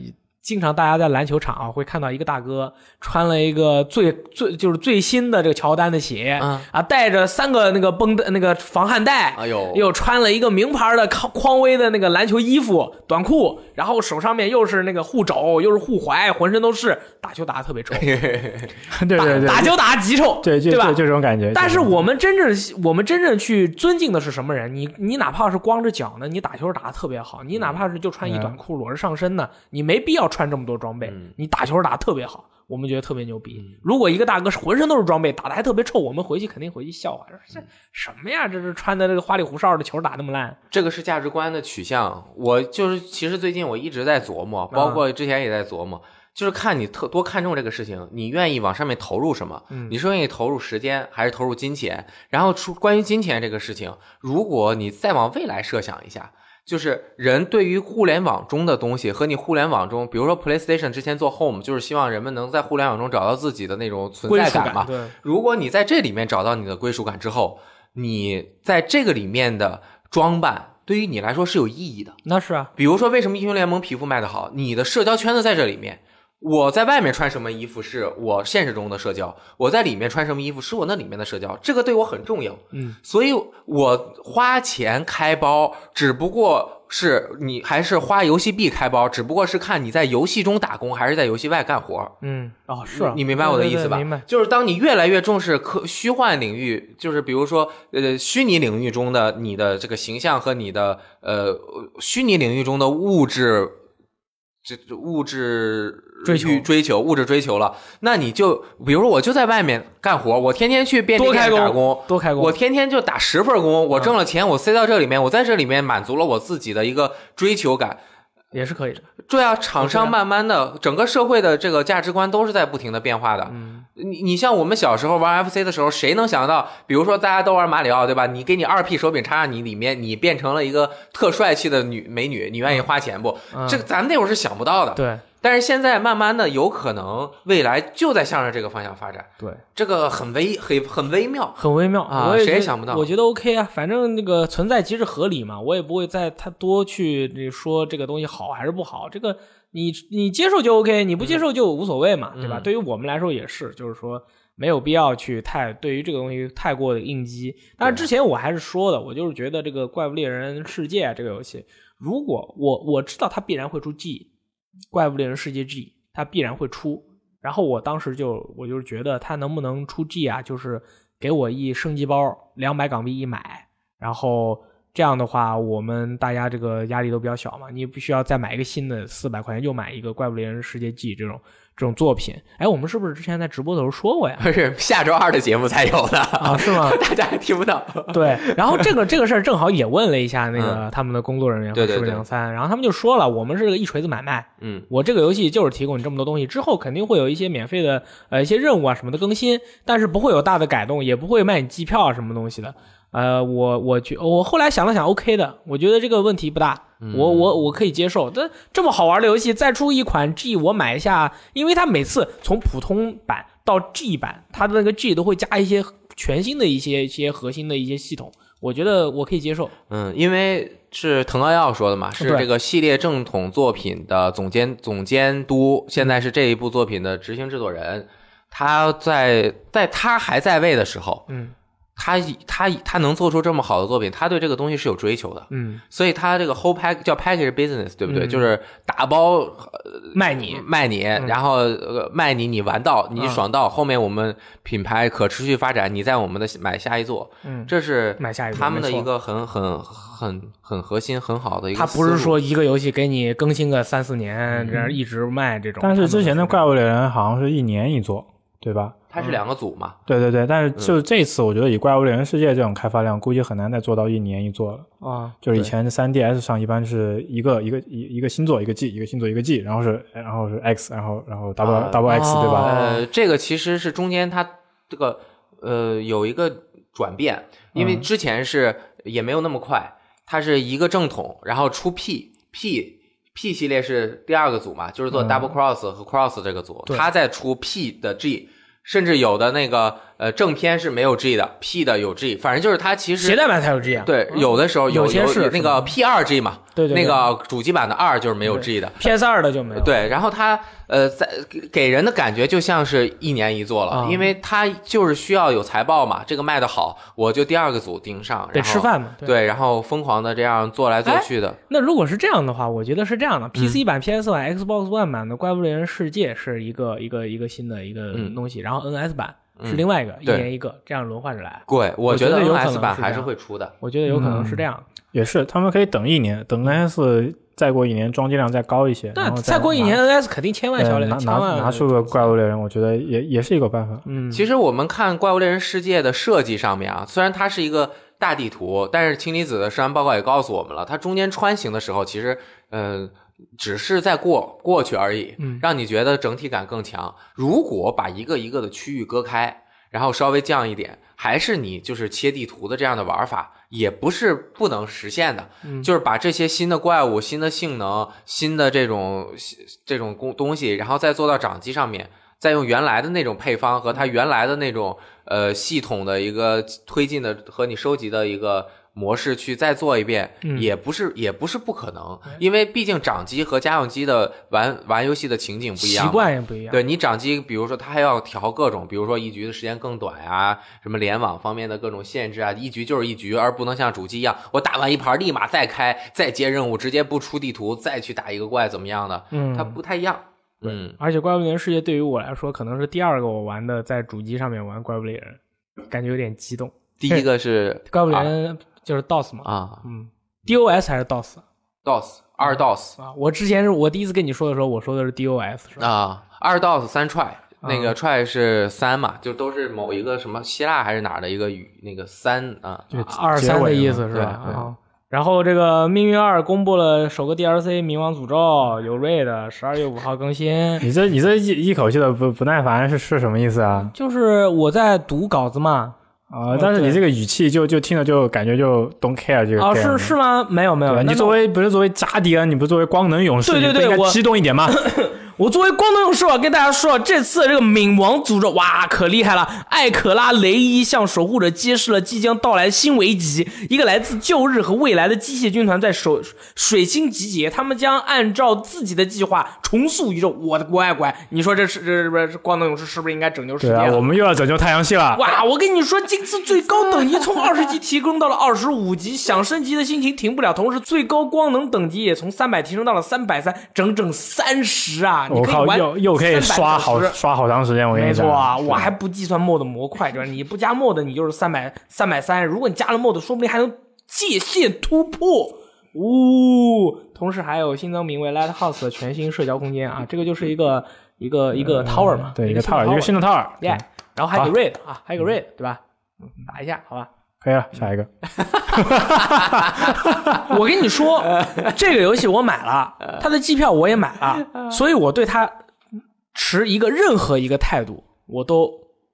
Speaker 2: 经常大家在篮球场啊，会看到一个大哥穿了一个最最就是最新的这个乔丹的鞋、
Speaker 3: 嗯
Speaker 2: 啊，带着三个那个绷带那个防汗带，
Speaker 3: 哎呦
Speaker 2: 又穿了一个名牌的匡匡威的那个篮球衣服短裤，然后手上面又是那个护肘，又是护踝，浑身都是，打球打的特别臭，
Speaker 1: 哎 对对对，
Speaker 2: 打打球打的极臭，
Speaker 1: 对就
Speaker 2: 对吧
Speaker 1: 就？这种感觉。
Speaker 2: 但是
Speaker 1: 就是
Speaker 2: 我们真正我们真正去尊敬的是什么人？你你哪怕是光着脚呢，你打球打得特别好，你哪怕是就穿一
Speaker 1: 嗯
Speaker 2: 短裤裸着上身呢，你没必要穿这么多装备，你打球打得特别好，我们觉得特别牛
Speaker 1: 嗯
Speaker 2: 逼。如果一个大哥是浑身都是装备，打得还特别臭，我们回去肯定回去笑
Speaker 1: 嗯
Speaker 2: 话，说这什么呀？这是穿的这个花里胡哨的球打那么烂，
Speaker 3: 这个是价值观的取向。我就是其实最近我一直在琢磨，包
Speaker 2: 嗯
Speaker 3: 括之前也在琢磨，就是看你特多看重这个事情，你愿意往上面投入什么？
Speaker 2: 嗯
Speaker 3: 你是愿意投入时间还是投入金钱？然后出关于金钱这个事情，如果你再往未来设想一下。就是人对于互联网中的东西和你互联网中，比如说 PlayStation 之前做 Home，就是希望人们能在互联网中找到自己的那种存
Speaker 2: 归
Speaker 3: 在
Speaker 2: 属
Speaker 3: 感嘛。
Speaker 2: 对。
Speaker 3: 如果你在这里面找到你的归属感之后，你在这个里面的装扮对于你来说是有意义的。
Speaker 2: 那是啊，
Speaker 3: 比如说，为什么英雄联盟皮肤卖得好？你的社交圈子在这里面。我在外面穿什么衣服是我现实中的社交，我在里面穿什么衣服是我那里面的社交，这个对我很重要。
Speaker 2: 嗯，
Speaker 3: 所以我花钱开包，只不过是你还是花游戏币开包，只不过是看你在游戏中打工还是在游戏外干活。
Speaker 2: 嗯，哦，是啊
Speaker 3: 你你明白我的意思吧？
Speaker 2: 对对对明白。
Speaker 3: 就是当你越来越重视科虚幻领域，就是比如说呃虚拟领域中的你的这个形象和你的呃虚拟领域中的物质。这这物质
Speaker 2: 追求
Speaker 3: 欲追求物质追求了，那你就比如说我就在外面干活，我天天去便利
Speaker 2: 多开
Speaker 3: 店
Speaker 2: 工
Speaker 3: 打工，
Speaker 2: 多开工嗯
Speaker 3: 我天天就打十份工，我挣了钱，我塞到这里面，我在这里面满足了我自己的一个追求感，
Speaker 2: 也是可以的。
Speaker 3: 对啊，厂
Speaker 2: 我知
Speaker 3: 商
Speaker 2: 道
Speaker 3: 慢慢的，整个社会的这个价值观都是在不停的变化的。
Speaker 2: 嗯，
Speaker 3: 你你像我们小时候玩 FC 的时候，谁能想到，比如说大家都玩马里奥，对吧？你给你二 P 手柄插上你里面，你变成了一个特帅气的女美女，你愿意花钱不？
Speaker 2: 嗯
Speaker 3: 这个咱们那会儿是想不到的。
Speaker 2: 对，
Speaker 3: 但是现在慢慢的，有可能未来就在向着这个方向发展。
Speaker 1: 对，
Speaker 3: 这个很微很很微妙。
Speaker 2: 很微妙
Speaker 3: 啊
Speaker 2: 我也
Speaker 3: 谁
Speaker 2: 觉
Speaker 3: 也
Speaker 2: 得
Speaker 3: 想不到
Speaker 2: 我觉得 OK 啊，反正那个存在即是合理嘛，我也不会再太多去说这个东西好还是不好。这个你你接受就 OK，你不接受就无所谓嘛，对吧？
Speaker 3: 嗯
Speaker 2: 对于我们来说也是，就是说没有必要去太对于这个东西太过的应激。但是之前我还是说的，我就是觉得这个《怪物猎人世界》啊这个游戏，如果我我知道它必然会出 G，《怪物猎人世界 G》它必然会出，然后我当时就我就是觉得它能不能出 G 啊，就是给我一升级包，两百港币一买，然后这样的话，我们大家这个压力都比较小嘛，你也不需要再买一个新的四百块钱，又买一个《怪物猎人世界纪》这种这种作品。哎，我们是不是之前在直播的时候说 过呀？
Speaker 3: 不是下周二的节目才有的，
Speaker 2: 啊，是吗？
Speaker 3: 大家还听不到。
Speaker 2: 对，然后这个这个事儿正好也问了一下那个他们的工作人员
Speaker 3: 嗯对
Speaker 2: 和
Speaker 3: 对
Speaker 2: 是不是
Speaker 3: 对
Speaker 2: 梁三，然后他们就说了，我们是个一锤子买卖，
Speaker 3: 嗯，
Speaker 2: 我这个游戏就是提供你这么多东西，之后肯定会有一些免费的呃一些任务啊什么的更新，但是不会有大的改动，也不会卖你机票啊什么东西的。呃，我我觉我后来想了想，OK 的，我觉得这个问题不大，我我我可以接受。但这么好玩的游戏，再出一款 G，我买一下，因为它每次从普通版到 G 版，它的那个 G 都会加一些全新的一些一些核心的一些系统，我觉得我可以接受。
Speaker 3: 嗯，因为是藤冈耀说的嘛，是
Speaker 2: 啊对
Speaker 3: 这个系列正统作品的总监总监督，现在是这一部作品的执行制作人。他在在他还在位的时候，
Speaker 2: 嗯
Speaker 3: 他他他能做出这么好的作品，他对这个东西是有追求的。
Speaker 2: 嗯，
Speaker 3: 所以他这个 whole pack 叫 package business，对不对？
Speaker 2: 嗯
Speaker 3: 就是打包
Speaker 2: 卖你，
Speaker 3: 卖你，然后呃卖你，你玩到你
Speaker 2: 嗯
Speaker 3: 爽到，后面我们品牌可持续发展，你在我们的买下一座，
Speaker 2: 嗯，
Speaker 3: 这是
Speaker 2: 买下一座
Speaker 3: 他们的
Speaker 2: 没错
Speaker 3: 一个很很很很核心很好的一个
Speaker 2: 他
Speaker 3: 思路。嗯
Speaker 2: 不是说一个游戏给你更新个三四年，然后一直卖这种。
Speaker 1: 但是之前的
Speaker 2: 他们
Speaker 1: 怪物猎人好像是一年一做，对吧？
Speaker 3: 它
Speaker 2: 嗯
Speaker 3: 是两个组嘛？
Speaker 1: 对对对，但是就这次，我觉得以《怪物猎人世界》这种开发量，估计很难再做到一年一做了。
Speaker 2: 是啊，
Speaker 1: 就是以前三 DS 上一般是一个一个一一个星座一个 G，一个星座一个 G，然后是然后是 X，然后然后 double、
Speaker 3: 啊
Speaker 1: double X 对吧？
Speaker 3: 呃，这个其实是中间它这个呃有一个转变，因
Speaker 2: 嗯
Speaker 3: 为之前是也没有那么快，它是一个正统，然后出 P P。P 系列是第二个组嘛，就是
Speaker 2: 嗯
Speaker 3: 做 Double Cross 和 Cross 这个组，
Speaker 1: 对
Speaker 3: 它再出 P 的 G，甚至有的那个呃正片是没有 G 的，P 的有 G，反正就是它其实
Speaker 2: 携带版才有这样。
Speaker 3: 对有的时候有
Speaker 2: 哦有些是
Speaker 3: 那个 P 二 G 嘛，
Speaker 2: 对对对
Speaker 3: 那个主机版的二就是没有 G 的，
Speaker 2: ，PS 二的就没有。，
Speaker 3: 对，然后它呃，在给给人的感觉就像是一年一做了，
Speaker 2: 啊
Speaker 3: 因为它就是需要有财报嘛，这个卖的好，我就第二个组盯上，
Speaker 2: 得
Speaker 3: 然后
Speaker 2: 吃。饭哎嘛。对。
Speaker 3: 对，然后疯狂的这样做来做去的，
Speaker 2: 那如果是这样的话，我觉得是这
Speaker 3: 嗯
Speaker 2: 样的：PC 版、PS 版、Xbox One 版的《怪物猎人世界》是一个一个一个新的一个
Speaker 3: 嗯
Speaker 2: 东西，然后 NS 版是
Speaker 3: 嗯
Speaker 2: 另外一个，一
Speaker 3: 对
Speaker 2: 年一个，这样轮换着来。
Speaker 3: 对，我
Speaker 2: 我
Speaker 3: 觉
Speaker 2: 觉
Speaker 3: 得
Speaker 2: 得有可能
Speaker 3: NS 版
Speaker 2: 是
Speaker 3: 还
Speaker 2: 这
Speaker 3: 是
Speaker 2: 样
Speaker 3: 会出的。
Speaker 2: 我觉得有可能是这
Speaker 3: 嗯
Speaker 2: 样。
Speaker 1: 也是，他们可以等一年，等 NS 再过一年装机量再高一些，然
Speaker 2: 但
Speaker 1: 后
Speaker 2: 再过一年
Speaker 1: 拿。
Speaker 2: ，NS 肯定千万销
Speaker 1: 呃
Speaker 2: 量，
Speaker 1: 拿
Speaker 2: 千
Speaker 1: 拿
Speaker 2: 万
Speaker 1: 拿出个怪物猎人，我觉得也也是一个办法。
Speaker 2: 嗯，
Speaker 3: 其实我们看《怪物猎人世界》的设计上面啊，虽然它是一个大地图，但是氢离子的试玩报告也告诉我们了，它中间穿行的时候，其实呃只是在过过去而已，
Speaker 2: 嗯
Speaker 3: 让你觉得整体感更强。如果把一个一个的区域割开，然后稍微降一点，还是你就是切地图的这样的玩法，也不是不能实现的。
Speaker 2: 嗯
Speaker 3: 就是把这些新的怪物、新的性能、新的这种这种工东西，然后再做到掌机上面，再用原来的那种配方和它原来的那种呃系统的一个推进的和你收集的一个模式去再做一遍，
Speaker 2: 嗯哎
Speaker 3: 也不是也不是不可能，因为毕竟掌机和家用机的玩玩游戏的情景不一
Speaker 2: 习
Speaker 3: 样嘛。
Speaker 2: 惯也不一样。
Speaker 3: 对你掌机，比如说它还要调各种，比如说一局的时间更短啊，什么联网方面的各种限制啊，一局就是一局，而不能像主机一样，我打完一盘立马再开，再接任务，直接不出地图，再去打一个怪怎么样的，
Speaker 2: 嗯，
Speaker 3: 它不太一样。嗯，
Speaker 2: 而且《怪物猎人世界》对于我来说，可能是第二个我玩的在主机上面玩《怪物猎人》，感觉有点激动。
Speaker 3: 第一个是
Speaker 2: 《怪物猎
Speaker 1: 啊
Speaker 2: 人》就是 DOS 嘛，
Speaker 3: 啊
Speaker 2: 嗯，DOS 还是 DOS
Speaker 3: ，DOS 二 DOS
Speaker 2: 啊？我之前是我第一次跟你说的时候，我说的是 DOS 是吧？
Speaker 3: 啊，二 DOS 三 try。那个 try 是三嘛，就都是某一个什么希腊还是哪儿的一个语，那个三啊，
Speaker 1: 就
Speaker 2: 二
Speaker 1: 结尾
Speaker 2: 三的意
Speaker 1: 嘛
Speaker 2: 思是
Speaker 3: 对
Speaker 2: 吧？
Speaker 3: 对
Speaker 2: 啊。然后这个《命运二》公布了首个 DLC《冥王诅咒》，有瑞的，十二月五号更新。
Speaker 1: 你这你 这一一口气的不不耐烦是是什么意思啊？
Speaker 2: 就是我在读稿子嘛，
Speaker 1: 啊、
Speaker 2: 哦
Speaker 1: 但是你这个语气就就听着就感觉就 don't care 这个 game
Speaker 2: 啊是是吗？没有没
Speaker 1: 对啊
Speaker 2: 有，
Speaker 1: 吧？你
Speaker 2: 那
Speaker 1: 啊作为不是作为渣爹，你不是作为光能勇士，
Speaker 2: 对对对
Speaker 1: 你不应
Speaker 2: 我
Speaker 1: 该激动一点吗？
Speaker 2: 我作为光能勇士，我跟大家说，这次这个冥王诅咒哇可厉害了！艾可拉雷伊向守护者揭示了即将到来的新危机，一个来自旧日和未来的机械军团在守 水星集结，他们将按照自己的计划重塑宇宙。我的乖乖，你说这是这是不是光能勇士是不是应该拯救世
Speaker 1: 对
Speaker 2: 界
Speaker 1: 啊，
Speaker 2: 了？
Speaker 1: 我们又要拯救太阳系了。
Speaker 2: 哇！我跟你说，这次最高等 级从二十级提供到了二十五级，想升级的心情停不了。同时，最高光能等级也从三百提升到了三百三，整整三十啊！你
Speaker 1: 我
Speaker 2: 可以
Speaker 1: 靠，
Speaker 2: 玩
Speaker 1: 又又可以
Speaker 2: 300
Speaker 1: 刷好
Speaker 2: 小时
Speaker 1: 刷好长时间，我跟
Speaker 2: 没
Speaker 1: 你讲。
Speaker 2: 错啊，我还不计算 mod 模块，对吧？你不加 mod，你就是三百三百三。如果你加了 mod，说不定还能界限突破。呜、同时还有新增名为 Lighthouse 的全新社交空间啊，这个就是一个一个一个 tower
Speaker 1: 嗯
Speaker 2: 嘛，
Speaker 1: 对一个
Speaker 2: 新的
Speaker 1: tower，一个新的 tower，对
Speaker 2: Yeah，然后还有
Speaker 1: 好嗯
Speaker 2: 个 raid 啊，还有个 raid 对吧？打一下好吧？
Speaker 1: 可以了，下一个。
Speaker 2: 我跟你说， 这个游戏我买了，它的机票我也买
Speaker 1: 嗯
Speaker 2: 了，所以我对它持一个任何一个态度，我都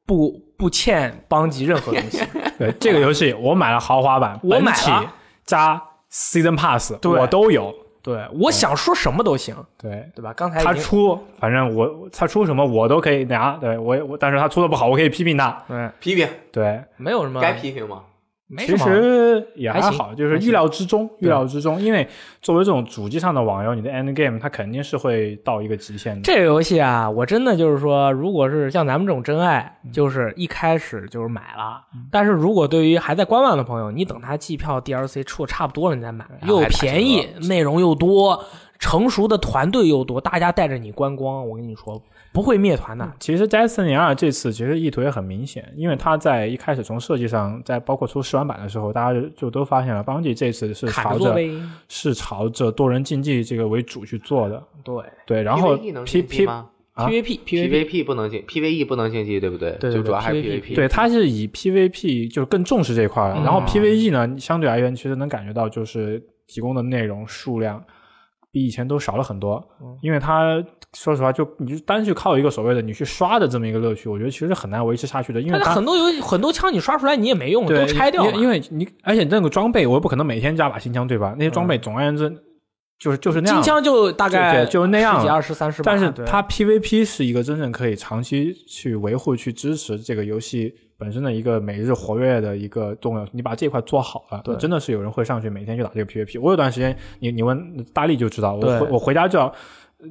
Speaker 2: 不不欠邦吉任何东 西。
Speaker 1: 对这个游戏，我买了豪华版，
Speaker 2: 我买
Speaker 1: 本体
Speaker 2: 了
Speaker 1: 加 Season Pass，
Speaker 2: 对
Speaker 1: 我都有。
Speaker 2: 对，我想说什么都行，
Speaker 1: 对，
Speaker 2: 对吧？刚才
Speaker 1: 他
Speaker 2: 已经
Speaker 1: 出，反正我他出什么我都可以拿。对我我，但是他出的不好，我可以批评他。
Speaker 2: 嗯，
Speaker 3: 批评
Speaker 1: 对，
Speaker 2: 没有什么
Speaker 3: 该批评吗？
Speaker 2: 没什
Speaker 1: 其
Speaker 2: 么
Speaker 1: 实也还
Speaker 2: 还行
Speaker 1: 好，就是
Speaker 2: 还行
Speaker 1: 预料之中，预
Speaker 2: 对
Speaker 1: 料之中。因为作为这种主机上的网游，你的 end game 它肯定是会到一个极限的。
Speaker 2: 这个游戏啊，我真的就是说，如果是像咱们这种真爱，
Speaker 1: 嗯
Speaker 2: 就是一开始就是买了。但是如果对于还在观望的朋友，你等它季票 DLC 出的差不多了，你再买，
Speaker 3: 然后
Speaker 2: 又
Speaker 3: 还打折
Speaker 2: 便宜，内容又多，成熟的团队又多，大家带着你观光，我跟你说不会灭团的。
Speaker 1: 其实 Destiny 二这次其实意图也很明显，因为它在一开始从设计上，在包括出试玩版的时候，大家就就都发现了邦 u 这次是
Speaker 2: 卡着
Speaker 1: 朝
Speaker 2: 做
Speaker 1: 着
Speaker 2: 呗，
Speaker 1: 是朝着多人竞技这个为主去做的。
Speaker 2: 对
Speaker 1: 对，然后
Speaker 3: PVE E 能
Speaker 1: P
Speaker 3: 晋级
Speaker 1: P
Speaker 3: 吗
Speaker 1: 啊
Speaker 2: PVP PVP
Speaker 3: ？PVP 不能进，PVE 不能竞技，对不对？
Speaker 2: 对对对
Speaker 3: 就主要还是
Speaker 2: PVP
Speaker 1: 对，它是以 PVP 就是更重视这一块了，然后
Speaker 3: E 嗯
Speaker 1: PVE 呢，相对而言其实能感觉到就是提供的内容数量比以前都少了很多，因为它说实话就你就单去靠一个所谓的你去刷的这么一个乐趣，我觉得其实很难维持下去的，因为
Speaker 2: 它
Speaker 1: 它
Speaker 2: 很多游戏很多枪你刷出来你也没用，
Speaker 1: 对
Speaker 2: 都拆掉
Speaker 1: 因
Speaker 2: 嘛。
Speaker 1: 为因为你而且那个装备我又不可能每天加把新枪对吧？那些装备总而言之、就是就是那
Speaker 2: 金
Speaker 1: 样。
Speaker 2: 枪就大概
Speaker 1: 对对就那样
Speaker 2: 十几二十三十把，
Speaker 1: 但是
Speaker 2: 对
Speaker 1: 它 PVP 是一个真正可以长期去维护、去支持这个游戏本身的一个每日活跃的一个重要。你把这块做好了，
Speaker 2: 对
Speaker 1: 真的是有人会上去每天去打这个 PVP。我有段时间，你你问大力就知道，我
Speaker 2: 对
Speaker 1: 回我回家就要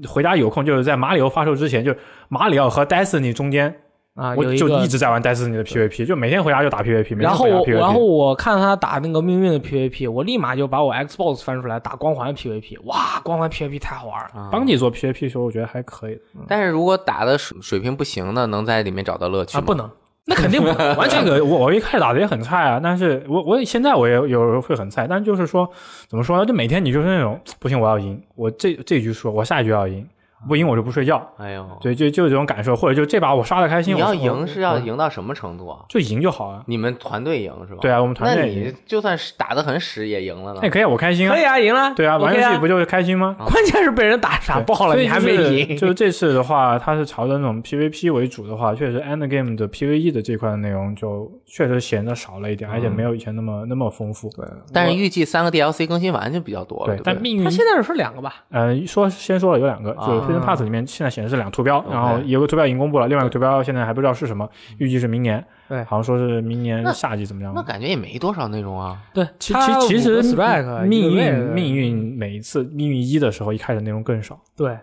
Speaker 1: 回家有空，就是在马里奥发售之前，就是马里奥和 Destiny 中间，
Speaker 2: 啊
Speaker 1: 我
Speaker 2: 有一
Speaker 1: 就
Speaker 2: 个
Speaker 1: 一直在玩 Destiny 的 PVP，就每天回家就打 PVP，每天
Speaker 2: 然后
Speaker 1: 回家
Speaker 2: 我，然后
Speaker 1: PVP。
Speaker 2: 我看他打那个命运的 PVP，我立马就把我 Xbox 翻出来打光环 PVP，哇，光环 PVP 太好玩了。
Speaker 3: 啊
Speaker 1: 帮你做 PVP 的时候，我觉得还可以的。
Speaker 3: 但是如果打的水水平不行的，能在里面找到乐趣
Speaker 2: 啊，
Speaker 3: 吗？
Speaker 2: 不能，那肯定不能，完 全
Speaker 1: 这个我我一开始打的也很菜啊，但是我我也现在我也有时候会很菜，但就是说怎么说呢？就每天你就是那种不行，我要赢，我这这局输，我下一局要赢，不赢我就不睡觉，
Speaker 3: 哎呦，
Speaker 1: 对，就就这种感受，或者就这把我刷的开心，
Speaker 3: 你要
Speaker 1: 我
Speaker 3: 赢是要
Speaker 1: 我
Speaker 3: 赢到什么程度啊？
Speaker 1: 就赢就好啊，
Speaker 3: 你们团队赢是吧？
Speaker 1: 对啊，我们团
Speaker 3: 哦那
Speaker 1: 队
Speaker 3: 你
Speaker 1: 赢，
Speaker 3: 就算是打的很屎也赢了呢
Speaker 1: 那也。可以，我开心啊
Speaker 2: 可，以啊，赢了，
Speaker 1: 对啊，玩
Speaker 2: OK
Speaker 1: 游戏
Speaker 2: 啊
Speaker 1: 不就是开心吗？
Speaker 2: 关键是被人打傻
Speaker 1: 对
Speaker 2: 爆了，
Speaker 1: 所以
Speaker 2: 你还
Speaker 1: 就
Speaker 2: 没
Speaker 1: 是
Speaker 2: 赢，
Speaker 1: 就是这次的话，它是朝着那种 PVP 为主的话，确实 End Game 的 PVE 的这块的内容就确实显得少了一点，而且没有以前那么那么丰富。对，
Speaker 3: 但是预计三个 DLC 更新完就比较多了。
Speaker 1: 对
Speaker 3: 对，
Speaker 1: 但
Speaker 3: 不对
Speaker 1: 命运
Speaker 2: 他现在是说两个吧，
Speaker 1: 嗯，说先说了有两个，就
Speaker 3: 啊
Speaker 1: 是 Season Pass 里面现在显示是两个图标，
Speaker 3: OK
Speaker 1: 然后有个图标已经公布了，另外一个图标现在还不知道是什么，预计是明年，
Speaker 2: 对
Speaker 1: 好像说是明年
Speaker 3: 那
Speaker 1: 夏季怎么样
Speaker 3: 那？感觉也没多少内容啊。
Speaker 2: 对，
Speaker 1: 其
Speaker 2: 他
Speaker 1: 其其
Speaker 2: 五
Speaker 1: 实
Speaker 2: 个 strike
Speaker 1: 命
Speaker 2: 一个
Speaker 1: 运
Speaker 2: 位
Speaker 1: 命运每一次命运一的时候，一开始内容更少，
Speaker 2: 对，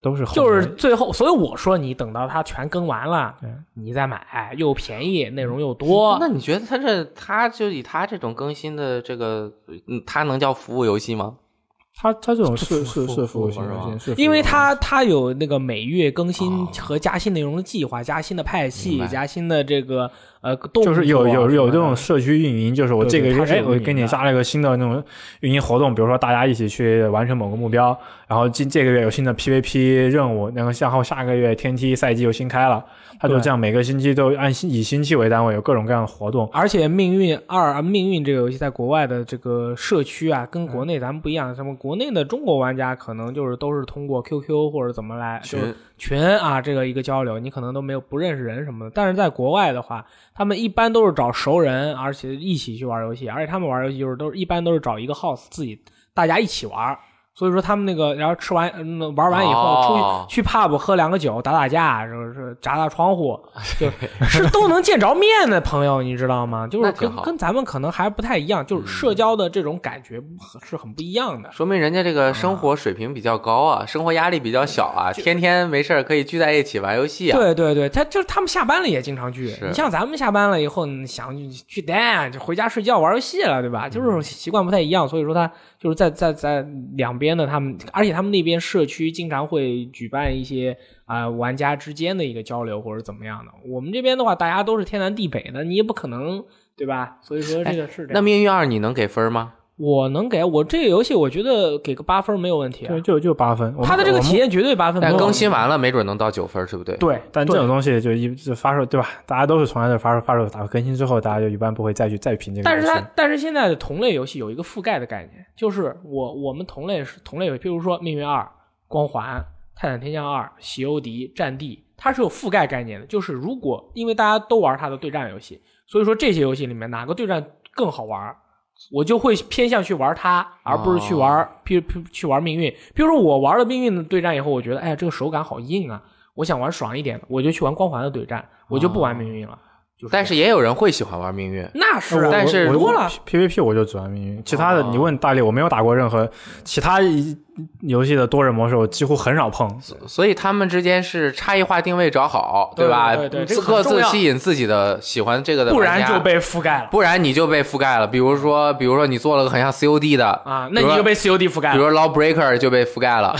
Speaker 1: 都是后
Speaker 2: 就是
Speaker 1: 面
Speaker 2: 最后，所以我说你等到它全更完了
Speaker 1: 对，嗯
Speaker 2: 你再买，又便宜，内容又多，
Speaker 3: 那你觉得他这，他就以他这种更新的这个，嗯，他能叫服务游戏吗？
Speaker 1: 它它这种是是
Speaker 2: 服服
Speaker 1: 是服务
Speaker 3: 服
Speaker 1: 型
Speaker 3: 是吧
Speaker 1: 游戏，是服务
Speaker 2: 因为
Speaker 1: 型
Speaker 2: 它它有那个每月更新
Speaker 3: 哦
Speaker 2: 和加新内容的计划，加新的派
Speaker 3: 明
Speaker 2: 系
Speaker 3: 白，
Speaker 2: 加新的这个呃动作
Speaker 1: 就
Speaker 2: 啊什么的，
Speaker 1: 是有有有这种社区运营，就是我
Speaker 2: 对
Speaker 1: 这个
Speaker 2: 对
Speaker 1: 月
Speaker 2: 它是
Speaker 1: 哎，
Speaker 2: 有
Speaker 1: 我
Speaker 2: 运营
Speaker 1: 给你
Speaker 2: 的
Speaker 1: 加了一个新的那种运营活动，比如说大家一起去完成某个目标，然后今这个月有新的 PVP 任务，然后向后下个月天梯赛季又新开了，它就
Speaker 2: 对
Speaker 1: 这样每个星期都按星以星期为单位有各种各样的活动。
Speaker 2: 而且《命运二》《命运》这个游戏在国外的这个社区啊，跟
Speaker 1: 嗯
Speaker 2: 国内咱们不一样。咱们国内的中国玩家可能就是都是通过 QQ 或者怎么来就是群啊这个一个交流，你可能都没有不认识人什么的。但是在国外的话，他们一般都是找熟人，而且一起去玩游戏，而且他们玩游戏就是都是一般都是找一个 house 自己大家一起玩。所以说他们那个，然后吃完、嗯、玩完以后，出去、
Speaker 3: 哦
Speaker 2: 去 pub 喝两个酒，打打架，就是砸砸窗 户，就是都能见着面的朋友，你知道吗？就
Speaker 3: 那
Speaker 2: 是
Speaker 3: 挺
Speaker 2: 跟
Speaker 3: 好嗯
Speaker 2: 跟咱们可能还不太一样，就是社交的这种感觉是很不一样的。
Speaker 3: 说明人家这
Speaker 2: 啊
Speaker 3: 个生活水平比较高啊，生活压力比较小啊，天天没事儿可以聚在一起玩游戏啊。
Speaker 2: 对对对，他就是他们下班了也经常聚。
Speaker 3: 是
Speaker 2: 你像咱们下班了以后，你想去去蛋啊就回家睡觉玩游戏了，对
Speaker 3: 嗯
Speaker 2: 吧？就是习惯不太一样，所以说他就是在在在两边的他们，而且他们那边社区经常会举办一些啊、玩家之间的一个交流或者怎么样的。我们这边的话，大家都是天南地北的，你也不可能对吧？所以说这个是这样。
Speaker 3: 哎那命运二你能给分吗？
Speaker 2: 我能给我这个游戏，我觉得给个八分没有问题、啊
Speaker 1: 对，。就就八分。我们
Speaker 2: 他的这个
Speaker 1: 我们
Speaker 2: 体验绝对八分没有
Speaker 3: 但
Speaker 2: 问题。
Speaker 3: 更新完了没准能到九分，对不对？
Speaker 2: 对，
Speaker 1: 但这
Speaker 2: 对
Speaker 1: 种东西就一就发售对吧？大家都是从来的发售发售打更新之后，大家就一般不会再去再评这个
Speaker 2: 但
Speaker 1: 游
Speaker 2: 是
Speaker 1: 戏。
Speaker 2: 它但是现在的同类游戏有一个覆盖的概念，就是我我们同类是同类游戏，比如说《命运二》《光环》《泰坦天降二》《席欧迪》《战地》，它是有覆盖概念的。就是如果因为大家都玩它的对战游戏，所以说这些游戏里面哪个对战更好玩，我就会偏向去玩它，而不是去玩，
Speaker 3: 哦
Speaker 2: 譬如譬如去玩命运。比如说我玩了命运的对战以后，我觉得哎呀这个手感好硬啊，我想玩爽一点的，我就去玩光环的对战，我就不玩命运了。就是
Speaker 3: 哦但是也有人会喜欢玩命运。
Speaker 2: 那
Speaker 1: 那
Speaker 2: 是
Speaker 1: 我
Speaker 2: 啊
Speaker 3: 但是
Speaker 1: 我
Speaker 2: 如果
Speaker 1: 我
Speaker 2: 了
Speaker 1: P- PVP 我就只玩命运，其他的
Speaker 3: 哦
Speaker 1: 你问大力，我没有打过任何其他一游戏的多人模式，我几乎很少 碰。
Speaker 3: 所以他们之间是差异化定位找好，
Speaker 2: 对
Speaker 3: 吧？
Speaker 2: 对对这个很
Speaker 3: 各
Speaker 2: 重
Speaker 3: 自
Speaker 2: 要
Speaker 3: 吸引自己的喜欢这个的
Speaker 2: 不
Speaker 3: 玩
Speaker 2: 然
Speaker 3: 家
Speaker 2: 就被覆盖了。
Speaker 3: 不然你就被覆盖了。比如说，比如说你做了个很像 COD 的
Speaker 2: 啊，那你就被 COD 覆盖
Speaker 3: 比
Speaker 2: 了。
Speaker 3: 如 Law Breaker 就被覆盖了。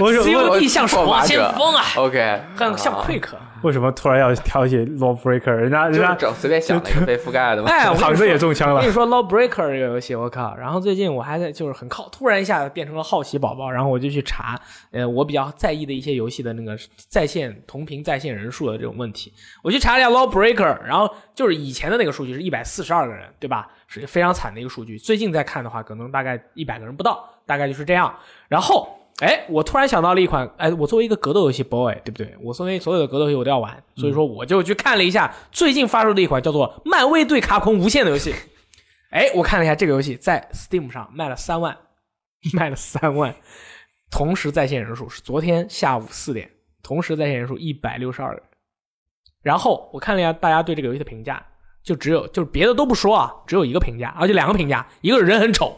Speaker 1: 为什么
Speaker 2: COD 像守望先锋啊，
Speaker 3: OK， 啊
Speaker 2: 很像 Quick。啊
Speaker 1: 为什么突然要挑起 Law Breaker？人家人
Speaker 3: 就是
Speaker 1: 家
Speaker 3: 整随便想了一个被覆盖的嘛。
Speaker 2: 哎，我
Speaker 1: 躺
Speaker 2: 跟
Speaker 1: 着
Speaker 2: 你说
Speaker 1: 也中枪
Speaker 2: 我
Speaker 1: 了
Speaker 2: 跟。你说，Law Breaker 这个游戏，我靠！然后最近我还在就是很靠，突然一下变成了好奇宝宝，然后我就去查，呃，我比较在意的一些游戏的那个在线同屏在线人数的这种问题，我去查了一下 Law Breaker，然后就是以前的那个数据是一百四十二个人，对吧？是一个非常惨的一个数据。最近再看的话，可能大概一百个人不到，大概就是这样。然后，哎，我突然想到了一款，哎，我作为一个格斗游戏 boy，对不对？我作为所有的格斗游戏我都要玩，所以说
Speaker 1: 嗯
Speaker 2: 我就去看了一下最近发售的一款叫做《漫威对卡普空无限》的游戏。哎，我看了一下这个游戏在 Steam 上卖了三万， 卖了三万，同时在线人数是昨天下午四点，同时在线人数一百六十二人。然后我看了一下大家对这个游戏的评价，就只有就是别的都不说啊，只有一个评价，而且两个评价，一个是人很丑，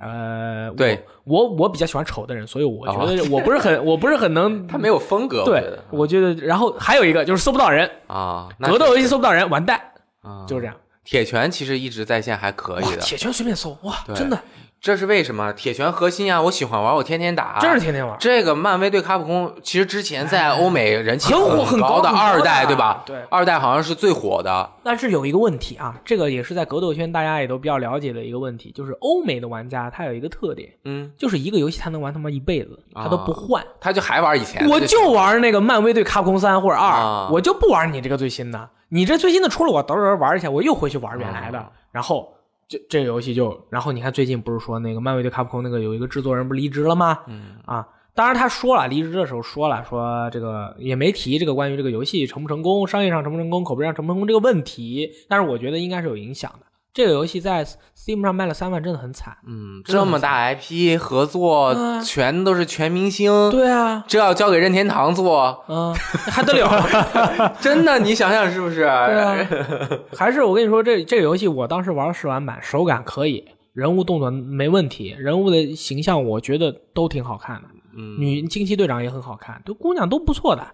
Speaker 2: 呃，我
Speaker 3: 对哦
Speaker 2: 我我比较喜欢丑的人，所以我觉得我不是很我不是很能
Speaker 3: 他没有风格，我觉
Speaker 2: 对
Speaker 3: 得，
Speaker 2: 我觉得然后还有一个就是搜不到人，
Speaker 3: 啊，那
Speaker 2: 格斗游戏搜不到人，完蛋，
Speaker 3: 啊
Speaker 2: 就是这样。
Speaker 3: 铁拳其实一直在线还可以
Speaker 2: 哇，
Speaker 3: 的，
Speaker 2: 铁拳随便搜，哇，
Speaker 3: 对
Speaker 2: 真的
Speaker 3: 这是为什么？铁拳核心啊，我喜欢玩，我天天打。
Speaker 2: 真是天天玩。
Speaker 3: 这个漫威对卡普空，其实之前在欧美人气
Speaker 2: 很火哎很
Speaker 3: 高
Speaker 2: 高
Speaker 3: 的
Speaker 2: 很高
Speaker 3: 二代，
Speaker 2: 的
Speaker 3: 对吧？
Speaker 2: 对
Speaker 3: 二代好像是最火的。
Speaker 2: 但是有一个问题啊，这个也是在格斗圈大家也都比较了解的一个问题，就是欧美的玩家他有一个特点，
Speaker 3: 嗯，
Speaker 2: 就是一个游戏他能玩他妈一辈子，他都不换。
Speaker 3: 他就还玩以前 的，
Speaker 2: 我就玩那个漫威对卡普空三或者二、
Speaker 3: 啊
Speaker 2: 我就不玩你这个最新的。你这最新的出了，我到时候玩一下，我又回去玩原来的，
Speaker 3: 啊
Speaker 2: 然后。这这个游戏就，然后你看最近不是说那个漫威对卡普空那个有一个制作人不是离职了吗？
Speaker 3: 嗯
Speaker 2: 啊，当然他说了，离职的时候说了，说这个也没提这个关于这个游戏成不成功、商业上成不成功、口碑上成不成功这个问题，但是我觉得应该是有影响的。这个游戏在 Steam 上卖了三万，真的很惨。
Speaker 3: 嗯，这么大 IP 合作，
Speaker 2: 嗯
Speaker 3: 全都是全明星，
Speaker 2: 对啊，
Speaker 3: 这要交给任天堂做，
Speaker 2: 嗯，还得了？
Speaker 3: 真的，你想想是不是？
Speaker 2: 对啊， 还是我跟你说，这这个游戏我当时玩了试玩版，手感可以，人物动作没问题，人物的形象我觉得都挺好看的，
Speaker 3: 嗯
Speaker 2: 女惊奇队长也很好看，对姑娘都不错的。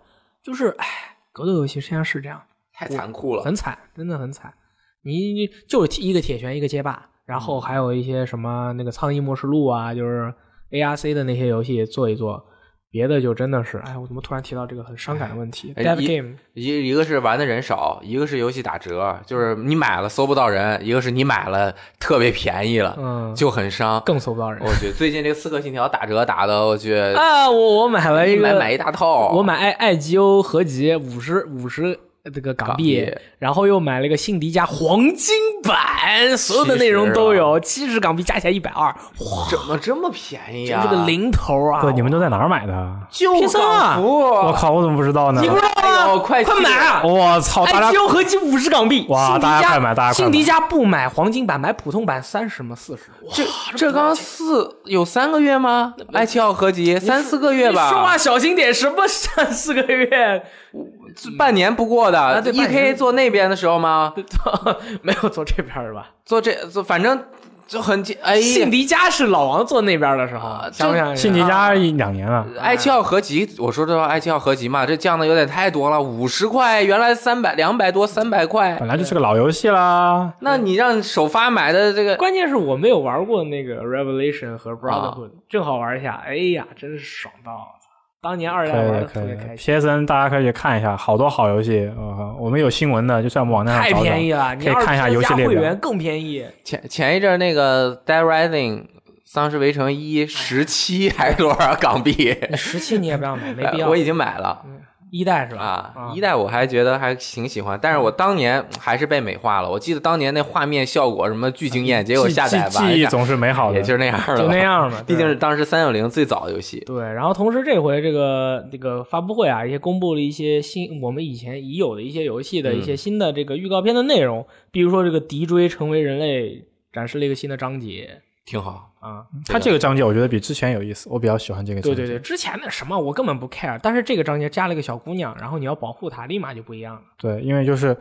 Speaker 2: 就是，哎，格斗游戏实际上是这样。
Speaker 3: 太残酷了。
Speaker 2: 很惨，真的很惨。你你就是一个铁拳，一个街霸，然后还有一些什么那个《苍蝇模式录》啊，就是 ARC 的那些游戏做一做，别的就真的是，哎，我怎么突然提到这个很伤感的问题
Speaker 3: 哎
Speaker 2: ？Dev
Speaker 3: 一
Speaker 2: Game
Speaker 3: 一一个是玩的人少，一个是游戏打折，就是你买了搜不到人，一个是你买了特别便宜了，
Speaker 2: 嗯
Speaker 3: 就很伤。
Speaker 2: 更搜不到人
Speaker 3: 我去，最近这个《刺客信条》打折打的，我去，
Speaker 2: 哎啊！我我买了一
Speaker 3: 买
Speaker 2: 个，
Speaker 3: 买一大套，
Speaker 2: 我买艾艾吉欧合集五十五十这个港
Speaker 3: 港
Speaker 2: 币
Speaker 3: 币，
Speaker 2: 然后又买了个辛迪加黄金版，所有的内容都有，
Speaker 3: 啊
Speaker 2: 七十港币加起来一百二，哇，
Speaker 3: 怎么这么便宜
Speaker 2: 这
Speaker 3: 啊？
Speaker 2: 是个零头啊！
Speaker 1: 哥，你们都在哪儿买的？
Speaker 3: 就
Speaker 2: 偏上啊
Speaker 3: 港服，
Speaker 1: 我靠，我怎么不知道呢
Speaker 2: 你？不知道
Speaker 3: 哎
Speaker 2: 吗？
Speaker 3: 呦快去
Speaker 2: 快买啊！
Speaker 1: 我操，哦大家
Speaker 2: IPO 合计五十港币，
Speaker 1: 哇
Speaker 2: 辛迪
Speaker 1: 大家
Speaker 2: 加
Speaker 1: 快买大家快买
Speaker 2: 辛迪加不买黄金版，买普通版三十吗？四十，哇
Speaker 3: 这这刚四有三个月吗？爱奇奥合集三四个月
Speaker 2: 你说啊嗯话
Speaker 3: 吧，
Speaker 2: 小心点，什么三四个月？
Speaker 3: 半年不过的。
Speaker 2: 啊对
Speaker 3: E
Speaker 2: 半
Speaker 3: K
Speaker 2: 年
Speaker 3: 做那边的时候吗？
Speaker 2: 没有坐这边儿吧？
Speaker 3: 做这做反正就很紧哎，
Speaker 2: 信迪加是老王坐那边的时候
Speaker 3: 啊，
Speaker 2: 想不
Speaker 3: 这
Speaker 2: 想？
Speaker 1: 信迪加一两年了，
Speaker 3: 爱奇奥合集，我说这话爱奇奥合集嘛，这降的有点太多了，五十块，原来三百两百多，三百
Speaker 2: 哎
Speaker 3: 块。
Speaker 1: 本来就是个老游戏啦。
Speaker 3: 那你让首发买的这 个，
Speaker 2: 关键是我没有玩过那个 Revelation
Speaker 1: 啊
Speaker 2: 和 Brotherhood，、正好玩一下。哎呀，真是爽到了！当年二
Speaker 1: 可
Speaker 2: 代
Speaker 1: 以
Speaker 2: 玩的
Speaker 1: 的，
Speaker 2: 特
Speaker 1: 可以
Speaker 2: 别
Speaker 1: 的。
Speaker 2: 开心，
Speaker 1: PSN 大家可以去看一下，好多好游戏，呃，我们有新闻的，就在我们网站上
Speaker 2: 太
Speaker 1: 找找。
Speaker 2: 便宜了！你
Speaker 1: 可以看一下游戏
Speaker 2: 加
Speaker 1: 列
Speaker 2: 会
Speaker 1: 表
Speaker 2: 员。更 便宜，
Speaker 3: 前前一阵那个《Dead Rising》丧尸围城
Speaker 2: 哎
Speaker 3: 一十七还是多少港币？
Speaker 2: 你十七你也不要买， 没必
Speaker 3: 哎
Speaker 2: 要。
Speaker 3: 我已经买了
Speaker 2: 一代是吧？
Speaker 3: 啊！一代我还觉得还挺喜欢，但是我当年嗯还是被美化了。我记得当年那画面效果什么巨
Speaker 2: 啊
Speaker 3: 惊艳，结果
Speaker 1: 记
Speaker 3: 下载
Speaker 1: 记
Speaker 3: 吧，哎
Speaker 1: 记忆总是美好的。
Speaker 3: 也就是那样了，
Speaker 2: 就那。样吧。
Speaker 3: 毕竟
Speaker 2: 对
Speaker 3: 是当时三六零最早的游戏，
Speaker 2: 对，然后同时这回这个这个发布会啊，也公布了一些新我们以前已有的一些游戏的一
Speaker 1: 嗯
Speaker 2: 些新的这个预告片的内容，比如说这个敌追成为人类展示了一个新的章节
Speaker 3: 挺好。
Speaker 2: 啊，
Speaker 1: 它这个章节我觉得比之前有意思，我比较喜欢这个章
Speaker 2: 对
Speaker 1: 节。
Speaker 2: 对对，之前的什么我根本不 care，但是这个章节加了一个小姑娘，然后你要保护她，立马就不一样了。
Speaker 1: 对，因为就是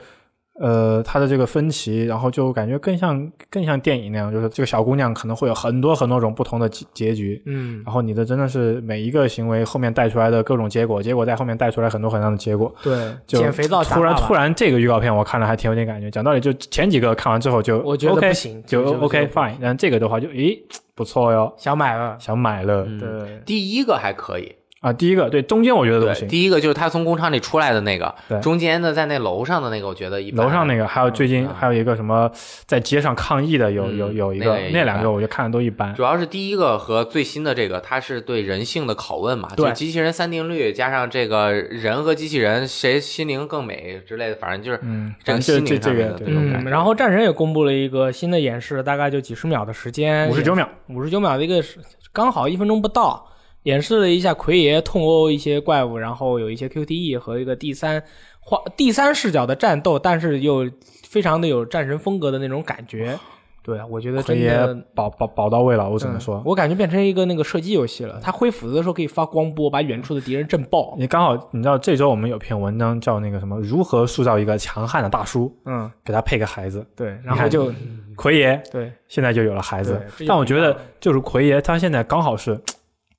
Speaker 1: 呃，它的这个分歧，然后就感觉更像更像电影那样，就是这个小姑娘可能会有很多很多种不同的结结局。
Speaker 2: 嗯，
Speaker 1: 然后你的真的是每一个行为后面带出来的各种结果，结果在后面带出来很多很多的结果。
Speaker 2: 对，
Speaker 1: 就
Speaker 2: 减肥皂
Speaker 1: 突然突
Speaker 2: 然，
Speaker 1: 然这个预告片我看了还挺有点感觉。讲道理，就前几个看完之后就
Speaker 2: 我觉得
Speaker 1: OK,
Speaker 2: 不行
Speaker 1: 就
Speaker 2: 就就
Speaker 1: OK
Speaker 2: 就
Speaker 1: fine。但这个的话就咦不错哟，
Speaker 2: 想买了，
Speaker 1: 想买了。
Speaker 3: 嗯
Speaker 2: 对，
Speaker 3: 第一个还可以，
Speaker 1: 啊，第一个对中间我觉得都不
Speaker 3: 对，
Speaker 1: 行，
Speaker 3: 第一个就是他从工厂里出来的那个
Speaker 1: 对，
Speaker 3: 中间的在那楼上的那个，我觉得一般啊
Speaker 1: 楼上那个，还有最近
Speaker 3: 嗯
Speaker 1: 还有一个什么在街上抗议的，有
Speaker 3: 嗯
Speaker 1: 有有一
Speaker 3: 那
Speaker 1: 个
Speaker 3: 个也，一
Speaker 1: 那两
Speaker 3: 般
Speaker 1: 个我就看的都一般
Speaker 3: 主。要是第一个和最新的这个，它是对人性的拷问嘛，
Speaker 2: 对
Speaker 3: 就机器人三定律加上这个人和机器人谁心灵更美之类的，反正就是
Speaker 1: 嗯，
Speaker 3: 这
Speaker 1: 反
Speaker 3: 个
Speaker 1: 正
Speaker 3: 心
Speaker 1: 这
Speaker 3: 灵
Speaker 1: 这
Speaker 3: 上面
Speaker 1: 个
Speaker 3: 的
Speaker 1: 对
Speaker 3: 那种
Speaker 1: 嗯
Speaker 3: 感
Speaker 2: 嗯，
Speaker 3: 觉
Speaker 2: 然后战神也公布了一个新的演示，大概就几十秒的时间，
Speaker 1: 嗯五十九秒，
Speaker 2: 五十九秒的一个是刚好一分钟不到，演示了一下奎爷痛殴一些怪物，然后有一些 QTE 和一个第三画第三视角的战斗，但是又非常的有战神风格的那种感觉。对，我觉得
Speaker 1: 奎
Speaker 2: 真
Speaker 1: 爷
Speaker 2: 的
Speaker 1: 保保保到位了，我只能
Speaker 2: 嗯
Speaker 1: 说，
Speaker 2: 我感觉变成一个那个射击游戏了。他挥斧子的时候可以发光波，把远处的敌人震爆。
Speaker 1: 你刚好你知道这周我们有篇文章叫那个什么如何塑造一个强悍的大叔，
Speaker 2: 嗯，
Speaker 1: 给他配个孩子，
Speaker 2: 对，然后就
Speaker 1: 奎爷
Speaker 2: 对
Speaker 1: 现在就有了孩子
Speaker 2: 对这，就
Speaker 1: 但我觉
Speaker 2: 很
Speaker 1: 得
Speaker 2: 棒了
Speaker 1: 就是奎爷他现在刚好是。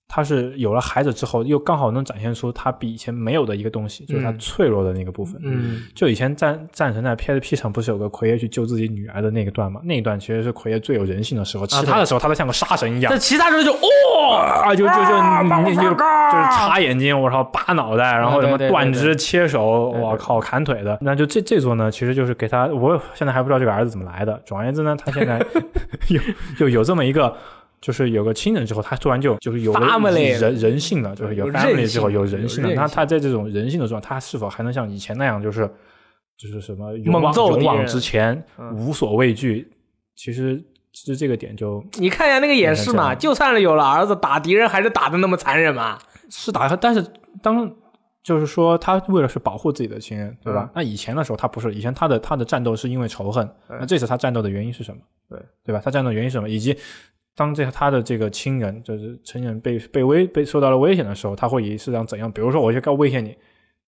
Speaker 1: 他是有了孩子之后，又刚好能展现出他比以前没有的一个东西，就是他
Speaker 2: 嗯
Speaker 1: 脆弱的那个部分。
Speaker 2: 嗯
Speaker 1: 就以前战战神在 PSP 上不是有个奎爷去救自己女儿的那一段嘛？那一段其实是奎爷最有人性的时候，其他的时候他都像个杀神一样
Speaker 2: 但，其他时候就哦，
Speaker 1: 啊，就就就你就就是插眼睛，我操，扒脑袋，然后什么
Speaker 2: 对对对
Speaker 1: 断肢、切手，
Speaker 2: 对对
Speaker 1: 我靠，砍腿的。那就这这座呢，其实就是给他，我现在还不知道这个儿子怎么来的。总而言之呢，他现 在有就有这么一个。就是有个亲人之后，他突然就就是有了
Speaker 2: Family
Speaker 1: 人人性了，就是有
Speaker 2: 有
Speaker 1: family
Speaker 2: 韧
Speaker 1: 之后
Speaker 2: 性
Speaker 1: 有人性
Speaker 2: 有
Speaker 1: 了。
Speaker 2: 韧
Speaker 1: 那
Speaker 2: 性
Speaker 1: 他在这种人性的状态，他是否还能像以前那样，就是就是什么勇
Speaker 2: 猛
Speaker 1: 往
Speaker 2: 揍
Speaker 1: 勇
Speaker 2: 敌
Speaker 1: 往
Speaker 2: 人
Speaker 1: 直前，
Speaker 2: 嗯
Speaker 1: 无所畏惧？其实其实这个点就
Speaker 2: 你看一下那个演示
Speaker 1: 你看这
Speaker 2: 嘛，
Speaker 1: 样
Speaker 2: 就算是有了儿子，打敌人还是打的那么残忍嘛。
Speaker 1: 是打他，但是当就是说他为了是保护自己的亲人，对
Speaker 2: 嗯
Speaker 1: 吧？那以前的时候他不是，以前他的他的战斗是因为仇恨，
Speaker 2: 对
Speaker 1: 那这次他战斗的原因是什么？
Speaker 2: 对
Speaker 1: 对吧？他战斗的原因是什么？以及当这他的这个亲人就是亲人被被危被受到了危险的时候，他会以是让怎样？比如说我就要威胁你。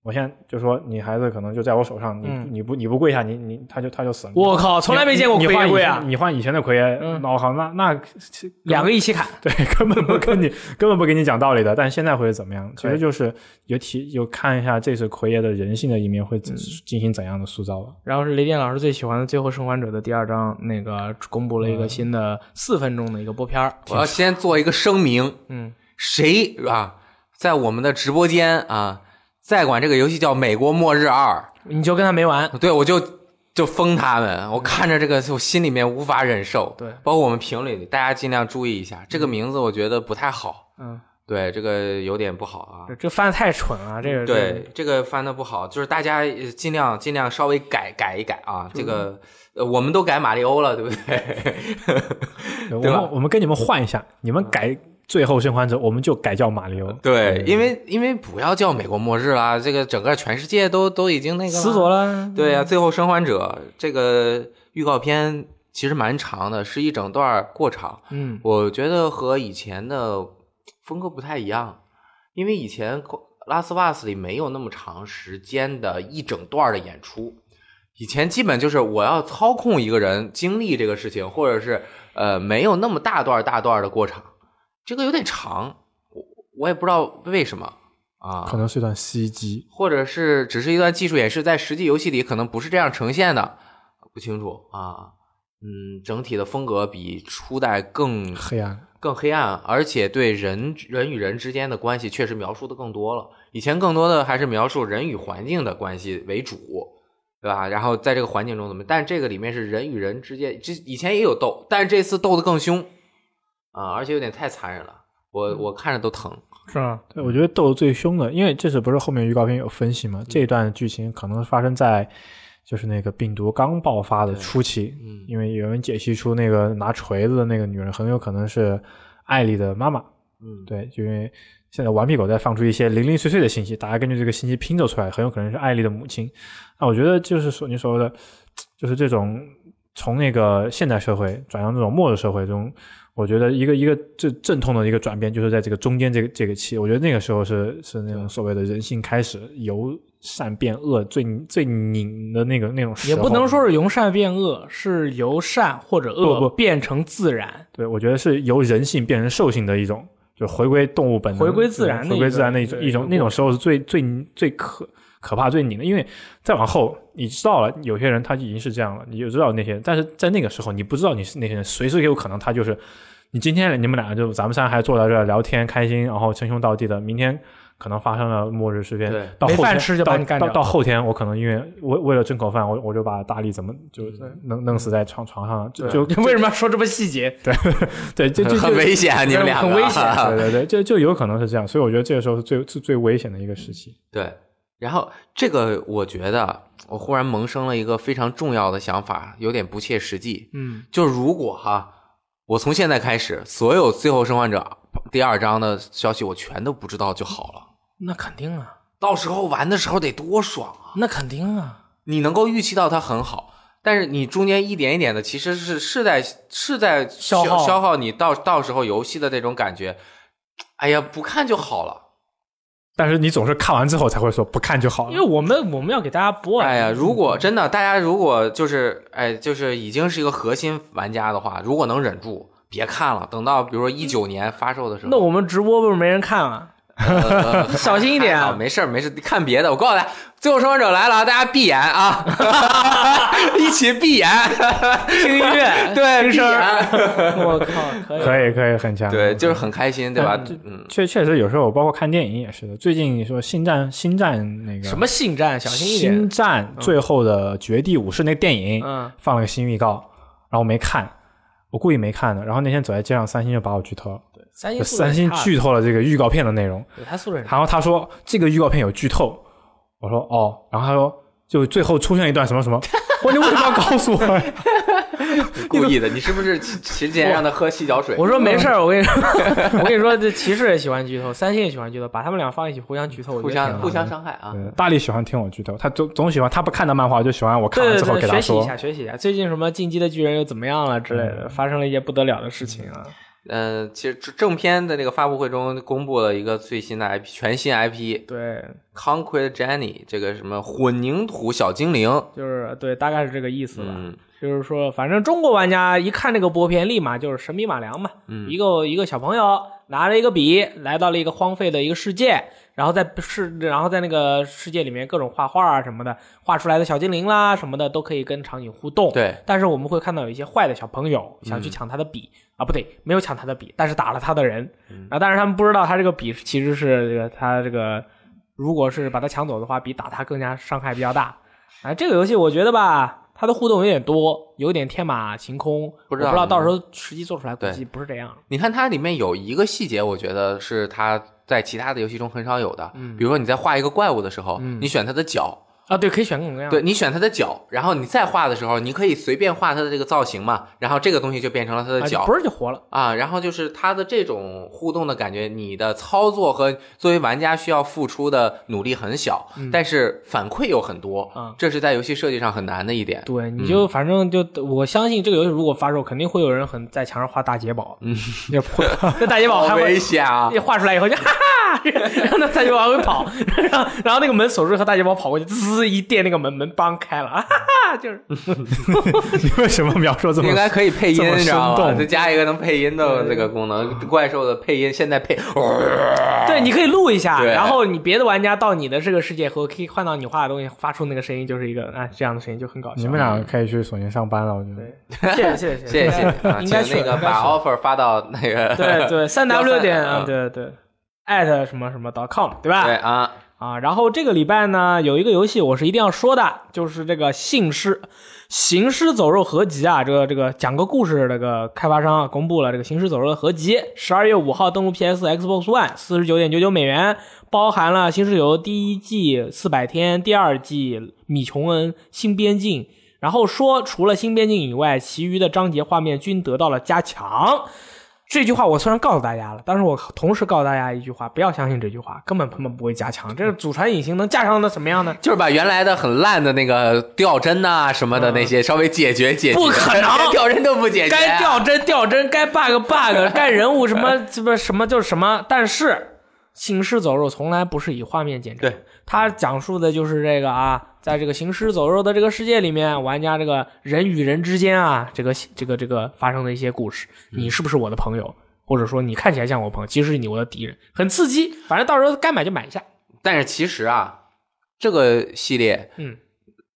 Speaker 1: 我现在就说你孩子可能就在我手上，你、
Speaker 2: 嗯
Speaker 1: 你不你不跪下，你你他就他就死了。
Speaker 2: 我靠，从来没见过
Speaker 1: 你
Speaker 2: 奎
Speaker 1: 你换
Speaker 2: 爷
Speaker 1: 以
Speaker 2: 跪
Speaker 1: 前
Speaker 2: 啊！
Speaker 1: 你换以前的奎爷，
Speaker 2: 嗯
Speaker 1: 那我靠，那那
Speaker 2: 两个一起砍，
Speaker 1: 对，根本不 跟你根本不跟你讲道理的。但现在会是怎么样？其
Speaker 2: 可
Speaker 1: 实
Speaker 2: 以
Speaker 1: 就是有体有看一下这次奎爷的人性的一面会
Speaker 3: 嗯
Speaker 1: 怎进行怎样的塑造吧。
Speaker 2: 然后是雷电老师最喜欢的《最后生还者》的第二章，那个公布了一个新的四分钟的一个播片儿。
Speaker 3: 我要先做一个声明，
Speaker 2: 嗯，
Speaker 3: 谁啊，在我们的直播间啊，再管这个游戏叫《美国末日二
Speaker 2: 你就跟他没完。》，
Speaker 3: 对我就。就封他们，我看着这个，我心里面无法忍受。
Speaker 2: 对
Speaker 3: 嗯包括我们评论里，大家尽量注意一下，这个名字我觉得不太好。
Speaker 2: 嗯，
Speaker 3: 对，这个有点不好啊
Speaker 2: 这。这翻的太蠢了，这个
Speaker 3: 对，这个翻的不好，就是大家呃尽量尽量稍微改改一改啊。这个呃我们都改马里欧了，对不对？
Speaker 1: 我
Speaker 3: 对吧嗯
Speaker 1: 们我们跟你们换一下，你们改《最后生还者》，我们就改叫马里奥。
Speaker 3: 对，因为因为不要叫美国末日啦，这个整个全世界都都已经那个
Speaker 2: 思索了，
Speaker 3: 对呀、最后生还者这个预告片其实蛮长的，是一整段儿过场。
Speaker 2: 嗯，
Speaker 3: 我觉得和以前的风格不太一样，因为以前《拉斯瓦斯》里没有那么长时间的一整段的演出，以前基本就是我要操控一个人经历这个事情，或者是呃没有那么大段大段的过场，这个有点长，我我也不知道为什么啊
Speaker 1: 可，能是一段 CG，
Speaker 3: 或者是只是一段技术演示，在实际游戏里可能不是这样呈现的，不清楚啊。嗯，整体的风格比初代更
Speaker 1: 黑暗。
Speaker 3: 更黑暗，而且对人人与人之间的关系确实描述的更多了。以前更多的还是描述人与环境的关系为主，对吧？然后在这个环境中怎么，但这个里面是人与人之间，之以前也有斗，但是这次斗的更凶啊、而且有点太残忍了，我
Speaker 2: 嗯
Speaker 3: 我看着都疼。
Speaker 2: 是吗？
Speaker 1: 对，我觉得斗得最凶的，因为这次不是后面预告片有分析嘛，
Speaker 3: 嗯
Speaker 1: 这段剧情可能发生在就是那个病毒刚爆发的初期，
Speaker 3: 嗯
Speaker 1: 因为有人解析出那个拿锤子的那个女人很有可能是艾丽的妈妈。
Speaker 3: 嗯，
Speaker 1: 对，就因为现在顽皮狗在放出一些零零碎碎的信息，大家根据这个信息拼凑出来，很有可能是艾丽的母亲。那我觉得就是说你所谓的，就是这种从那个现代社会转向这种末日社会中，我觉得一个一个这阵痛的一个转变，就是在这个中间这个这个期，我觉得那个时候是是那种所谓的人性开始由善变恶最最拧的那个那种时
Speaker 2: 也
Speaker 1: 候，
Speaker 2: 不能说是由善变恶，是由善或者恶
Speaker 1: 不不
Speaker 2: 变成自然。
Speaker 1: 对，我觉得是由人性变成兽性的一种，就回归动物本能，
Speaker 2: 回归自然的
Speaker 1: 对回
Speaker 2: 一
Speaker 1: 归
Speaker 2: 个
Speaker 1: 自然的一
Speaker 2: 对
Speaker 1: 种
Speaker 2: 一
Speaker 1: 一
Speaker 2: 个
Speaker 1: 种那
Speaker 2: 过
Speaker 1: 种时候是最最最可可怕、最拧的，因为再往后你知道了，有些人他已经是这样了，你就知道那些人，但是在那个时候你不知道你是那些人，随时也有可能他就是你今天你们俩就咱们仨还坐在这儿聊天开心，然后称兄道弟的，明天。可能发生了末日事件
Speaker 3: 对，
Speaker 1: 到
Speaker 2: 没
Speaker 1: 后
Speaker 2: 饭
Speaker 1: 天
Speaker 2: 吃就把
Speaker 1: 到
Speaker 2: 你干
Speaker 1: 到
Speaker 2: 掉
Speaker 1: 到后天，我可能因为为为了挣口饭，我我就把大力怎么就
Speaker 2: 嗯
Speaker 1: 弄弄死在床床上了，就就
Speaker 2: 为什么要说这么细节？
Speaker 1: 对，就 就
Speaker 3: 很危险啊，你们两个
Speaker 2: 很危险
Speaker 3: 啊
Speaker 1: 对对对，就就有可能是这样，所以我觉得这个时候是最是最危险的一个时期。
Speaker 3: 对，然后这个我觉得，我忽然萌生了一个非常重要的想法，有点不切实际。
Speaker 2: 嗯，
Speaker 3: 就是如果哈，我从现在开始，所有《最后生还者》第二章的消息我全都不知道就好了。
Speaker 2: 那肯定啊，
Speaker 3: 到时候玩的时候得多爽啊！
Speaker 2: 那肯定啊，
Speaker 3: 你能够预期到它很好，但是你中间一点一点的，其实是是在是在
Speaker 2: 消耗
Speaker 3: 消耗你到到时候游戏的那种感觉。哎呀，不看就好了。
Speaker 1: 但是你总是看完之后才会说不看就好
Speaker 2: 因
Speaker 1: 了。
Speaker 2: 为我们我们要给大家播啊。
Speaker 3: 哎呀，如果真的大家如果就是哎，就是已经是一个核心玩家的话，如果能忍住，别看了。等到比如说一九年发售的时候，
Speaker 2: 那我们直播不是没人看 了？
Speaker 3: 呃
Speaker 2: 小心一点啊
Speaker 3: 还好没事儿没事儿，看别的。我告诉大家，《最后生还者》来了，啊，大家闭眼啊， 一起闭眼，
Speaker 2: 听音乐，
Speaker 3: 对，
Speaker 2: 听
Speaker 3: 闭
Speaker 2: 声儿。
Speaker 3: 眼，
Speaker 2: 我靠，可
Speaker 1: 可以
Speaker 2: 以。
Speaker 1: 啊可以，很强。
Speaker 3: 对，就是很开心，对吧
Speaker 1: 嗯这？
Speaker 3: 嗯，
Speaker 1: 确确实有时候，包括看电影也是的。最近你说《星战》《星战》那个
Speaker 2: 什么信战，小心一点
Speaker 1: 星。战最后的绝地武士》那电影，
Speaker 2: 嗯，
Speaker 1: 放了个新预告，然后没看，我故意没看的。然后那天走在街上，三星就把我剧透了，
Speaker 2: 三
Speaker 1: 就
Speaker 2: 星素质
Speaker 1: 三星
Speaker 2: 很差
Speaker 1: 剧透了这个预告片的内容。
Speaker 2: 对他素质很差
Speaker 1: 然后他说这个预告片有剧透，我说哦，然后他说就最后出现一段什么什么，我说你为什么要告 诉我呀？
Speaker 3: 故意的，你是不是提提前让他喝洗脚水？
Speaker 2: 我说没事儿，我 跟你说，我跟你说，这骑士也喜欢剧透，三星也喜欢剧透，把他们俩放一起互相剧透，我
Speaker 3: 互
Speaker 2: 觉得挺
Speaker 3: 相
Speaker 2: 好
Speaker 3: 互相伤害啊！
Speaker 1: 对大力喜欢听我剧透，他总总喜欢他不看的漫画就喜欢 我看
Speaker 2: 对
Speaker 1: 完之后
Speaker 2: 对
Speaker 1: 给
Speaker 2: 对，
Speaker 1: 他
Speaker 2: 学习
Speaker 1: 说
Speaker 2: 一下，学习一下。最近什么《进击的巨人》又怎么样了之类的，发生了一些不得了的事情啊。
Speaker 3: 嗯，其实正片的那个发布会中公布了一个最新的 IP，全新 IP
Speaker 2: 对，
Speaker 3: 《Concrete Jenny》这个什么混凝土小精灵，
Speaker 2: 就是对，大概是这个意思吧。
Speaker 3: 嗯
Speaker 2: 就是说，反正中国玩家一看这个播片，立马就是神笔马良嘛，
Speaker 3: 嗯
Speaker 2: 一个一个小朋友拿着一个笔，来到了一个荒废的一个世界，然后在世，然后在那个世界里面各种画画啊什么的，画出来的小精灵啦什么的都可以跟场景互动。
Speaker 3: 对，
Speaker 2: 但是我们会看到有一些坏的小朋友
Speaker 3: 嗯
Speaker 2: 想去抢他的笔、啊，不对，没有抢他的笔，但是打了他的人。
Speaker 3: 嗯
Speaker 2: 然后但是他们不知道他这个笔是其实是这个他这个，哎如果是把他抢走的话，比打他更加伤害比较大。啊，这个游戏我觉得吧，它的互动有点多，有点天马行空，
Speaker 3: 不知道嗯
Speaker 2: 我不知道到时候实际做出来估
Speaker 3: 对
Speaker 2: 计不是这样。
Speaker 3: 你看它里面有一个细节，我觉得是它在其他的游戏中很少有的，
Speaker 2: 嗯
Speaker 3: 比如说你在画一个怪物的时候，你选它的脚，
Speaker 2: 啊，对，可以选各种各样的。
Speaker 3: 对你选它的脚，然后你再画的时候，你可以随便画它的这个造型嘛，然后这个东西就变成了它的
Speaker 2: 啊，
Speaker 3: 脚
Speaker 2: 不是就活了。
Speaker 3: 啊，然后就是它的这种互动的感觉，你的操作和作为玩家需要付出的努力很小，但是反馈有很多，
Speaker 2: 嗯
Speaker 3: 这是在游戏设计上很难的一点。
Speaker 2: 对，你就反正就我相信这个游戏如果发售，肯定会有人很在墙上画大捷宝，嗯，就会 那大捷宝
Speaker 3: 好
Speaker 2: 还会
Speaker 3: 危险啊！
Speaker 2: 一画出来以后就哈哈，然后那大捷宝还会跑，然后然后那个门锁住和大捷宝跑过去，滋一电那个门，门梆开了，啊哈哈，就是
Speaker 1: 你为什么描述这么
Speaker 3: 应该可以配音，
Speaker 1: 这么
Speaker 3: 你知道
Speaker 1: 生
Speaker 3: 吗？
Speaker 1: 动
Speaker 3: 再加一个能配音的这个功能，怪兽的配音现在 配，
Speaker 2: 对，你可以录一下，
Speaker 3: 对
Speaker 2: 然后你别的玩家到你的这个世界和可以换到你画的东西，发出那个声音就是一个啊这样的声音就很搞笑。
Speaker 1: 你们俩可以去索尼上班了，我觉得。
Speaker 2: 谢谢谢谢
Speaker 3: 谢谢谢谢啊，
Speaker 2: 应该
Speaker 3: 请
Speaker 2: 是
Speaker 3: 那个把 offer 发到那个
Speaker 2: 对对三 w 点
Speaker 3: 13
Speaker 2: 啊对对艾特什么什么 dot com 对吧？
Speaker 3: 对啊，
Speaker 2: 啊，然后这个礼拜呢，有一个游戏我是一定要说的，就是这个《信尸行尸走肉合集》啊，这个这个讲个故事，这个开发商啊公布了这个《行尸走肉》的合集，十二月五号登陆 PS、Xbox One，四十九点九九美元，包含了《行尸走肉》第一季四百天，第二季米琼恩新边境。然后说，除了新边境以外，其余的章节画面均得到了加强。这句话我虽然告诉大家了，但是我同时告诉大家一句话：不要相信这句话，根本他们不会加强。这是祖传隐形能加强到什么样呢？
Speaker 3: 就是把原来的很烂的那个吊针呐、什么的那些稍微解决解决，
Speaker 2: 不可能
Speaker 3: 连吊针都不解决，啊
Speaker 2: 该掉帧掉帧，该 bug bug，该人物什么什么什么就是什么。但是《行尸走肉》从来不是以画面见长，
Speaker 3: 对
Speaker 2: 它讲述的就是这个啊，在这个行尸走肉的这个世界里面，玩家这个人与人之间啊，这个这个这个发生的一些故事。
Speaker 3: 嗯
Speaker 2: 你是不是我的朋友？或者说你看起来像我朋友，其实你我的敌人，很刺激。反正到时候该买就买一下，
Speaker 3: 但是其实啊，这个系列，
Speaker 2: 嗯，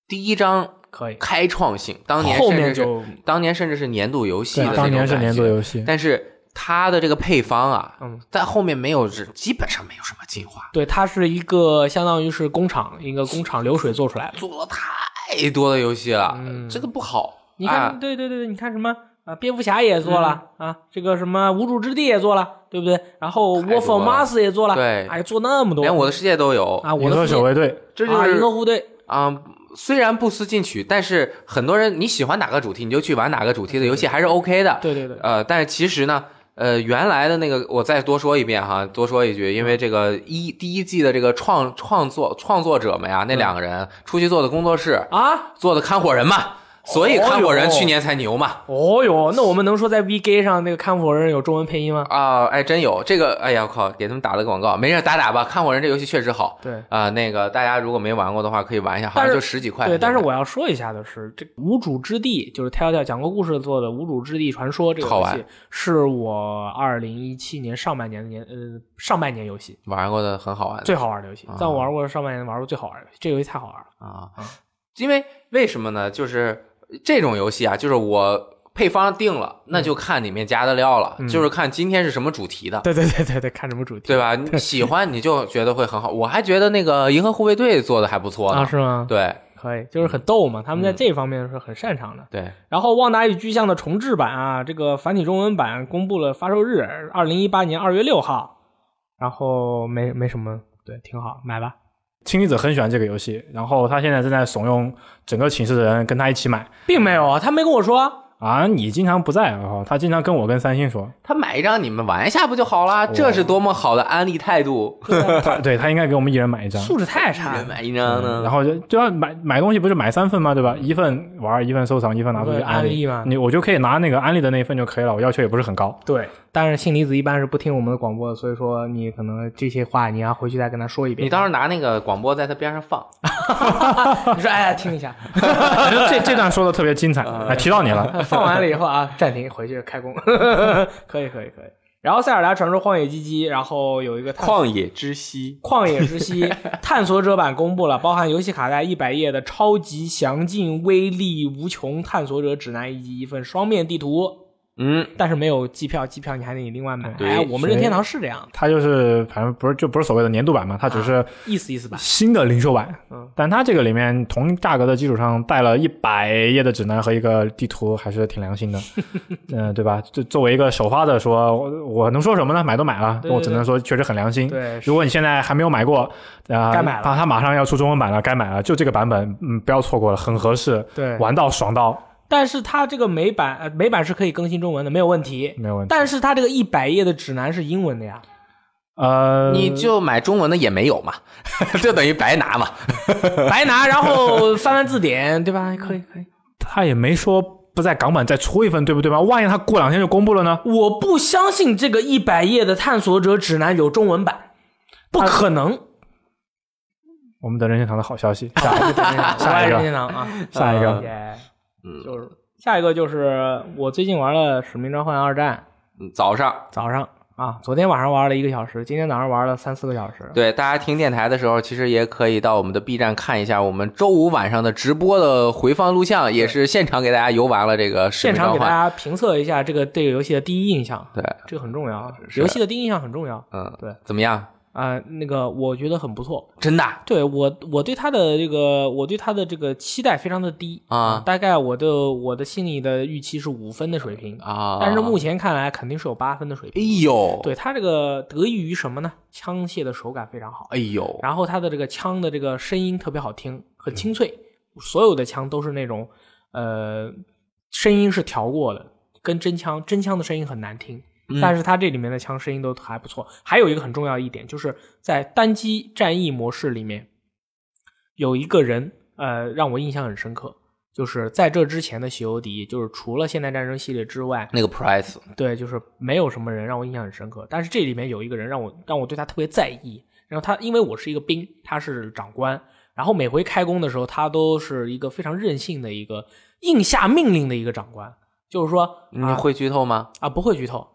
Speaker 3: 第一章
Speaker 2: 可以。
Speaker 3: 开创性，当年
Speaker 2: 后
Speaker 3: 甚
Speaker 2: 面
Speaker 3: 至是
Speaker 2: 就
Speaker 3: 当年甚至是年度游戏的
Speaker 1: 对，
Speaker 3: 那
Speaker 1: 当
Speaker 3: 种
Speaker 1: 年是
Speaker 3: 感
Speaker 1: 年度
Speaker 3: 觉
Speaker 1: 游戏，
Speaker 3: 但是它的这个配方啊，
Speaker 2: 嗯
Speaker 3: 在后面没有是基本上没有什么进化，
Speaker 2: 对，它是一个相当于是工厂一个工厂流水做出来的。
Speaker 3: 做了太多的游戏了，这个不好。
Speaker 2: 嗯你看，
Speaker 3: 啊嗯
Speaker 2: 对对对对，你看什么啊？蝙蝠侠也做了、啊，这个什么无主之地也做了，对不对？然后
Speaker 3: 太多了
Speaker 2: War for Mars 也做了，
Speaker 3: 对
Speaker 2: 哎，做那么多，
Speaker 3: 连我的世界都有
Speaker 2: 啊，
Speaker 1: 银
Speaker 2: 我
Speaker 1: 河
Speaker 2: 的
Speaker 1: 守卫队，
Speaker 3: 这
Speaker 2: 啊，
Speaker 3: 就
Speaker 2: 银
Speaker 3: 是
Speaker 2: 河护队，
Speaker 3: 啊、虽然不思进取，但是很多人你喜欢哪个主题，你就去玩哪个主题的游戏还是 OK 的。
Speaker 2: 对对对，
Speaker 3: 呃，但是其实呢，呃，原来的那个，我再多说一遍哈，多说一
Speaker 2: 嗯
Speaker 3: 句，因为这个一第一季的这个创创作创作者们呀，
Speaker 2: 嗯
Speaker 3: 那两个人出去做的工作室，
Speaker 2: 啊，
Speaker 3: 做的看火人嘛，所以
Speaker 2: 哦
Speaker 3: 看火人
Speaker 2: 哟
Speaker 3: 去年才牛嘛。
Speaker 2: 哦哟，那我们能说在 VGA 上那个看火人有中文配音吗？
Speaker 3: 啊、哎，真有这个，哎呀，我靠，给他们打了个广告，没事打打吧。看火人这游戏确实好，
Speaker 2: 对。
Speaker 3: 啊、那个大家如果没玩过的话，可以玩一下，好
Speaker 2: 但
Speaker 3: 像
Speaker 2: 是
Speaker 3: 就十几块。
Speaker 2: 对，但是我要说一下的是，这《无主之地》就是 Telltale 讲过故事做的《无主之地传说》这个
Speaker 3: 好
Speaker 2: 游
Speaker 3: 玩
Speaker 2: 戏，是我二零一七年上半年的年呃上半年游戏
Speaker 3: 玩过的很好玩的
Speaker 2: 最好玩的游戏
Speaker 3: 啊，
Speaker 2: 在我玩过上半年玩过最好玩的游戏，这游戏太好玩了。
Speaker 3: 啊，因为为什么呢？就是这种游戏啊，就是我配方定了，那就看里面加的料了，就是看今天是什么主题的。
Speaker 2: 对对对对对，看什么主题？
Speaker 3: 嗯对吧？你喜欢你就觉得会很好，我还觉得那个《银河护卫队》做的还不错
Speaker 2: 啊，
Speaker 3: 呢。
Speaker 2: 是吗？
Speaker 3: 对
Speaker 2: 可以，就是很逗嘛，他们在这方面是很擅长的。
Speaker 3: 对，
Speaker 2: 然后《旺达与巨像》的重制版啊，这个繁体中文版公布了发售日，二零一八年二月六号。然后没没什么，对，挺好，买吧。
Speaker 1: 氢离子很喜欢这个游戏，然后他现在正在怂恿整个寝室的人跟他一起买
Speaker 2: 并没有啊，他没跟我说。
Speaker 1: 啊！你经常不在，然后他经常跟我跟三星说，
Speaker 3: 他买一张你们玩一下不就好了？这是多么好的安利态度！
Speaker 1: 他对他应该给我们一人买一张，
Speaker 2: 素质太差了。
Speaker 3: 买一张
Speaker 2: 嗯
Speaker 3: 呢？
Speaker 1: 然后就就要买买东西，不是买三份吗？对吧？一份玩，一份收藏，一份拿出去
Speaker 2: 对安
Speaker 1: 利
Speaker 2: 利嘛
Speaker 1: 你我就可以拿那个安利的那一份就可以了，我要求也不是很 高。
Speaker 2: 对，但是信离子一般是不听我们的广播的，所以说你可能这些话你要回去再跟他说一遍。
Speaker 3: 你到时候拿那个广播在他边上放，
Speaker 2: 你说哎呀，听一下，
Speaker 1: 这这段说的特别精彩，
Speaker 2: 嗯
Speaker 1: 哎，提到你 了。
Speaker 2: 放完了以后啊，暂停，回去开工。 可以可以可以。然后《塞尔达传说：荒野之息》，然后有一个探索
Speaker 3: 旷野之息
Speaker 2: 旷野之息探索者版公布了，包含游戏卡带一百页的超级详尽、威力无穷探索者指南以及一份双面地图。
Speaker 3: 嗯，
Speaker 2: 但是没有机票，机票你还得另外买。
Speaker 3: 对
Speaker 2: 哎，我们
Speaker 1: 所以
Speaker 2: 任天堂是这样的，
Speaker 1: 它就是反正不是就不是所谓的年度版嘛，它只是
Speaker 2: 意思意思吧。
Speaker 1: 新的零售版。
Speaker 2: 啊嗯，
Speaker 1: 但它这个里面同价格的基础上带了一百页的指南和一个地图，还是挺良 心的，嗯、对吧？就作为一个首发的说，我我能说什么呢？买都买了，
Speaker 2: 对对
Speaker 1: 我只能说确实很良心。
Speaker 2: 对，
Speaker 1: 如果你现在还没有买过，啊、
Speaker 2: 该买了
Speaker 1: 它它马上要出中文版了，该买了，就这个版本，嗯，不要错过了，很合适，
Speaker 2: 对。
Speaker 1: 玩到爽到，
Speaker 2: 但是它这个美版，呃，美版是可以更新中文的，没有问题。
Speaker 1: 没有问题。
Speaker 2: 但是它这个一百页的指南是英文的呀，
Speaker 1: 呃，
Speaker 3: 你就买中文的也没有嘛， 就等于白拿嘛。
Speaker 2: 白拿，然后翻翻字典，对吧？可以可以。
Speaker 1: 他也没说不在港版再出一份，对不对吗？万一他过两天就公布了呢？
Speaker 2: 我不相信这个一百页的探索者指南有中文版，不可能。
Speaker 1: 我们等任天堂的好消息。
Speaker 2: 下一个，
Speaker 1: 下
Speaker 2: 下
Speaker 1: 一个
Speaker 2: 任天堂啊，
Speaker 1: 下一个，
Speaker 2: 耶
Speaker 3: 嗯
Speaker 2: 就是下一个就是我最近玩了《使命召唤二战
Speaker 3: 嗯早上》，
Speaker 2: 早上啊，昨天晚上玩了一个小时，今天早上玩了三四个小时。
Speaker 3: 对大家听电台的时候，其实也可以到我们的 B 站看一下我们周五晚上的直播的回放录像，也是现场给大家游玩了这个使
Speaker 2: 现
Speaker 3: 命
Speaker 2: 场
Speaker 3: 召
Speaker 2: 给大
Speaker 3: 唤。
Speaker 2: 家评测一下这个这个游戏的第一印象，
Speaker 3: 对，
Speaker 2: 这个很重要啊。
Speaker 3: 是
Speaker 2: 游戏的第一印象很重要
Speaker 3: 嗯，
Speaker 2: 对，
Speaker 3: 怎么样？
Speaker 2: 啊、那个我觉得很不错。
Speaker 3: 真的啊？
Speaker 2: 对我，我对它的这个，我对它的这个期待非常的低
Speaker 3: 啊
Speaker 2: 大概我的我的心里的预期是五分的水平，
Speaker 3: 啊
Speaker 2: 嗯但是目前看来肯定是有八分的水
Speaker 3: 哎
Speaker 2: 平。
Speaker 3: 呦，
Speaker 2: 对它这个得益于什么呢？枪械的手感非常好，
Speaker 3: 哎呦，
Speaker 2: 然后它的这个枪的这个声音特别好听，很清脆。所有的枪都是那种，呃，声音是调过的，跟真枪真枪的声音很难听，但是它这里面的枪声音都还不错。还有一个很重要一点，就是在单机战役模式里面，有一个人，呃，让我印象很深刻，就是在这之前的西游迪，就是除了现代战争系列之外，
Speaker 3: 那个 price，
Speaker 2: 对，就是没有什么人让我印象很深刻，但是这里面有一个人让我让我对他特别在意。然后他因为我是一个兵，他是长官，然后每回开工的时候，他都是一个非常任性的一个硬下命令的一个长官，就是说
Speaker 3: 你
Speaker 2: 啊
Speaker 3: 会剧透吗？
Speaker 2: 啊不会剧透，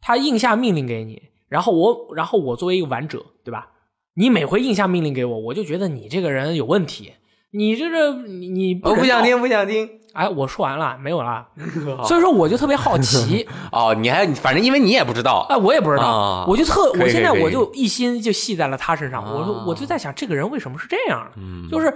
Speaker 2: 他硬下命令给你，然后我然后我作为一个玩者，对吧？你每回硬下命令给我，我就觉得你这个人有问题，你这个你你
Speaker 3: 我不
Speaker 2: 人
Speaker 3: 想
Speaker 2: 道
Speaker 3: 听，不想听。
Speaker 2: 哎，我说完了没有 了，所以说我就特别好奇。
Speaker 3: 哦，你还反正因为你也不知道，
Speaker 2: 哎，我也不知道，
Speaker 3: 啊
Speaker 2: 我就特，
Speaker 3: 可以
Speaker 2: 我现在
Speaker 3: 可以
Speaker 2: 我就一心就系在了他身上。
Speaker 3: 啊
Speaker 2: 我就我就在想，这个人为什么是这样的？
Speaker 3: 嗯
Speaker 2: 就是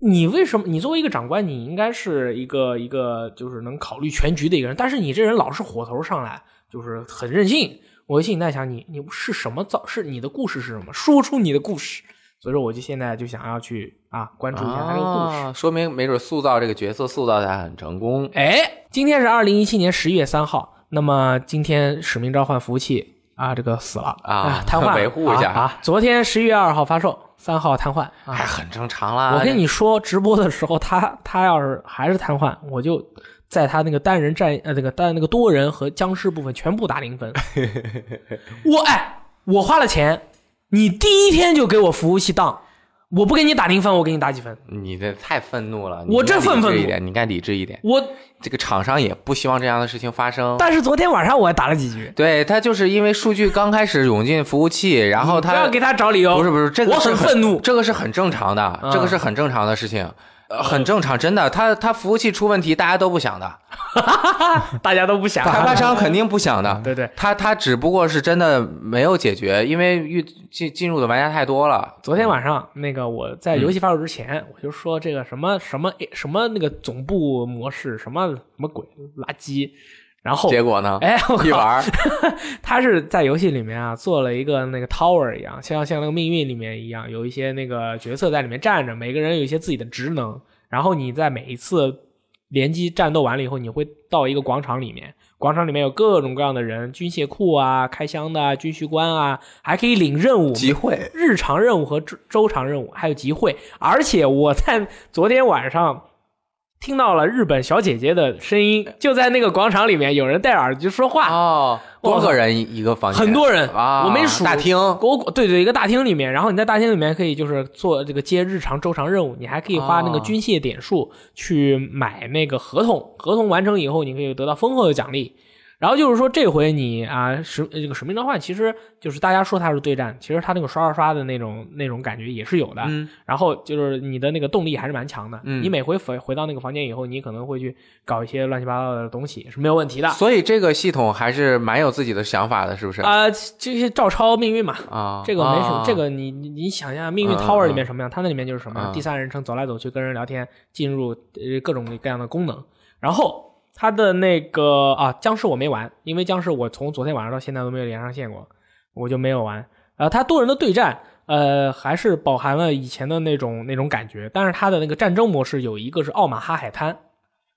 Speaker 2: 你为什么？你作为一个长官，你应该是一个一个就是能考虑全局的一个人，但是你这人老是火头上来，就是很任性。我心里在想，你你是什么造？是你的故事是什么？说出你的故事。所以说，我就现在就想要去啊关注一下他这个故事。
Speaker 3: 啊，说明没准塑造这个角色塑造的还很成功。
Speaker 2: 哎，今天是二零一七年十一月三号，那么今天《使命召唤》服务器啊，这个死了
Speaker 3: 啊
Speaker 2: 瘫痪了，
Speaker 3: 维护一下
Speaker 2: 啊。啊昨天十一月二号发售，三号瘫痪
Speaker 3: 哎，
Speaker 2: 啊。
Speaker 3: 很正常啦。
Speaker 2: 我跟你说，直播的时候他他要是还是瘫痪，我就在他那个单人战呃那个单那个多人和僵尸部分全部打零 分。我哎，我花了钱，你第一天就给我服务器当，我不给你打零分，我给你打几分？
Speaker 3: 你这太愤怒了，
Speaker 2: 我这愤
Speaker 3: 愤
Speaker 2: 愤怒
Speaker 3: 一点，你应该理智一点。
Speaker 2: 我
Speaker 3: 这个厂商也不希望这样的事情发生。
Speaker 2: 但是昨天晚上我还打了几局，
Speaker 3: 对他就是因为数据刚开始涌进服务器，然后
Speaker 2: 不要
Speaker 3: 他
Speaker 2: 给他找理由。
Speaker 3: 不是不是，这个
Speaker 2: 我
Speaker 3: 是
Speaker 2: 很愤怒嗯
Speaker 3: 这个是很正常的，这个是很正常的事情，呃很正常，真的。他他服务器出问题，大家都不想的，
Speaker 2: 大家都不想。嗯
Speaker 3: 开发商肯定不想的。
Speaker 2: 对对，
Speaker 3: 他他只不过是真的没有解决，因为遇进进入的玩家太多了。
Speaker 2: 昨天晚上那个我在游戏发售之前，
Speaker 3: 嗯
Speaker 2: 我就说这个什么什么诶什么那个总部模式什么什么鬼垃圾，然后
Speaker 3: 结果呢？
Speaker 2: 哎我
Speaker 3: 一玩
Speaker 2: 靠，
Speaker 3: 儿，
Speaker 2: 他是在游戏里面啊做了一个那个 tower 一样，像像那个命运里面一样，有一些那个角色在里面站着，每个人有一些自己的职能，然后你在每一次联机战斗完了以后，你会到一个广场里面，广场里面有各种各样的人，军械库啊、开箱的啊、军需官啊，还可以领任务，
Speaker 3: 集会
Speaker 2: 日常任务和周周长任务，还有集会。而且我在昨天晚上听到了日本小姐姐的声音，就在那个广场里面，有人戴耳机说话，
Speaker 3: 哦，多个人一个房间，
Speaker 2: 很多人，
Speaker 3: 啊，
Speaker 2: 我没数。嗯
Speaker 3: 大厅
Speaker 2: 我对对，一个大厅里面，然后你在大厅里面可以就是做这个接日常周长任务，你还可以花那个
Speaker 3: 哦
Speaker 2: 军械点数去买那个合同，合同完成以后你可以得到丰厚的奖励。然后就是说这回你啊，使呃这个使命召唤其实就是大家说它是对战，其实它那个刷刷刷的那种那种感觉也是有的。
Speaker 3: 嗯
Speaker 2: 然后就是你的那个动力还是蛮强的。
Speaker 3: 嗯
Speaker 2: 你每回回回到那个房间以后，你可能会去搞一些乱七八糟的东西是没有问题的。
Speaker 3: 所以这个系统还是蛮有自己的想法的，是不是？
Speaker 2: 啊啊、这些照抄命运嘛，
Speaker 3: 啊，
Speaker 2: 这个没什么，
Speaker 3: 啊
Speaker 2: 这个你你你想一下，《命运
Speaker 3: 嗯
Speaker 2: Tower》里
Speaker 3: 嗯
Speaker 2: 面什么样，它那里面就是什么样，
Speaker 3: 嗯
Speaker 2: 第三人称走来走去，跟人聊天，进入呃各种各样的功能。然后它的那个啊，僵尸我没玩，因为僵尸我从昨天晚上到现在都没有连上线过，我就没有玩。呃，它多人的对战，呃，还是饱含了以前的那种那种感觉，但是它的那个战争模式有一个是奥马哈海滩，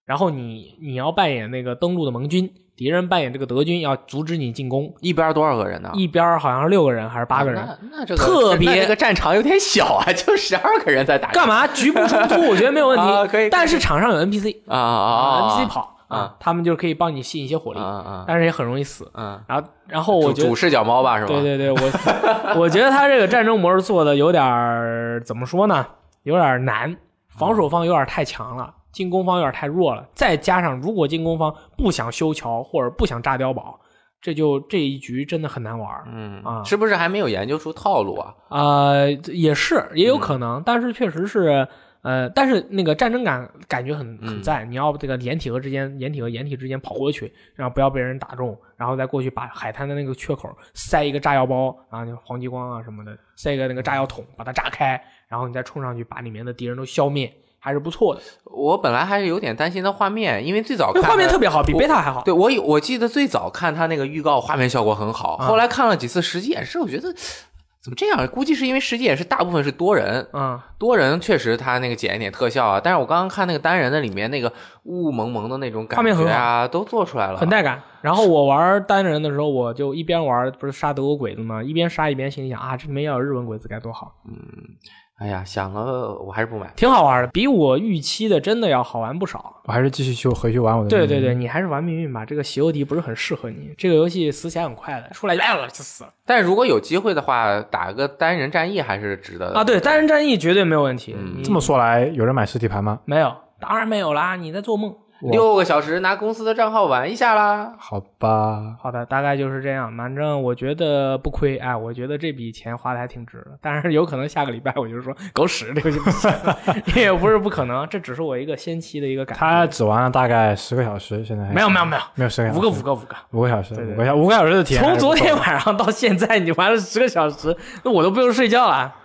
Speaker 2: 然后你你要扮演那个登陆的盟军，敌人扮演这个德军，要阻止你进攻。
Speaker 3: 一边多少个人呢？
Speaker 2: 一边儿好像是六个人还是八个人，
Speaker 3: 啊那那这个
Speaker 2: 特别
Speaker 3: 那这个战场有点小啊，就十二个人在打
Speaker 2: 干嘛局部冲突，我觉得没有问题。
Speaker 3: 啊可以
Speaker 2: 但是场上有 NPC
Speaker 3: 啊啊啊
Speaker 2: ，NPC
Speaker 3: 啊
Speaker 2: 跑
Speaker 3: 啊
Speaker 2: 啊，他们就是可以帮你吸引一些火力，
Speaker 3: 啊啊
Speaker 2: 但是也很容易死。
Speaker 3: 嗯，
Speaker 2: 然后，然后哦我
Speaker 3: 主
Speaker 2: 觉得
Speaker 3: 主，视角猫吧是吧？
Speaker 2: 对对对，我 我觉得他这个战争模式做的有点儿怎么说呢？有点儿难，防守方有点儿太强了。进攻方有点儿太弱了，再加上如果进攻方不想修桥或者不想炸碉堡，这就这一局真的很难玩儿。
Speaker 3: 嗯
Speaker 2: 啊
Speaker 3: 是不是还没有研究出套路啊？
Speaker 2: 呃，也是也有可能，但是确实是，呃，但是那个战争感感觉很很在，你要这个掩体和之间，掩体和掩体之间跑过去，然后不要被人打中，然后再过去把海滩的那个缺口塞一个炸药包啊，那个黄极光啊什么的，塞一个那个炸药桶把它炸开，然后你再冲上去把里面的敌人都消灭，还是不错的。
Speaker 3: 我本来还是有点担心它画面，因为最早
Speaker 2: 这
Speaker 3: 看
Speaker 2: 画面
Speaker 3: 它
Speaker 2: 特别好，比
Speaker 3: 我
Speaker 2: 贝塔还好。
Speaker 3: 对我有我记得最早看他那个预告，画面效果很好，
Speaker 2: 啊
Speaker 3: 后来看了几次实际演示，我觉得怎么这样？估计是因为实际演示大部分是多人，
Speaker 2: 嗯，
Speaker 3: 多人确实他那个剪一点特效啊，但是我刚刚看那个单人的里面那个雾雾蒙蒙的那种感
Speaker 2: 画面
Speaker 3: 觉
Speaker 2: 很
Speaker 3: 啊，都做出来了，
Speaker 2: 很带感。然后我玩单人的时候，我就一边玩不是杀德国鬼子吗？一边杀一边心里想啊，这里面要有日本鬼子该多好。
Speaker 3: 哎呀，想了我还是不买。
Speaker 2: 挺好玩的，比我预期的真的要好玩不少。
Speaker 1: 我还是继续去回去玩我的。
Speaker 2: 对对对，，你还是玩命运吧，这个邪恶敌不是很适合你。这个游戏死起来很快的，出来哎呀就死了
Speaker 3: 但是如果有机会的话，打个单人战役还是值得的
Speaker 2: 啊！对，单人战役绝对没有问题。
Speaker 3: 呃嗯
Speaker 2: 你
Speaker 1: 这么说来，有人买实体盘吗？
Speaker 2: 没有，当然没有啦，你在做梦。
Speaker 1: 我
Speaker 3: 六个小时拿公司的账号玩一下啦。
Speaker 1: 好吧，
Speaker 2: 好的，大概就是这样。反正我觉得不亏，哎，我觉得这笔钱花的还挺值的。但是有可能下个礼拜我就说狗屎，这个就不行，也不是不可能，这只是我一个先期的一个感
Speaker 1: 他
Speaker 2: 觉。
Speaker 1: 只玩了大概十个小时，现在还
Speaker 2: 没有没有没
Speaker 1: 没有十个
Speaker 2: 有，
Speaker 1: 小时，
Speaker 2: 五个五个五个，
Speaker 1: 五个小时，
Speaker 2: 对对
Speaker 1: 五个小五个小时的体验还
Speaker 2: 从
Speaker 1: 是不
Speaker 2: 昨
Speaker 1: 错的。
Speaker 2: 天晚上到现在，你玩了十个小时，那我都不用睡觉了，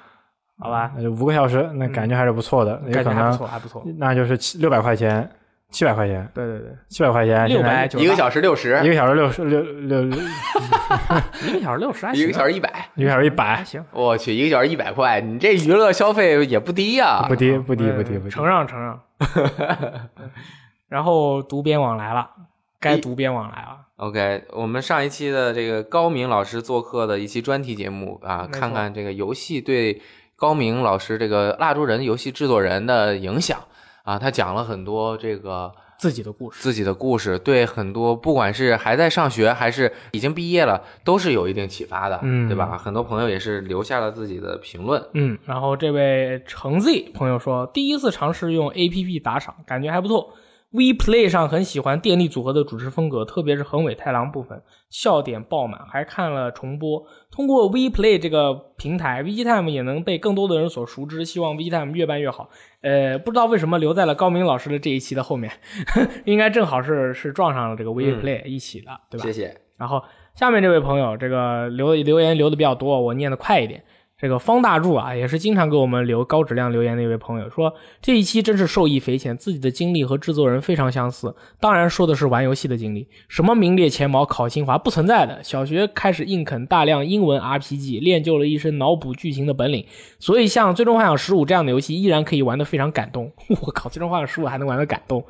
Speaker 2: 好吧？
Speaker 1: 那就五个小时，那感觉还是不错的，有
Speaker 2: 嗯感觉
Speaker 1: 可
Speaker 2: 还不
Speaker 1: 能
Speaker 2: 错，还不错。
Speaker 1: 那就是七六百块钱，七百块钱，
Speaker 2: 对对对，
Speaker 1: 七百块钱，
Speaker 2: 六
Speaker 1: 现在
Speaker 2: 百九
Speaker 3: 一个小时六十
Speaker 1: 一，个小时六十六六六，
Speaker 2: 一个小时六十，还
Speaker 3: 一
Speaker 2: 行
Speaker 3: 个，小时一百，
Speaker 1: 一个小时一
Speaker 2: 还
Speaker 1: 百，
Speaker 2: 行，
Speaker 3: 我去，一个小时一百块，你这娱乐消费也不低啊呀、
Speaker 1: 不低不低不低不低
Speaker 2: 嗯承。让 承让。然后读编网来了，该读编网来了，
Speaker 3: OK，我们上一期的这个高明老师做客的一期专题节目啊，
Speaker 2: 没错
Speaker 3: 看看这个游戏对高明老师这个蜡烛人游戏制作人的影响啊，他讲了很多这个
Speaker 2: 自己的故事。
Speaker 3: 自己的故事，对很多不管是还在上学还是已经毕业了，都是有一定启发的，
Speaker 2: 嗯
Speaker 3: 对吧？很多朋友也是留下了自己的评论，
Speaker 2: 嗯，然后这位橙 Z 朋友说，第一次尝试用 APP 打赏，感觉还不错。V Play 上很喜欢电力组合的主持风格，特别是横尾太郎部分，笑点爆满，还看了重播。通过 V Play 这个平台，VGTime 也能被更多的人所熟知。希望 VGTime 越办越好。呃，不知道为什么留在了高明老师的这一期的后面， 应该正好是是撞上了这个 V Play 一起的，对吧？
Speaker 3: 谢谢。
Speaker 2: 然后下面这位朋友，这个留留言留的比较多，我念的快一点。这个方大柱啊，也是经常给我们留高质量留言的一位朋友，说这一期真是受益匪浅，自己的经历和制作人非常相似。当然说的是玩游戏的经历，什么名列前茅、考清华不存在的。小学开始硬啃大量英文 RPG，练就了一身脑补剧情的本领，所以像《最终幻想十五》这样的游戏依然可以玩得非常感动。 我靠，《最终幻想十五》还能玩得感动，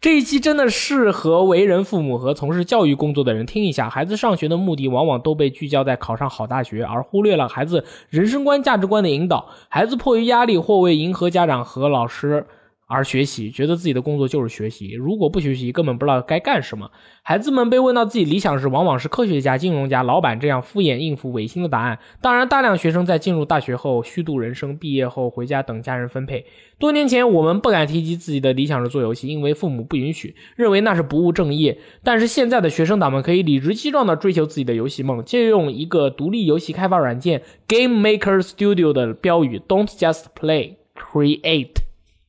Speaker 2: 这一期真的适合为人父母和从事教育工作的人听一下。孩子上学的目的往往都被聚焦在考上好大学，而忽略了孩子人生观、价值观的引导。孩子迫于压力或为迎合家长和老师而学习，觉得自己的工作就是学习。如果不学习，根本不知道该干什么。孩子们被问到自己理想时，往往是科学家、金融家、老板这样敷衍应付、违心的答案。当然，大量学生在进入大学后虚度人生，毕业后回家等家人分配。多年前，我们不敢提及自己的理想是做游戏，因为父母不允许，认为那是不务正业。但是现在的学生党们可以理直气壮地追求自己的游戏梦，借用一个独立游戏开发软件 Game Maker Studio 的标语：“Don't just play, create。”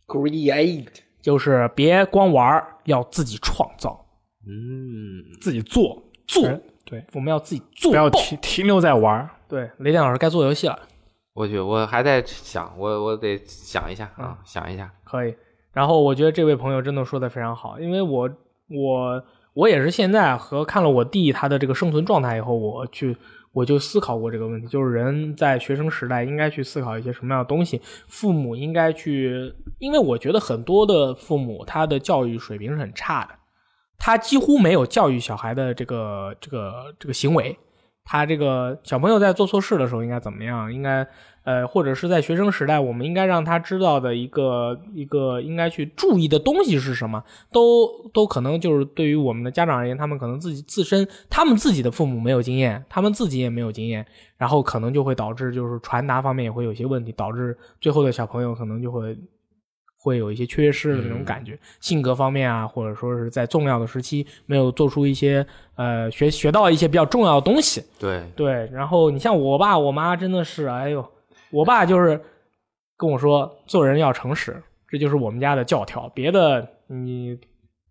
Speaker 4: create
Speaker 2: 就是别光玩儿，要自己创造，
Speaker 3: 嗯
Speaker 1: 自己做
Speaker 2: 做，
Speaker 1: 哎对，
Speaker 2: 我们要自己
Speaker 1: 不
Speaker 2: 做
Speaker 1: 要
Speaker 2: 爆。
Speaker 1: 停停留在玩儿。
Speaker 2: 对，雷电老师该做游戏了，
Speaker 3: 我去，我还在想，我我得想一下啊，
Speaker 2: 嗯
Speaker 3: 想一下。
Speaker 2: 可以。然后我觉得这位朋友真的说的非常好，因为我我我也是现在和看了我弟他的这个生存状态以后，我去我就思考过这个问题，就是人在学生时代应该去思考一些什么样的东西，父母应该去，因为我觉得很多的父母他的教育水平是很差的，他几乎没有教育小孩的这个这个这个行为。他这个小朋友在做错事的时候应该怎么样？应该呃，或者是在学生时代，我们应该让他知道的一个一个应该去注意的东西是什么？都都可能就是对于我们的家长而言，他们可能自己自身，他们自己的父母没有经验，他们自己也没有经验，然后可能就会导致就是传达方面也会有些问题，导致最后的小朋友可能就会会有一些缺失的那种感觉，性格方面啊，或者说是在重要的时期没有做出一些呃学学到一些比较重要的东西。
Speaker 3: 对，
Speaker 2: 对，然后你像我爸我妈真的是，哎 呦，我爸就是跟我说做人要诚实，这就是我们家的教条，别的你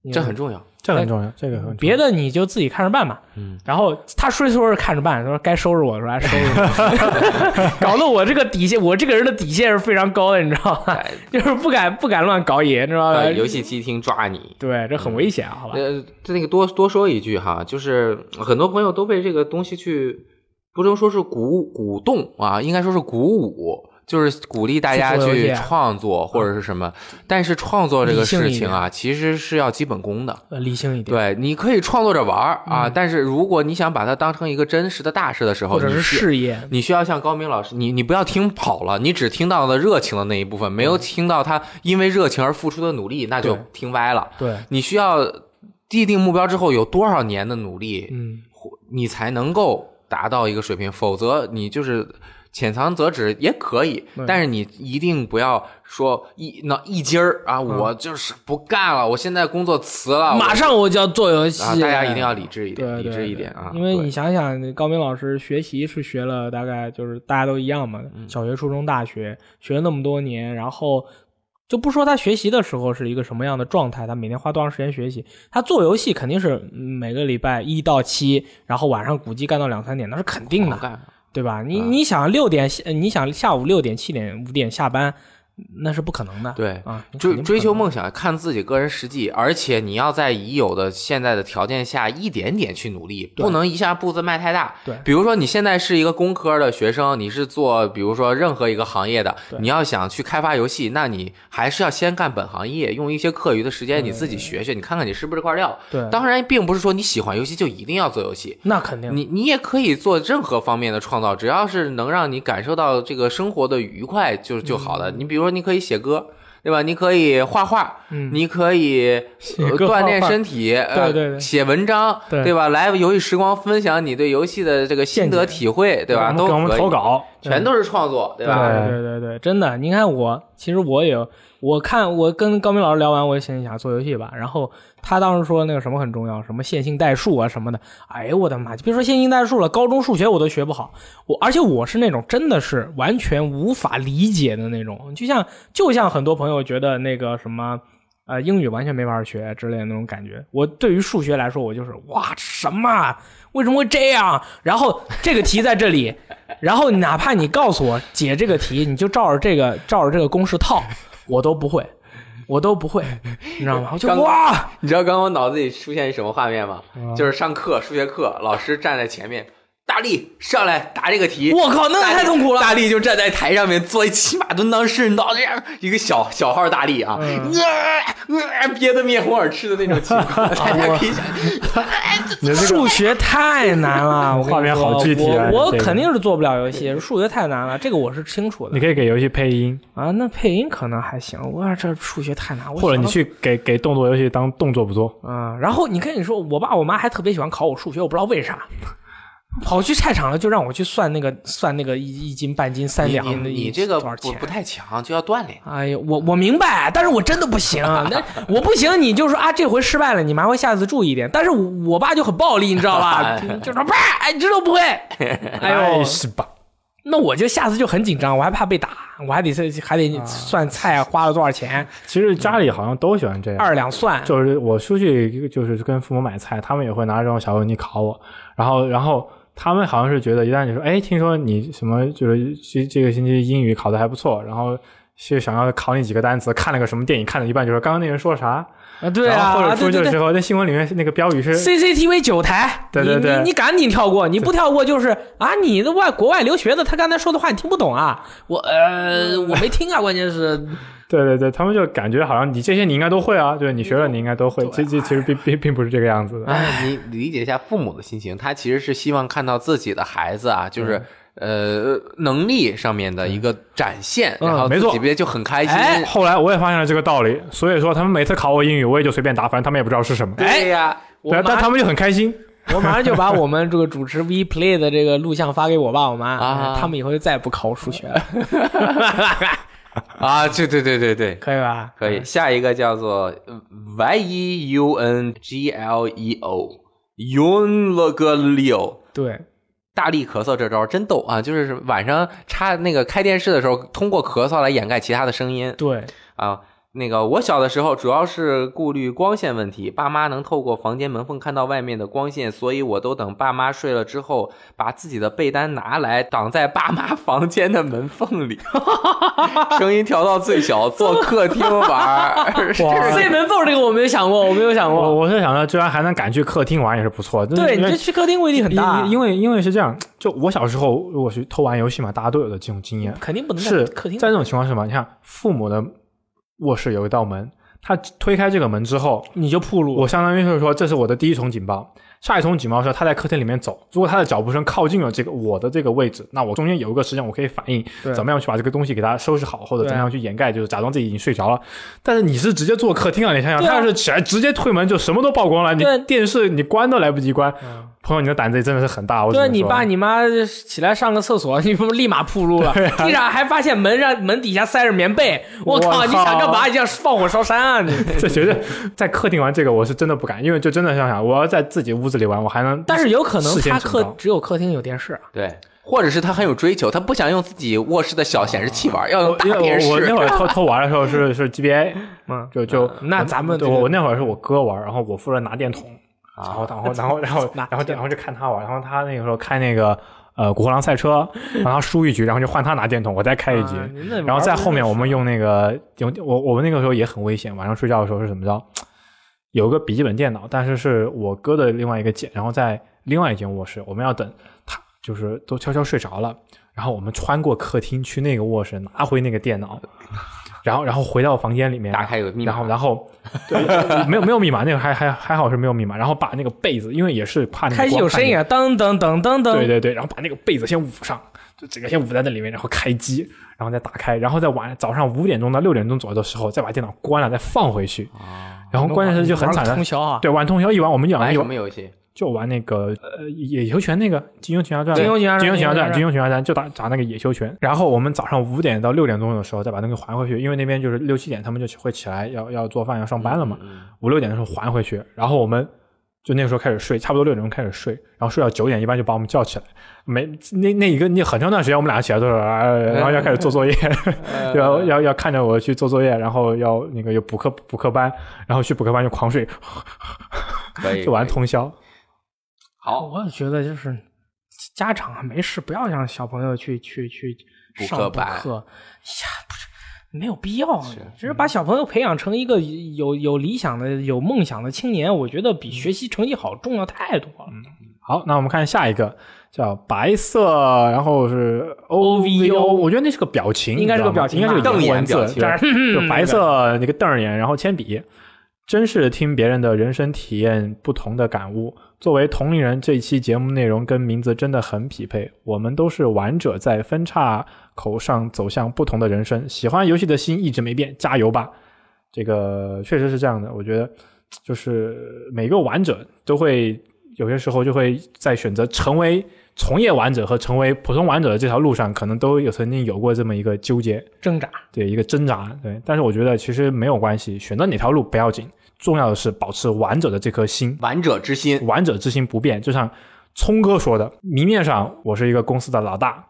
Speaker 2: 你
Speaker 3: 这很重要。
Speaker 1: 这个很重要，这个很重要
Speaker 2: 别的你就自己看着办吧。
Speaker 3: 嗯，
Speaker 2: 然后他说着说着看着办，他说该收拾我，我说哎收拾我， 搞得我这个底线，我这个人的底线是非常高的，你知道吧？
Speaker 3: 哎
Speaker 2: 就是不敢不敢乱搞野，你知道吧
Speaker 3: 到？游戏机厅抓你。
Speaker 2: 对，这很危险啊，好吧？
Speaker 3: 呃，那个多多说一句哈，就是很多朋友都被这个东西去，不能说是鼓鼓动啊，应该说是鼓舞，就是鼓励大家
Speaker 2: 去做游戏
Speaker 3: 去
Speaker 2: 啊
Speaker 3: 创作或者是什么。但是创作这个
Speaker 2: 理性一
Speaker 3: 事
Speaker 2: 点
Speaker 3: 情啊，其实是要基本功的。
Speaker 2: 呃，理性一点，
Speaker 3: 对，你可以创作着玩儿啊，但是如果你想把它当成一个真实的大事的时候，
Speaker 2: 嗯或者是
Speaker 3: 你需
Speaker 2: 事业，
Speaker 3: 你需要像高明老师，你你不要听跑了，你只听到了热情的那一部分，没有听到他因为热情而付出的努力，那就
Speaker 2: 对
Speaker 3: 听歪了。
Speaker 2: 对，
Speaker 3: 你需要既定目标之后有多少年的努力，
Speaker 2: 嗯，
Speaker 3: 你才能够达到一个水平，否则你就是。浅尝辄止也可以，但是你一定不要说一那一筋儿啊！我就是不干了，我现在工作辞了，啊
Speaker 2: 嗯
Speaker 3: 我
Speaker 2: 马上我就要做游戏，
Speaker 3: 啊！大家一定要理智一点，
Speaker 2: 对，
Speaker 3: 理
Speaker 2: 对
Speaker 3: 智一点啊！
Speaker 2: 因为
Speaker 3: 对
Speaker 2: 你想想，高明老师学习是学了大概就是大家都一样嘛，
Speaker 3: 嗯
Speaker 2: 小学、初中、大学学了那么多年，然后就不说他学习的时候是一个什么样的状态，他每天花多长时间学习，他做游戏肯定是嗯每个礼拜一到七，然后晚上估计干到两三点，那是肯定
Speaker 3: 好
Speaker 2: 的，
Speaker 3: 干
Speaker 2: 对吧？你
Speaker 3: 啊
Speaker 2: 你想六点，呃你想下午六点、七点、五点下班，那是不可能的。
Speaker 3: 对，
Speaker 2: 啊，你肯
Speaker 3: 追
Speaker 2: 定不
Speaker 3: 追
Speaker 2: 可
Speaker 3: 求
Speaker 2: 能
Speaker 3: 梦想，看自己个人实际，而且你要在已有的现在的条件下一点点去努力，
Speaker 2: 对
Speaker 3: 不能一下步子迈太大。
Speaker 2: 对
Speaker 3: 比如说你现在是一个工科的学生，你是做比如说任何一个行业的
Speaker 2: 对，
Speaker 3: 你要想去开发游戏，那你还是要先干本行业，用一些课余的时间你自己学学，你看看你是不是这块料。
Speaker 2: 对，
Speaker 3: 当然，并不是说你喜欢游戏就一定要做游戏，
Speaker 2: 那肯定
Speaker 3: 你你也可以做任何方面的创造，只要是能让你感受到这个生活的愉快就就好了。你比如说，你可以写歌，对吧？你可以画画，
Speaker 2: 嗯
Speaker 3: 你可以、呃
Speaker 2: 歌画
Speaker 3: 锻
Speaker 2: 画
Speaker 3: 炼身体，
Speaker 2: 对对对
Speaker 3: 呃，写文章，
Speaker 2: 对
Speaker 3: 吧？来游戏时光分享你对游戏的这个心得
Speaker 2: 见解
Speaker 3: 体会，对吧？
Speaker 1: 我们
Speaker 3: 都
Speaker 1: 给我们
Speaker 3: 可以
Speaker 1: 投，稿，
Speaker 3: 全都是创作，对吧？
Speaker 1: 对
Speaker 2: 对对对，真的，你看我，其实我也，我看我跟高明老师聊完，我也心里想做游戏吧。然后他当时说那个什么很重要，什么线性代数啊什么的。哎呦我的妈！就别说线性代数了，高中数学我都学不好。我而且我是那种真的是完全无法理解的那种，就像就像很多朋友觉得那个什么。呃，英语完全没法学之类的那种感觉。我对于数学来说，我就是哇什么啊？为什么会这样？啊然后这个题在这里，然后哪怕你告诉我解这个题，你就照着这个照着这个公式套，我都不会，我都不会，你知道吗？我就
Speaker 3: 刚
Speaker 2: 哇，嗯
Speaker 3: 你知道刚刚我脑子里出现什么画面吗？就是上课数学课，老师站在前面，大力上来答这个题，
Speaker 2: 我靠，那
Speaker 3: 大力
Speaker 2: 太痛苦了。
Speaker 3: 大力就站在台上面做一骑马蹲裆式脑这样一个小小号大力啊，
Speaker 1: 嗯
Speaker 3: 呃呃憋得面红耳赤的那种情 况，大家可以想，
Speaker 1: 你的这个
Speaker 2: 数学太难了，我跟你说
Speaker 1: 画面好具体啊
Speaker 2: 我我
Speaker 1: 这个
Speaker 2: 肯定是做不了游戏，数学太难了，这个我是清楚
Speaker 1: 你
Speaker 2: 的
Speaker 1: 可以给游戏配音，
Speaker 2: 啊。那配音可能还行，我这数学太难，我
Speaker 1: 或者你
Speaker 2: 想
Speaker 1: 去给给动作游戏当动作捕捉。
Speaker 2: 啊、然后你跟你说，我爸我妈还特别喜欢考我数学，我不知道为啥，跑去菜场了就让我去算那个算那个一一斤半斤三
Speaker 3: 你
Speaker 2: 两
Speaker 3: 哎你
Speaker 2: 的一
Speaker 3: 你这个
Speaker 2: 多少
Speaker 3: 不
Speaker 2: 钱
Speaker 3: 不。太强，就要锻炼。
Speaker 2: 哎呀，我我明白，但是我真的不行。那我不行，你就说啊，这回失败了，你妈会下次注意一点。但是我我爸就很暴力，你知道吧？就说爸，哎，你这都不会。哎呦，
Speaker 1: 是吧？
Speaker 2: 那我就下次就很紧张，我还怕被打，我还得还得算菜花了多少钱，
Speaker 1: 其实家里好像都喜欢这样。
Speaker 2: 二两蒜。
Speaker 1: 就是我出去就是跟父母买菜，他们也会拿这种小问题考我，然后然后他们好像是觉得一旦你说，哎，听说你什么就是这这个星期英语考得还不错，然后是想要考你几个单词，看了个什么电影，看了一半就说刚刚那人说啥，
Speaker 2: 啊，对
Speaker 1: 然
Speaker 2: 啊，
Speaker 1: 后或者
Speaker 2: 对
Speaker 1: 说
Speaker 2: 对
Speaker 1: 这
Speaker 2: 对
Speaker 1: 时候那新闻里面那个标 语是
Speaker 2: CCTV 九台，
Speaker 1: 对对
Speaker 2: 你
Speaker 1: 对
Speaker 2: 你你赶紧跳过，你不跳过就是啊，你的外国外留学的，他刚才说的话你听不懂啊，我呃我没听啊，关键是
Speaker 1: 对对对，他们就感觉好像你这些你应该都会啊，对你学了你应该都会，这
Speaker 2: 啊
Speaker 1: 这其实并并并不是这个样子的。
Speaker 3: 哎，你理解一下父母的心情，他其实是希望看到自己的孩子啊，就是。呃，能力上面的一个展现，
Speaker 1: 嗯
Speaker 3: 然后
Speaker 1: 没
Speaker 3: 自
Speaker 1: 错
Speaker 3: 己别就很开心。
Speaker 2: 哎
Speaker 1: 后来我也发现了这个道理，所以说他们每次考我英语，我也就随便答，反正他们也不知道是什么。
Speaker 3: 对呀，
Speaker 2: 哎我
Speaker 1: 对，
Speaker 2: 马
Speaker 1: 但他们就很开心。
Speaker 2: 我马上就把我们这个主持 V Play 的这个录像发给我爸我妈，哎
Speaker 3: 啊
Speaker 2: 他们以后就再也不考我数学 了，
Speaker 3: 啊，对对对对对，
Speaker 2: 可以吧？
Speaker 3: 可以。下一个叫做呃 Y E U N G L E O Yun l g l o
Speaker 2: 对，
Speaker 3: 大力咳嗽这招真逗啊！就是晚上插那个开电视的时候，通过咳嗽来掩盖其他的声音。
Speaker 2: 对，
Speaker 3: 啊，那个我小的时候主要是顾虑光线问题，爸妈能透过房间门缝看到外面的光线，所以我都等爸妈睡了之后，把自己的被单拿来挡在爸妈 房间的门缝里， 声音调到最小，坐客厅玩儿。 是
Speaker 1: 哇
Speaker 2: 这门缝这个我没有想过，我没有想
Speaker 1: 我
Speaker 2: 过，
Speaker 1: 我是想到，居然还能敢去客厅玩，也是不错。
Speaker 2: 对，你
Speaker 1: 因为
Speaker 2: 这去客厅威力很大，啊
Speaker 1: 因因为因为是这样，就我小时候如果去偷玩游戏嘛，大家都有的这种经验。
Speaker 2: 肯定不能在
Speaker 1: 是
Speaker 2: 客厅
Speaker 1: 在这种情况是什么？你看父母的卧室有一道门，他推开这个门之后，
Speaker 2: 你就铺路，
Speaker 1: 我相当于就是说这是我的第一重警报。下一重警报是他在客厅里面走，如果他的脚步声靠近了这个我的这个位置，那我中间有一个时间我可以反应
Speaker 2: 对
Speaker 1: 怎么样去把这个东西给它收拾好，或者
Speaker 2: 对
Speaker 1: 怎么样去掩盖，就是假装自己已经睡着了。但是你是直接坐客厅啊，你想想，
Speaker 2: 对啊
Speaker 1: 他要是起来直接推门，就什么都曝光了，你
Speaker 2: 对嗯
Speaker 1: 电视你关都来不及关。朋友，你的胆子也真的是很大，我只
Speaker 2: 对
Speaker 1: 能
Speaker 2: 你
Speaker 1: 说
Speaker 2: 爸你妈起来上个厕所，你不立马铺路了， 地上还发现门上门底下塞着棉被，我
Speaker 1: 啊我
Speaker 2: 靠！你想
Speaker 1: 靠
Speaker 2: 干嘛？你这样放火烧 山啊你？
Speaker 1: 这绝对在客厅玩这个，我是真的不敢，因为就真的想想，我要在自己屋子里玩，我还能。
Speaker 2: 但是有可能
Speaker 1: 事先
Speaker 2: 他
Speaker 1: 警
Speaker 2: 客
Speaker 1: 告
Speaker 2: 只有客厅有电视啊，
Speaker 3: 对，或者是他很有追求，他不想用自己卧室的小显示器玩儿，要用
Speaker 1: 我因
Speaker 3: 大
Speaker 1: 为
Speaker 3: 电
Speaker 1: 我我那
Speaker 3: 视。
Speaker 1: 会儿偷 偷玩的时候是是 GBA，
Speaker 2: 嗯，
Speaker 1: 就就
Speaker 2: 那咱们
Speaker 1: 对
Speaker 2: 这个啊
Speaker 1: 我我那会儿是我哥玩，然后我负责拿电筒，然后然后 然后然后
Speaker 2: 拿
Speaker 1: 然后然后就看他玩，然后他那个时候开那个呃古惑狼赛车，然后他输一局，然后就换他拿电筒，我再开一局，
Speaker 2: 啊您那玩
Speaker 1: 然后在
Speaker 2: 不
Speaker 1: 后面
Speaker 2: 是
Speaker 1: 我们用那个用我我们那个时候也很危险，晚上睡觉的时候是怎么着？有个笔记本电脑，但是是我哥的另外一个姐，然后在另外一间卧室，我们要等他就是都悄悄睡着了，然后我们穿过客厅去那个卧室拿回那个电脑，然后然后回到房间里面
Speaker 3: 打开有密码
Speaker 1: 然后然后对没有没有密码，那个还还还好是没有密码，然后把那个被子，因为也是怕那个
Speaker 2: 开启
Speaker 1: 光
Speaker 2: 有
Speaker 1: 看
Speaker 2: 声音
Speaker 1: 见
Speaker 2: 啊，噔噔噔噔
Speaker 1: 对
Speaker 2: 噔，
Speaker 1: 对对，然后把那个被子先捂上，就整个先捂在那里面，然后开机，然后再打开，然后在晚早上五点钟到六点钟左右的时候，再把电脑关了，再放回去。然后关键是就很惨
Speaker 2: 玩个
Speaker 1: 的
Speaker 2: 哦通，宵啊！
Speaker 1: 对，玩通宵一玩，我们
Speaker 3: 玩
Speaker 1: 讲一
Speaker 3: 什
Speaker 1: 玩
Speaker 3: 么游戏？
Speaker 1: 就玩那个呃野球拳那个《金庸群侠传》，
Speaker 2: 金庸群
Speaker 1: 金庸
Speaker 2: 侠传
Speaker 1: 群侠传，
Speaker 2: 金
Speaker 1: 金庸群侠传就打打那个野球拳。然后我们早上五点到六点钟的时候再把那个还回去，因为那边就是六七点他们就会起来要要做饭要上班了嘛。五六点的时候还回去，然后我们就那个时候开始睡，差不多六点钟开始睡，然后睡到九点，一般就把我们叫起来。没那那一个那很长段时间，我们俩起来都是，呃然后要开始做作业， 要要要看着我去做作业，然后要那个又补课补课班，然后去补课班就狂睡，
Speaker 3: 可 以
Speaker 1: 就玩
Speaker 3: 可以
Speaker 1: 通宵。
Speaker 3: 好，
Speaker 2: 我觉得就是家长啊，没事不要让小朋友去去去
Speaker 3: 补
Speaker 2: 上
Speaker 3: 课
Speaker 2: 补
Speaker 3: 班嗯
Speaker 2: 课，哎呀，不是没有必要啊，只是把小朋友培养成一个
Speaker 3: 嗯
Speaker 2: 有有理想的、有梦想的青年，我觉得比学习成绩好重要太多了。
Speaker 1: 好，那我们看下一个叫白色，然后是 O V
Speaker 2: OVO
Speaker 1: 我觉得那是个表情，
Speaker 2: 应该是个
Speaker 1: 你知道吗
Speaker 2: 表情吧
Speaker 1: 应该是个
Speaker 3: 瞪眼
Speaker 1: 文字
Speaker 3: 表，情
Speaker 1: 但是就白色那个瞪眼，然后铅笔。真是听别人的人生体验不同的感悟。作为同龄人，这一期节目内容跟名字真的很匹配。我们都是玩者，在分叉口上走向不同的人生。喜欢游戏的心一直没变，加油吧！这个确实是这样的。我觉得，就是每个玩者都会有些时候就会在选择成为从业玩者和成为普通玩者的这条路上，可能都有曾经有过这么一个纠结。
Speaker 2: 挣扎。
Speaker 1: 对一个挣扎，对。但是我觉得其实没有关系，选择哪条路不要紧，重要的是保持玩者的这颗心，
Speaker 3: 玩者之心，
Speaker 1: 玩者之心不变。就像聪哥说的，明面上我是一个公司的老大，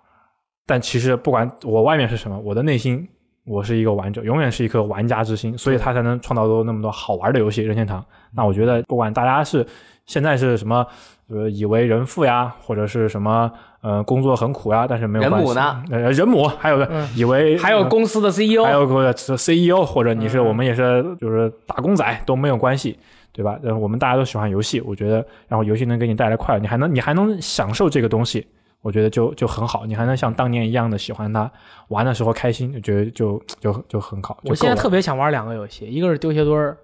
Speaker 1: 但其实不管我外面是什么，我的内心我是一个玩者，永远是一颗玩家之心，所以他才能创造出那么多好玩的游戏任天堂。那我觉得，不管大家是现在是什么，呃，以为人父呀，或者是什么，呃，工作很苦呀，但是没有
Speaker 3: 人
Speaker 1: 关系。
Speaker 3: 母呢？
Speaker 1: 呃，人母，还有个、
Speaker 2: 嗯
Speaker 1: 以为
Speaker 3: 哎
Speaker 2: 还有
Speaker 1: 呃
Speaker 2: 公司的 E CEO，
Speaker 1: 还有个 CEO 或者你是
Speaker 2: 嗯
Speaker 1: 我们也是就是打工仔都没有关系，对吧？呃，我们大家都喜欢游戏，我觉得，然后游戏能给你带来快乐，你还能你还能享受这个东西，我觉得就就很好，你还能像当年一样的喜欢它，玩的时候开心，我觉得就就就很好。就
Speaker 2: 我现在
Speaker 1: 够了
Speaker 2: 特别想玩两个游戏，一个是丢鞋墩儿，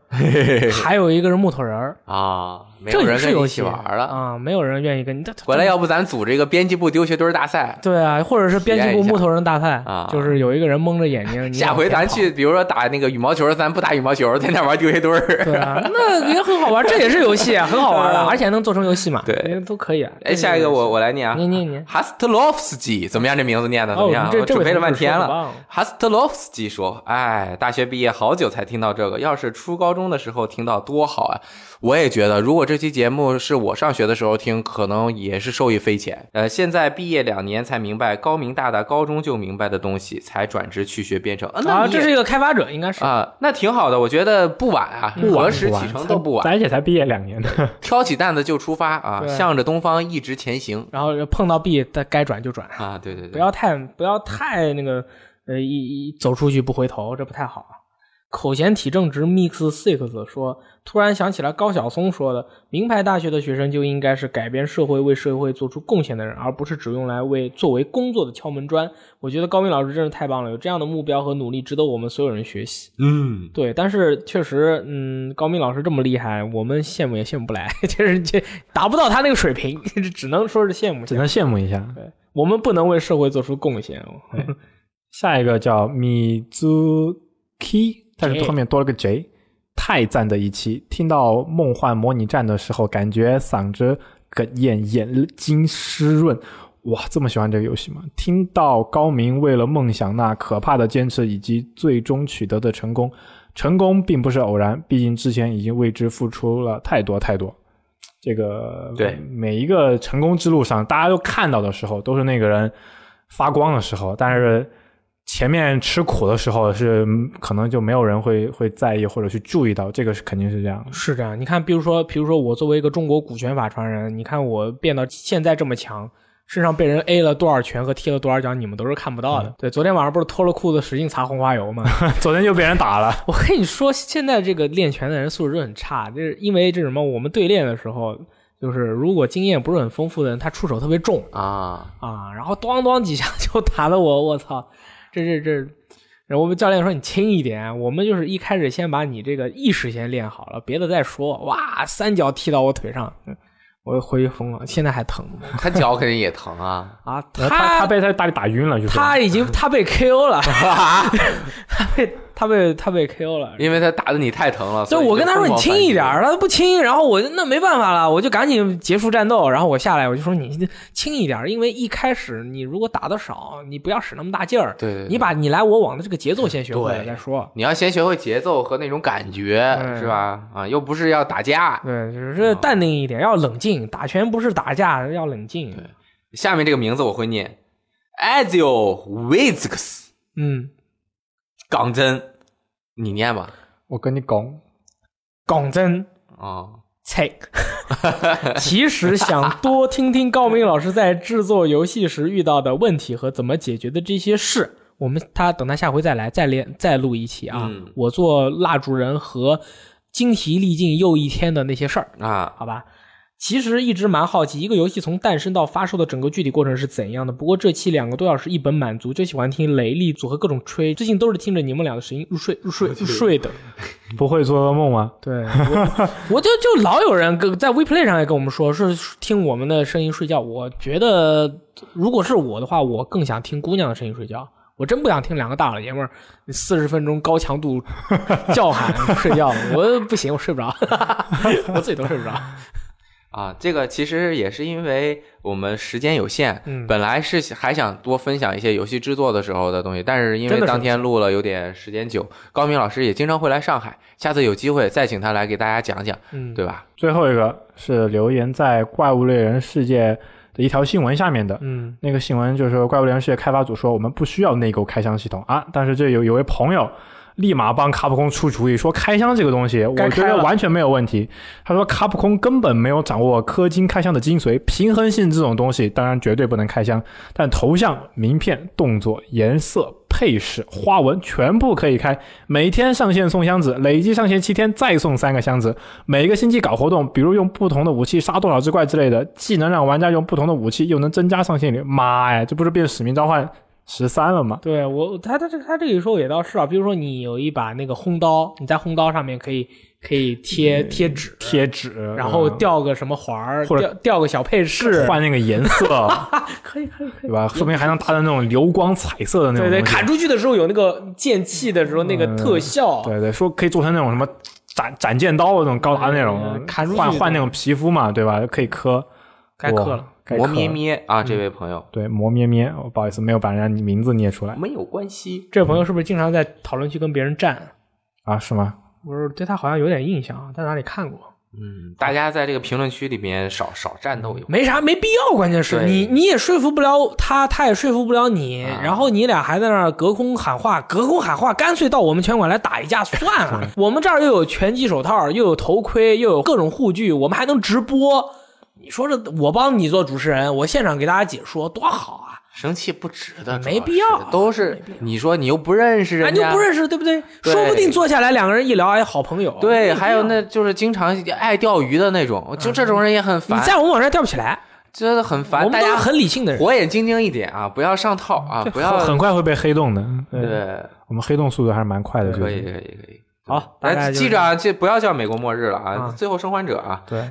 Speaker 2: 还有一个是木头人儿。
Speaker 3: 啊，没
Speaker 2: 这
Speaker 3: 有
Speaker 2: 也
Speaker 3: 人
Speaker 2: 是
Speaker 3: 跟你
Speaker 2: 游
Speaker 3: 一
Speaker 2: 戏
Speaker 3: 起玩了。
Speaker 2: 啊、没有人愿意跟你。
Speaker 3: 回来
Speaker 2: 要
Speaker 3: 要不咱组织一个编辑部丢鞋墩儿大赛，
Speaker 2: 对啊，或者是编辑
Speaker 3: 体验
Speaker 2: 部
Speaker 3: 一下
Speaker 2: 木头人大赛
Speaker 3: 啊
Speaker 2: 就是有一个人蒙着眼 睛。你
Speaker 3: 下回咱
Speaker 2: 往前跑
Speaker 3: 去，比如说打那个羽毛球，咱不打羽毛球，在那玩丢鞋墩儿。
Speaker 2: 对啊，那也很好玩，这也是游 戏，啊，很好玩的，而且还能做成游戏嘛。
Speaker 3: 对，
Speaker 2: 都可以啊。
Speaker 3: 哎，下一个我我来念啊，
Speaker 2: 你你你，
Speaker 3: 哈斯特洛夫斯基怎么样？这名字念的怎
Speaker 2: 哦，
Speaker 3: 么样？
Speaker 2: 这
Speaker 3: 我
Speaker 2: 这
Speaker 3: 准
Speaker 2: 位
Speaker 3: 备了
Speaker 2: 同
Speaker 3: 半
Speaker 2: 志说得
Speaker 3: 天了。啊
Speaker 2: 棒
Speaker 3: 哈斯特洛夫斯基说：“哎，大学毕业好久才听到这个，要是初高中的时候听到多好啊！我也觉得，如果这期节目是我上学的时候听，可能也是受益匪浅。呃，现在毕业两年才明白，高明大大高中就明白的东西，才转职去学编程。啊，那
Speaker 2: 啊，
Speaker 3: 你
Speaker 2: 这
Speaker 3: 也
Speaker 2: 是一个嗯开发者，应该是。
Speaker 3: 啊、那挺好的，我觉得不晚啊，
Speaker 1: 不晚
Speaker 3: 何时
Speaker 1: 不晚
Speaker 3: 启程都不晚，
Speaker 1: 咱也才毕业两年呢，
Speaker 3: 挑起担子就出发啊，
Speaker 2: 对
Speaker 3: 向着东方一直前行
Speaker 2: 然后碰到 B，但该转就转，
Speaker 3: 啊！对对对，
Speaker 2: 不要太不要太那个呃一一走出去不回头，这不太好。啊口嫌体正直 mix six 说，突然想起来高晓松说的，名牌大学的学生就应该是改变社会、为社会做出贡献的人，而不是只用来为作为工作的敲门砖。我觉得高明老师真是太棒了，有这样的目标和努力，值得我们所有人学习。
Speaker 3: 嗯，
Speaker 2: 对，但是确实，嗯，高明老师这么厉害，我们羡慕也羡慕不来， 就是这达不到他那个水平， 只能说是羡慕
Speaker 1: 只能羡慕一下。
Speaker 2: 我们不能为社会做出贡献。哦
Speaker 1: 下一个叫米兹 K，但是
Speaker 2: J
Speaker 1: 后面多了个 J。太赞的一期！听到《梦幻模拟战》的时候，感觉嗓子哽咽，眼睛湿润。哇，这么喜欢这个游戏吗？听到高明为了梦想那可怕的坚持，以及最终取得的成功，成功并不是偶然，毕竟之前已经为之付出了太多太多。这
Speaker 2: 呃
Speaker 1: 个
Speaker 3: 对
Speaker 2: 嗯
Speaker 1: 每一个成功之路上，大家都看到的时候，都是那个人发光的时候，但是前面吃苦的时候是嗯可能就没有人会 会在意或者去注意到，这个是肯定是这样的。
Speaker 2: 是这样，你看，比如说，比如说我作为一个中国股权法传人，你看我变到现在这么强。身上被人 A 了多少拳和踢了多少脚，你们都是看不到的。对，昨天晚上不是脱了裤子使劲擦红花油吗？
Speaker 1: 昨天就被人打了，
Speaker 2: 我跟你说，现在这个练拳的人素质都很差，就是因为这什么？我们对练的时候，就是如果经验不是很丰富的人，他出手特别重
Speaker 3: 啊，
Speaker 2: 啊，然后咣咣几下就打得我，我操，这这这。然后我们教练说你轻一点，我们就是一开始先把你这个意识先练好了，别的再说。哇，三脚踢到我腿上，嗯我回去疯了，现在还疼呢。
Speaker 3: 他脚肯定也疼啊
Speaker 2: 啊！
Speaker 1: 然后他他被他大力打晕了，就是
Speaker 2: 他啊已经他被 KO 了，他被他被他被 KO 了，
Speaker 3: 因为他打的你太疼了，
Speaker 2: 就
Speaker 3: 所以
Speaker 2: 我跟他说
Speaker 3: 疯
Speaker 2: 你
Speaker 3: 狂
Speaker 2: 轻
Speaker 3: 反击
Speaker 2: 一点儿，他不轻，然后我就那没办法了，我就赶紧结束战斗，然后我下来我就说你轻一点儿，因为一开始你如果打的少，你不要使那么大劲儿，
Speaker 3: 对对对
Speaker 2: 你把你来我往的这个节奏先学会了
Speaker 3: 对
Speaker 2: 再说。
Speaker 3: 你要先学会节奏和那种感觉，
Speaker 2: 嗯
Speaker 3: 是吧？啊，又不是要打架。
Speaker 2: 对，
Speaker 3: 啊
Speaker 2: 就是淡定一点，要冷静。打拳不是打架，要冷静。
Speaker 3: 下面这个名字我会念 a z i o w i z k s
Speaker 2: 嗯，
Speaker 3: 港真，你念吧。
Speaker 1: 我跟你讲，
Speaker 2: 讲真，
Speaker 3: 哦，
Speaker 2: 菜。其实想多听听高明老师在制作游戏时遇到的问题和怎么解决的这些事。我们他等他下回再来，再连再录一期啊。
Speaker 3: 嗯
Speaker 2: 我做蜡烛人和精疲力尽又一天的那些事儿，
Speaker 3: 啊，
Speaker 2: 好吧？其实一直蛮好奇，一个游戏从诞生到发售的整个具体过程是怎样的。不过这期两个多小时一本满足，就喜欢听雷力组合各种吹，最近都是听着你们俩的声音入睡、入睡、入睡的。
Speaker 1: 不会做噩梦吗？
Speaker 2: 对，我我就就老有人跟在 WePlay 上也跟我们说，是听我们的声音睡觉。我觉得如果是我的话，我更想听姑娘的声音睡觉。我真不想听两个大老爷们儿四十分钟高强度叫喊睡觉，我不行，我睡不着， 我自己都睡不着。
Speaker 3: 啊，这个其实也是因为我们时间有限，
Speaker 2: 嗯
Speaker 3: 本来是还想多分享一些游戏制作的时候的东西，但是因
Speaker 2: 真
Speaker 3: 为
Speaker 2: 的是
Speaker 3: 当天录了有点时间久，高明老师也经常会来上海，下次有机会再请他来给大家讲讲，
Speaker 2: 嗯，
Speaker 3: 对，吧？
Speaker 1: 最后一个是留言在《怪物猎人世界》的一条新闻下面的，
Speaker 2: 嗯，
Speaker 1: 那个新闻就是说，怪物猎人世界开发组说我们不需要内购开箱系统啊，但是这有有位朋友立马帮卡普空出主意，说开箱这个东西，我
Speaker 2: 该
Speaker 1: 觉
Speaker 2: 开了
Speaker 1: 得完全没有问题。他说卡普空根本没有掌握氪金开箱的精髓，平衡性这种东西当然绝对不能开箱，但头像、名片、动作、颜色。配饰、花纹全部可以开，每天上线送箱子，累计上线七天再送三个箱子，每个星期搞活动，比如用不同的武器杀多少只怪之类的，既能让玩家用不同的武器，又能增加上限率。妈呀，这不是变使命召唤十三了吗？
Speaker 2: 对我他他这他这个时候也倒是啊，比如说你有一把那个烘刀，你在烘刀上面可以可以贴贴纸，
Speaker 1: 贴纸，
Speaker 2: 然后
Speaker 1: 嗯
Speaker 2: 吊个什么环儿，
Speaker 1: 或者
Speaker 2: 吊吊个小配饰，
Speaker 1: 换那个颜色，
Speaker 2: 可以可以可以
Speaker 1: 对。吧？说不定还能达到那种流光彩色的那种
Speaker 2: 对对，
Speaker 1: 东西。嗯
Speaker 2: 砍出去的时候有那个剑气的时候那个特效，
Speaker 1: 对对，说可以做成那种什么斩斩剑刀那种高达那种
Speaker 2: 嗯，砍出去
Speaker 1: 换
Speaker 2: 的
Speaker 1: 换那种皮肤嘛，对吧？可以磕，
Speaker 2: 该氪
Speaker 1: 哇
Speaker 2: 了。嗯
Speaker 1: 该
Speaker 3: 魔
Speaker 1: 磕
Speaker 3: 咩
Speaker 1: 了，
Speaker 3: 咩啊，这位朋友、
Speaker 1: 对魔咩咩，我不好意思，没有把人家名字念出来
Speaker 3: 没有关系，
Speaker 2: 这位朋友是不是经常在讨论区跟别人战？
Speaker 1: 啊，是吗？
Speaker 2: 我说对他好像有点印象啊，在哪里看过？
Speaker 3: 嗯，大家在这个评论区里面少少战斗有。
Speaker 2: 没啥，没必要。关键是
Speaker 3: 对
Speaker 2: 你你也说服不了他，他也说服不了你，
Speaker 3: 啊
Speaker 2: 然后你俩还在那儿隔空喊话，隔空喊话，干脆到我们拳馆来打一架算 了。我们这儿又有拳击手套，又有头盔，又有各种护具，我们还能直播。你说这我帮你做主持人，我现场给大家解说，多好啊！
Speaker 3: 生气不值得，
Speaker 2: 没
Speaker 3: 主要
Speaker 2: 必要
Speaker 3: 是都是你说你又不认识
Speaker 2: 哎，
Speaker 3: 人
Speaker 2: 你又
Speaker 3: 家，
Speaker 2: 不认识，对不对？
Speaker 3: 对
Speaker 2: 说不定坐下来两个人一聊，哎，好朋友。
Speaker 3: 对，还有那就是经常爱钓鱼的那种，就这种人也很
Speaker 2: 嗯你
Speaker 3: 烦，
Speaker 2: 在我们网站吊不起来，
Speaker 3: 真的很
Speaker 2: 我
Speaker 3: 烦。
Speaker 2: 们
Speaker 3: 大
Speaker 2: 都是
Speaker 3: 家
Speaker 2: 很理性的人。
Speaker 3: 火眼金睛一点啊，不要上套啊，不要
Speaker 1: 很快会被黑洞的。对，
Speaker 3: 对，
Speaker 1: 我们黑洞速度还是蛮快的，
Speaker 3: 可
Speaker 1: 就是
Speaker 3: 以可以可以。
Speaker 2: 好大概
Speaker 3: 哎，
Speaker 2: 就是
Speaker 3: 记着啊，这不要叫美国末日了
Speaker 2: 啊
Speaker 3: 啊，最后生还者啊，
Speaker 1: 对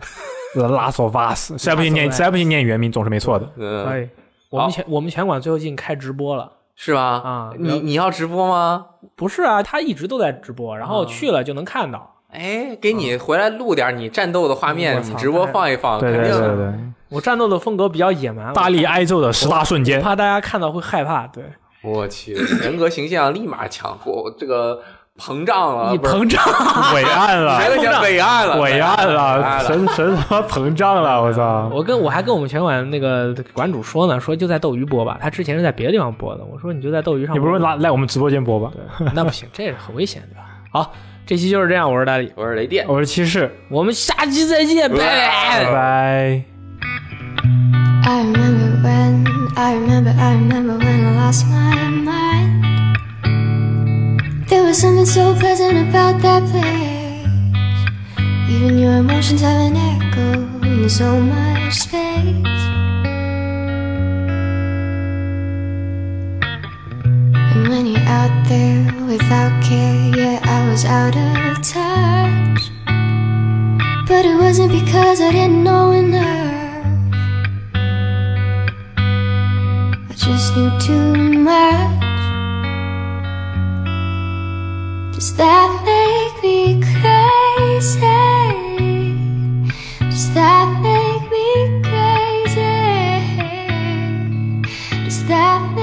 Speaker 1: ，The Last of Us，实在不行念，实在不行念原名总是没错的。
Speaker 3: 嗯，
Speaker 2: 哎，我们
Speaker 3: 好
Speaker 2: 拳我们拳馆最近开直播了
Speaker 3: 是吧？
Speaker 2: 啊，
Speaker 3: 你你要直播吗？
Speaker 2: 不是啊，他一直都在直播，然后
Speaker 3: 啊
Speaker 2: 去了就能看到。
Speaker 3: 哎，给你回来录点你战斗的画面，
Speaker 2: 我操
Speaker 3: 你直播放一放，
Speaker 1: 对
Speaker 3: 肯
Speaker 1: 对
Speaker 3: 定
Speaker 1: 对
Speaker 3: 的。
Speaker 1: 对，
Speaker 2: 我战斗的风格比较野蛮，
Speaker 1: 大力挨揍的十大瞬
Speaker 2: 我
Speaker 1: 间，
Speaker 2: 怕大家看到会害怕。对，
Speaker 3: 我去，人格形象立马强，我这个膨胀了，
Speaker 2: 一
Speaker 3: 不是
Speaker 2: 膨胀，
Speaker 1: 伟岸了，
Speaker 3: 还有点伟岸了，
Speaker 1: 伟岸了，
Speaker 3: 了
Speaker 1: 神神他妈膨胀了，我操！
Speaker 2: 我跟我还跟我们拳馆那个馆主说呢，说就在斗鱼播吧，他之前是在别的地方播的。我说你就在斗鱼上
Speaker 1: 你
Speaker 2: 播吧，
Speaker 1: 不如来来我们直播间播吧。
Speaker 2: 那不行，这是很危险的。好，这期就是这样，我是大力，
Speaker 3: 我是雷电。
Speaker 1: 我是骑士，
Speaker 2: 我们下期再见，拜拜
Speaker 1: 拜。拜。
Speaker 5: I remember when, I remember, I remember when I lost my mind. There was something so pleasant about that place. Even your emotions have an echo in so much space. And when you're out there without care, yeah, I was out of touch. But it wasn't because I didn't know enough. I just knew too much. Does that make me crazy? Does that make me crazy? Does that make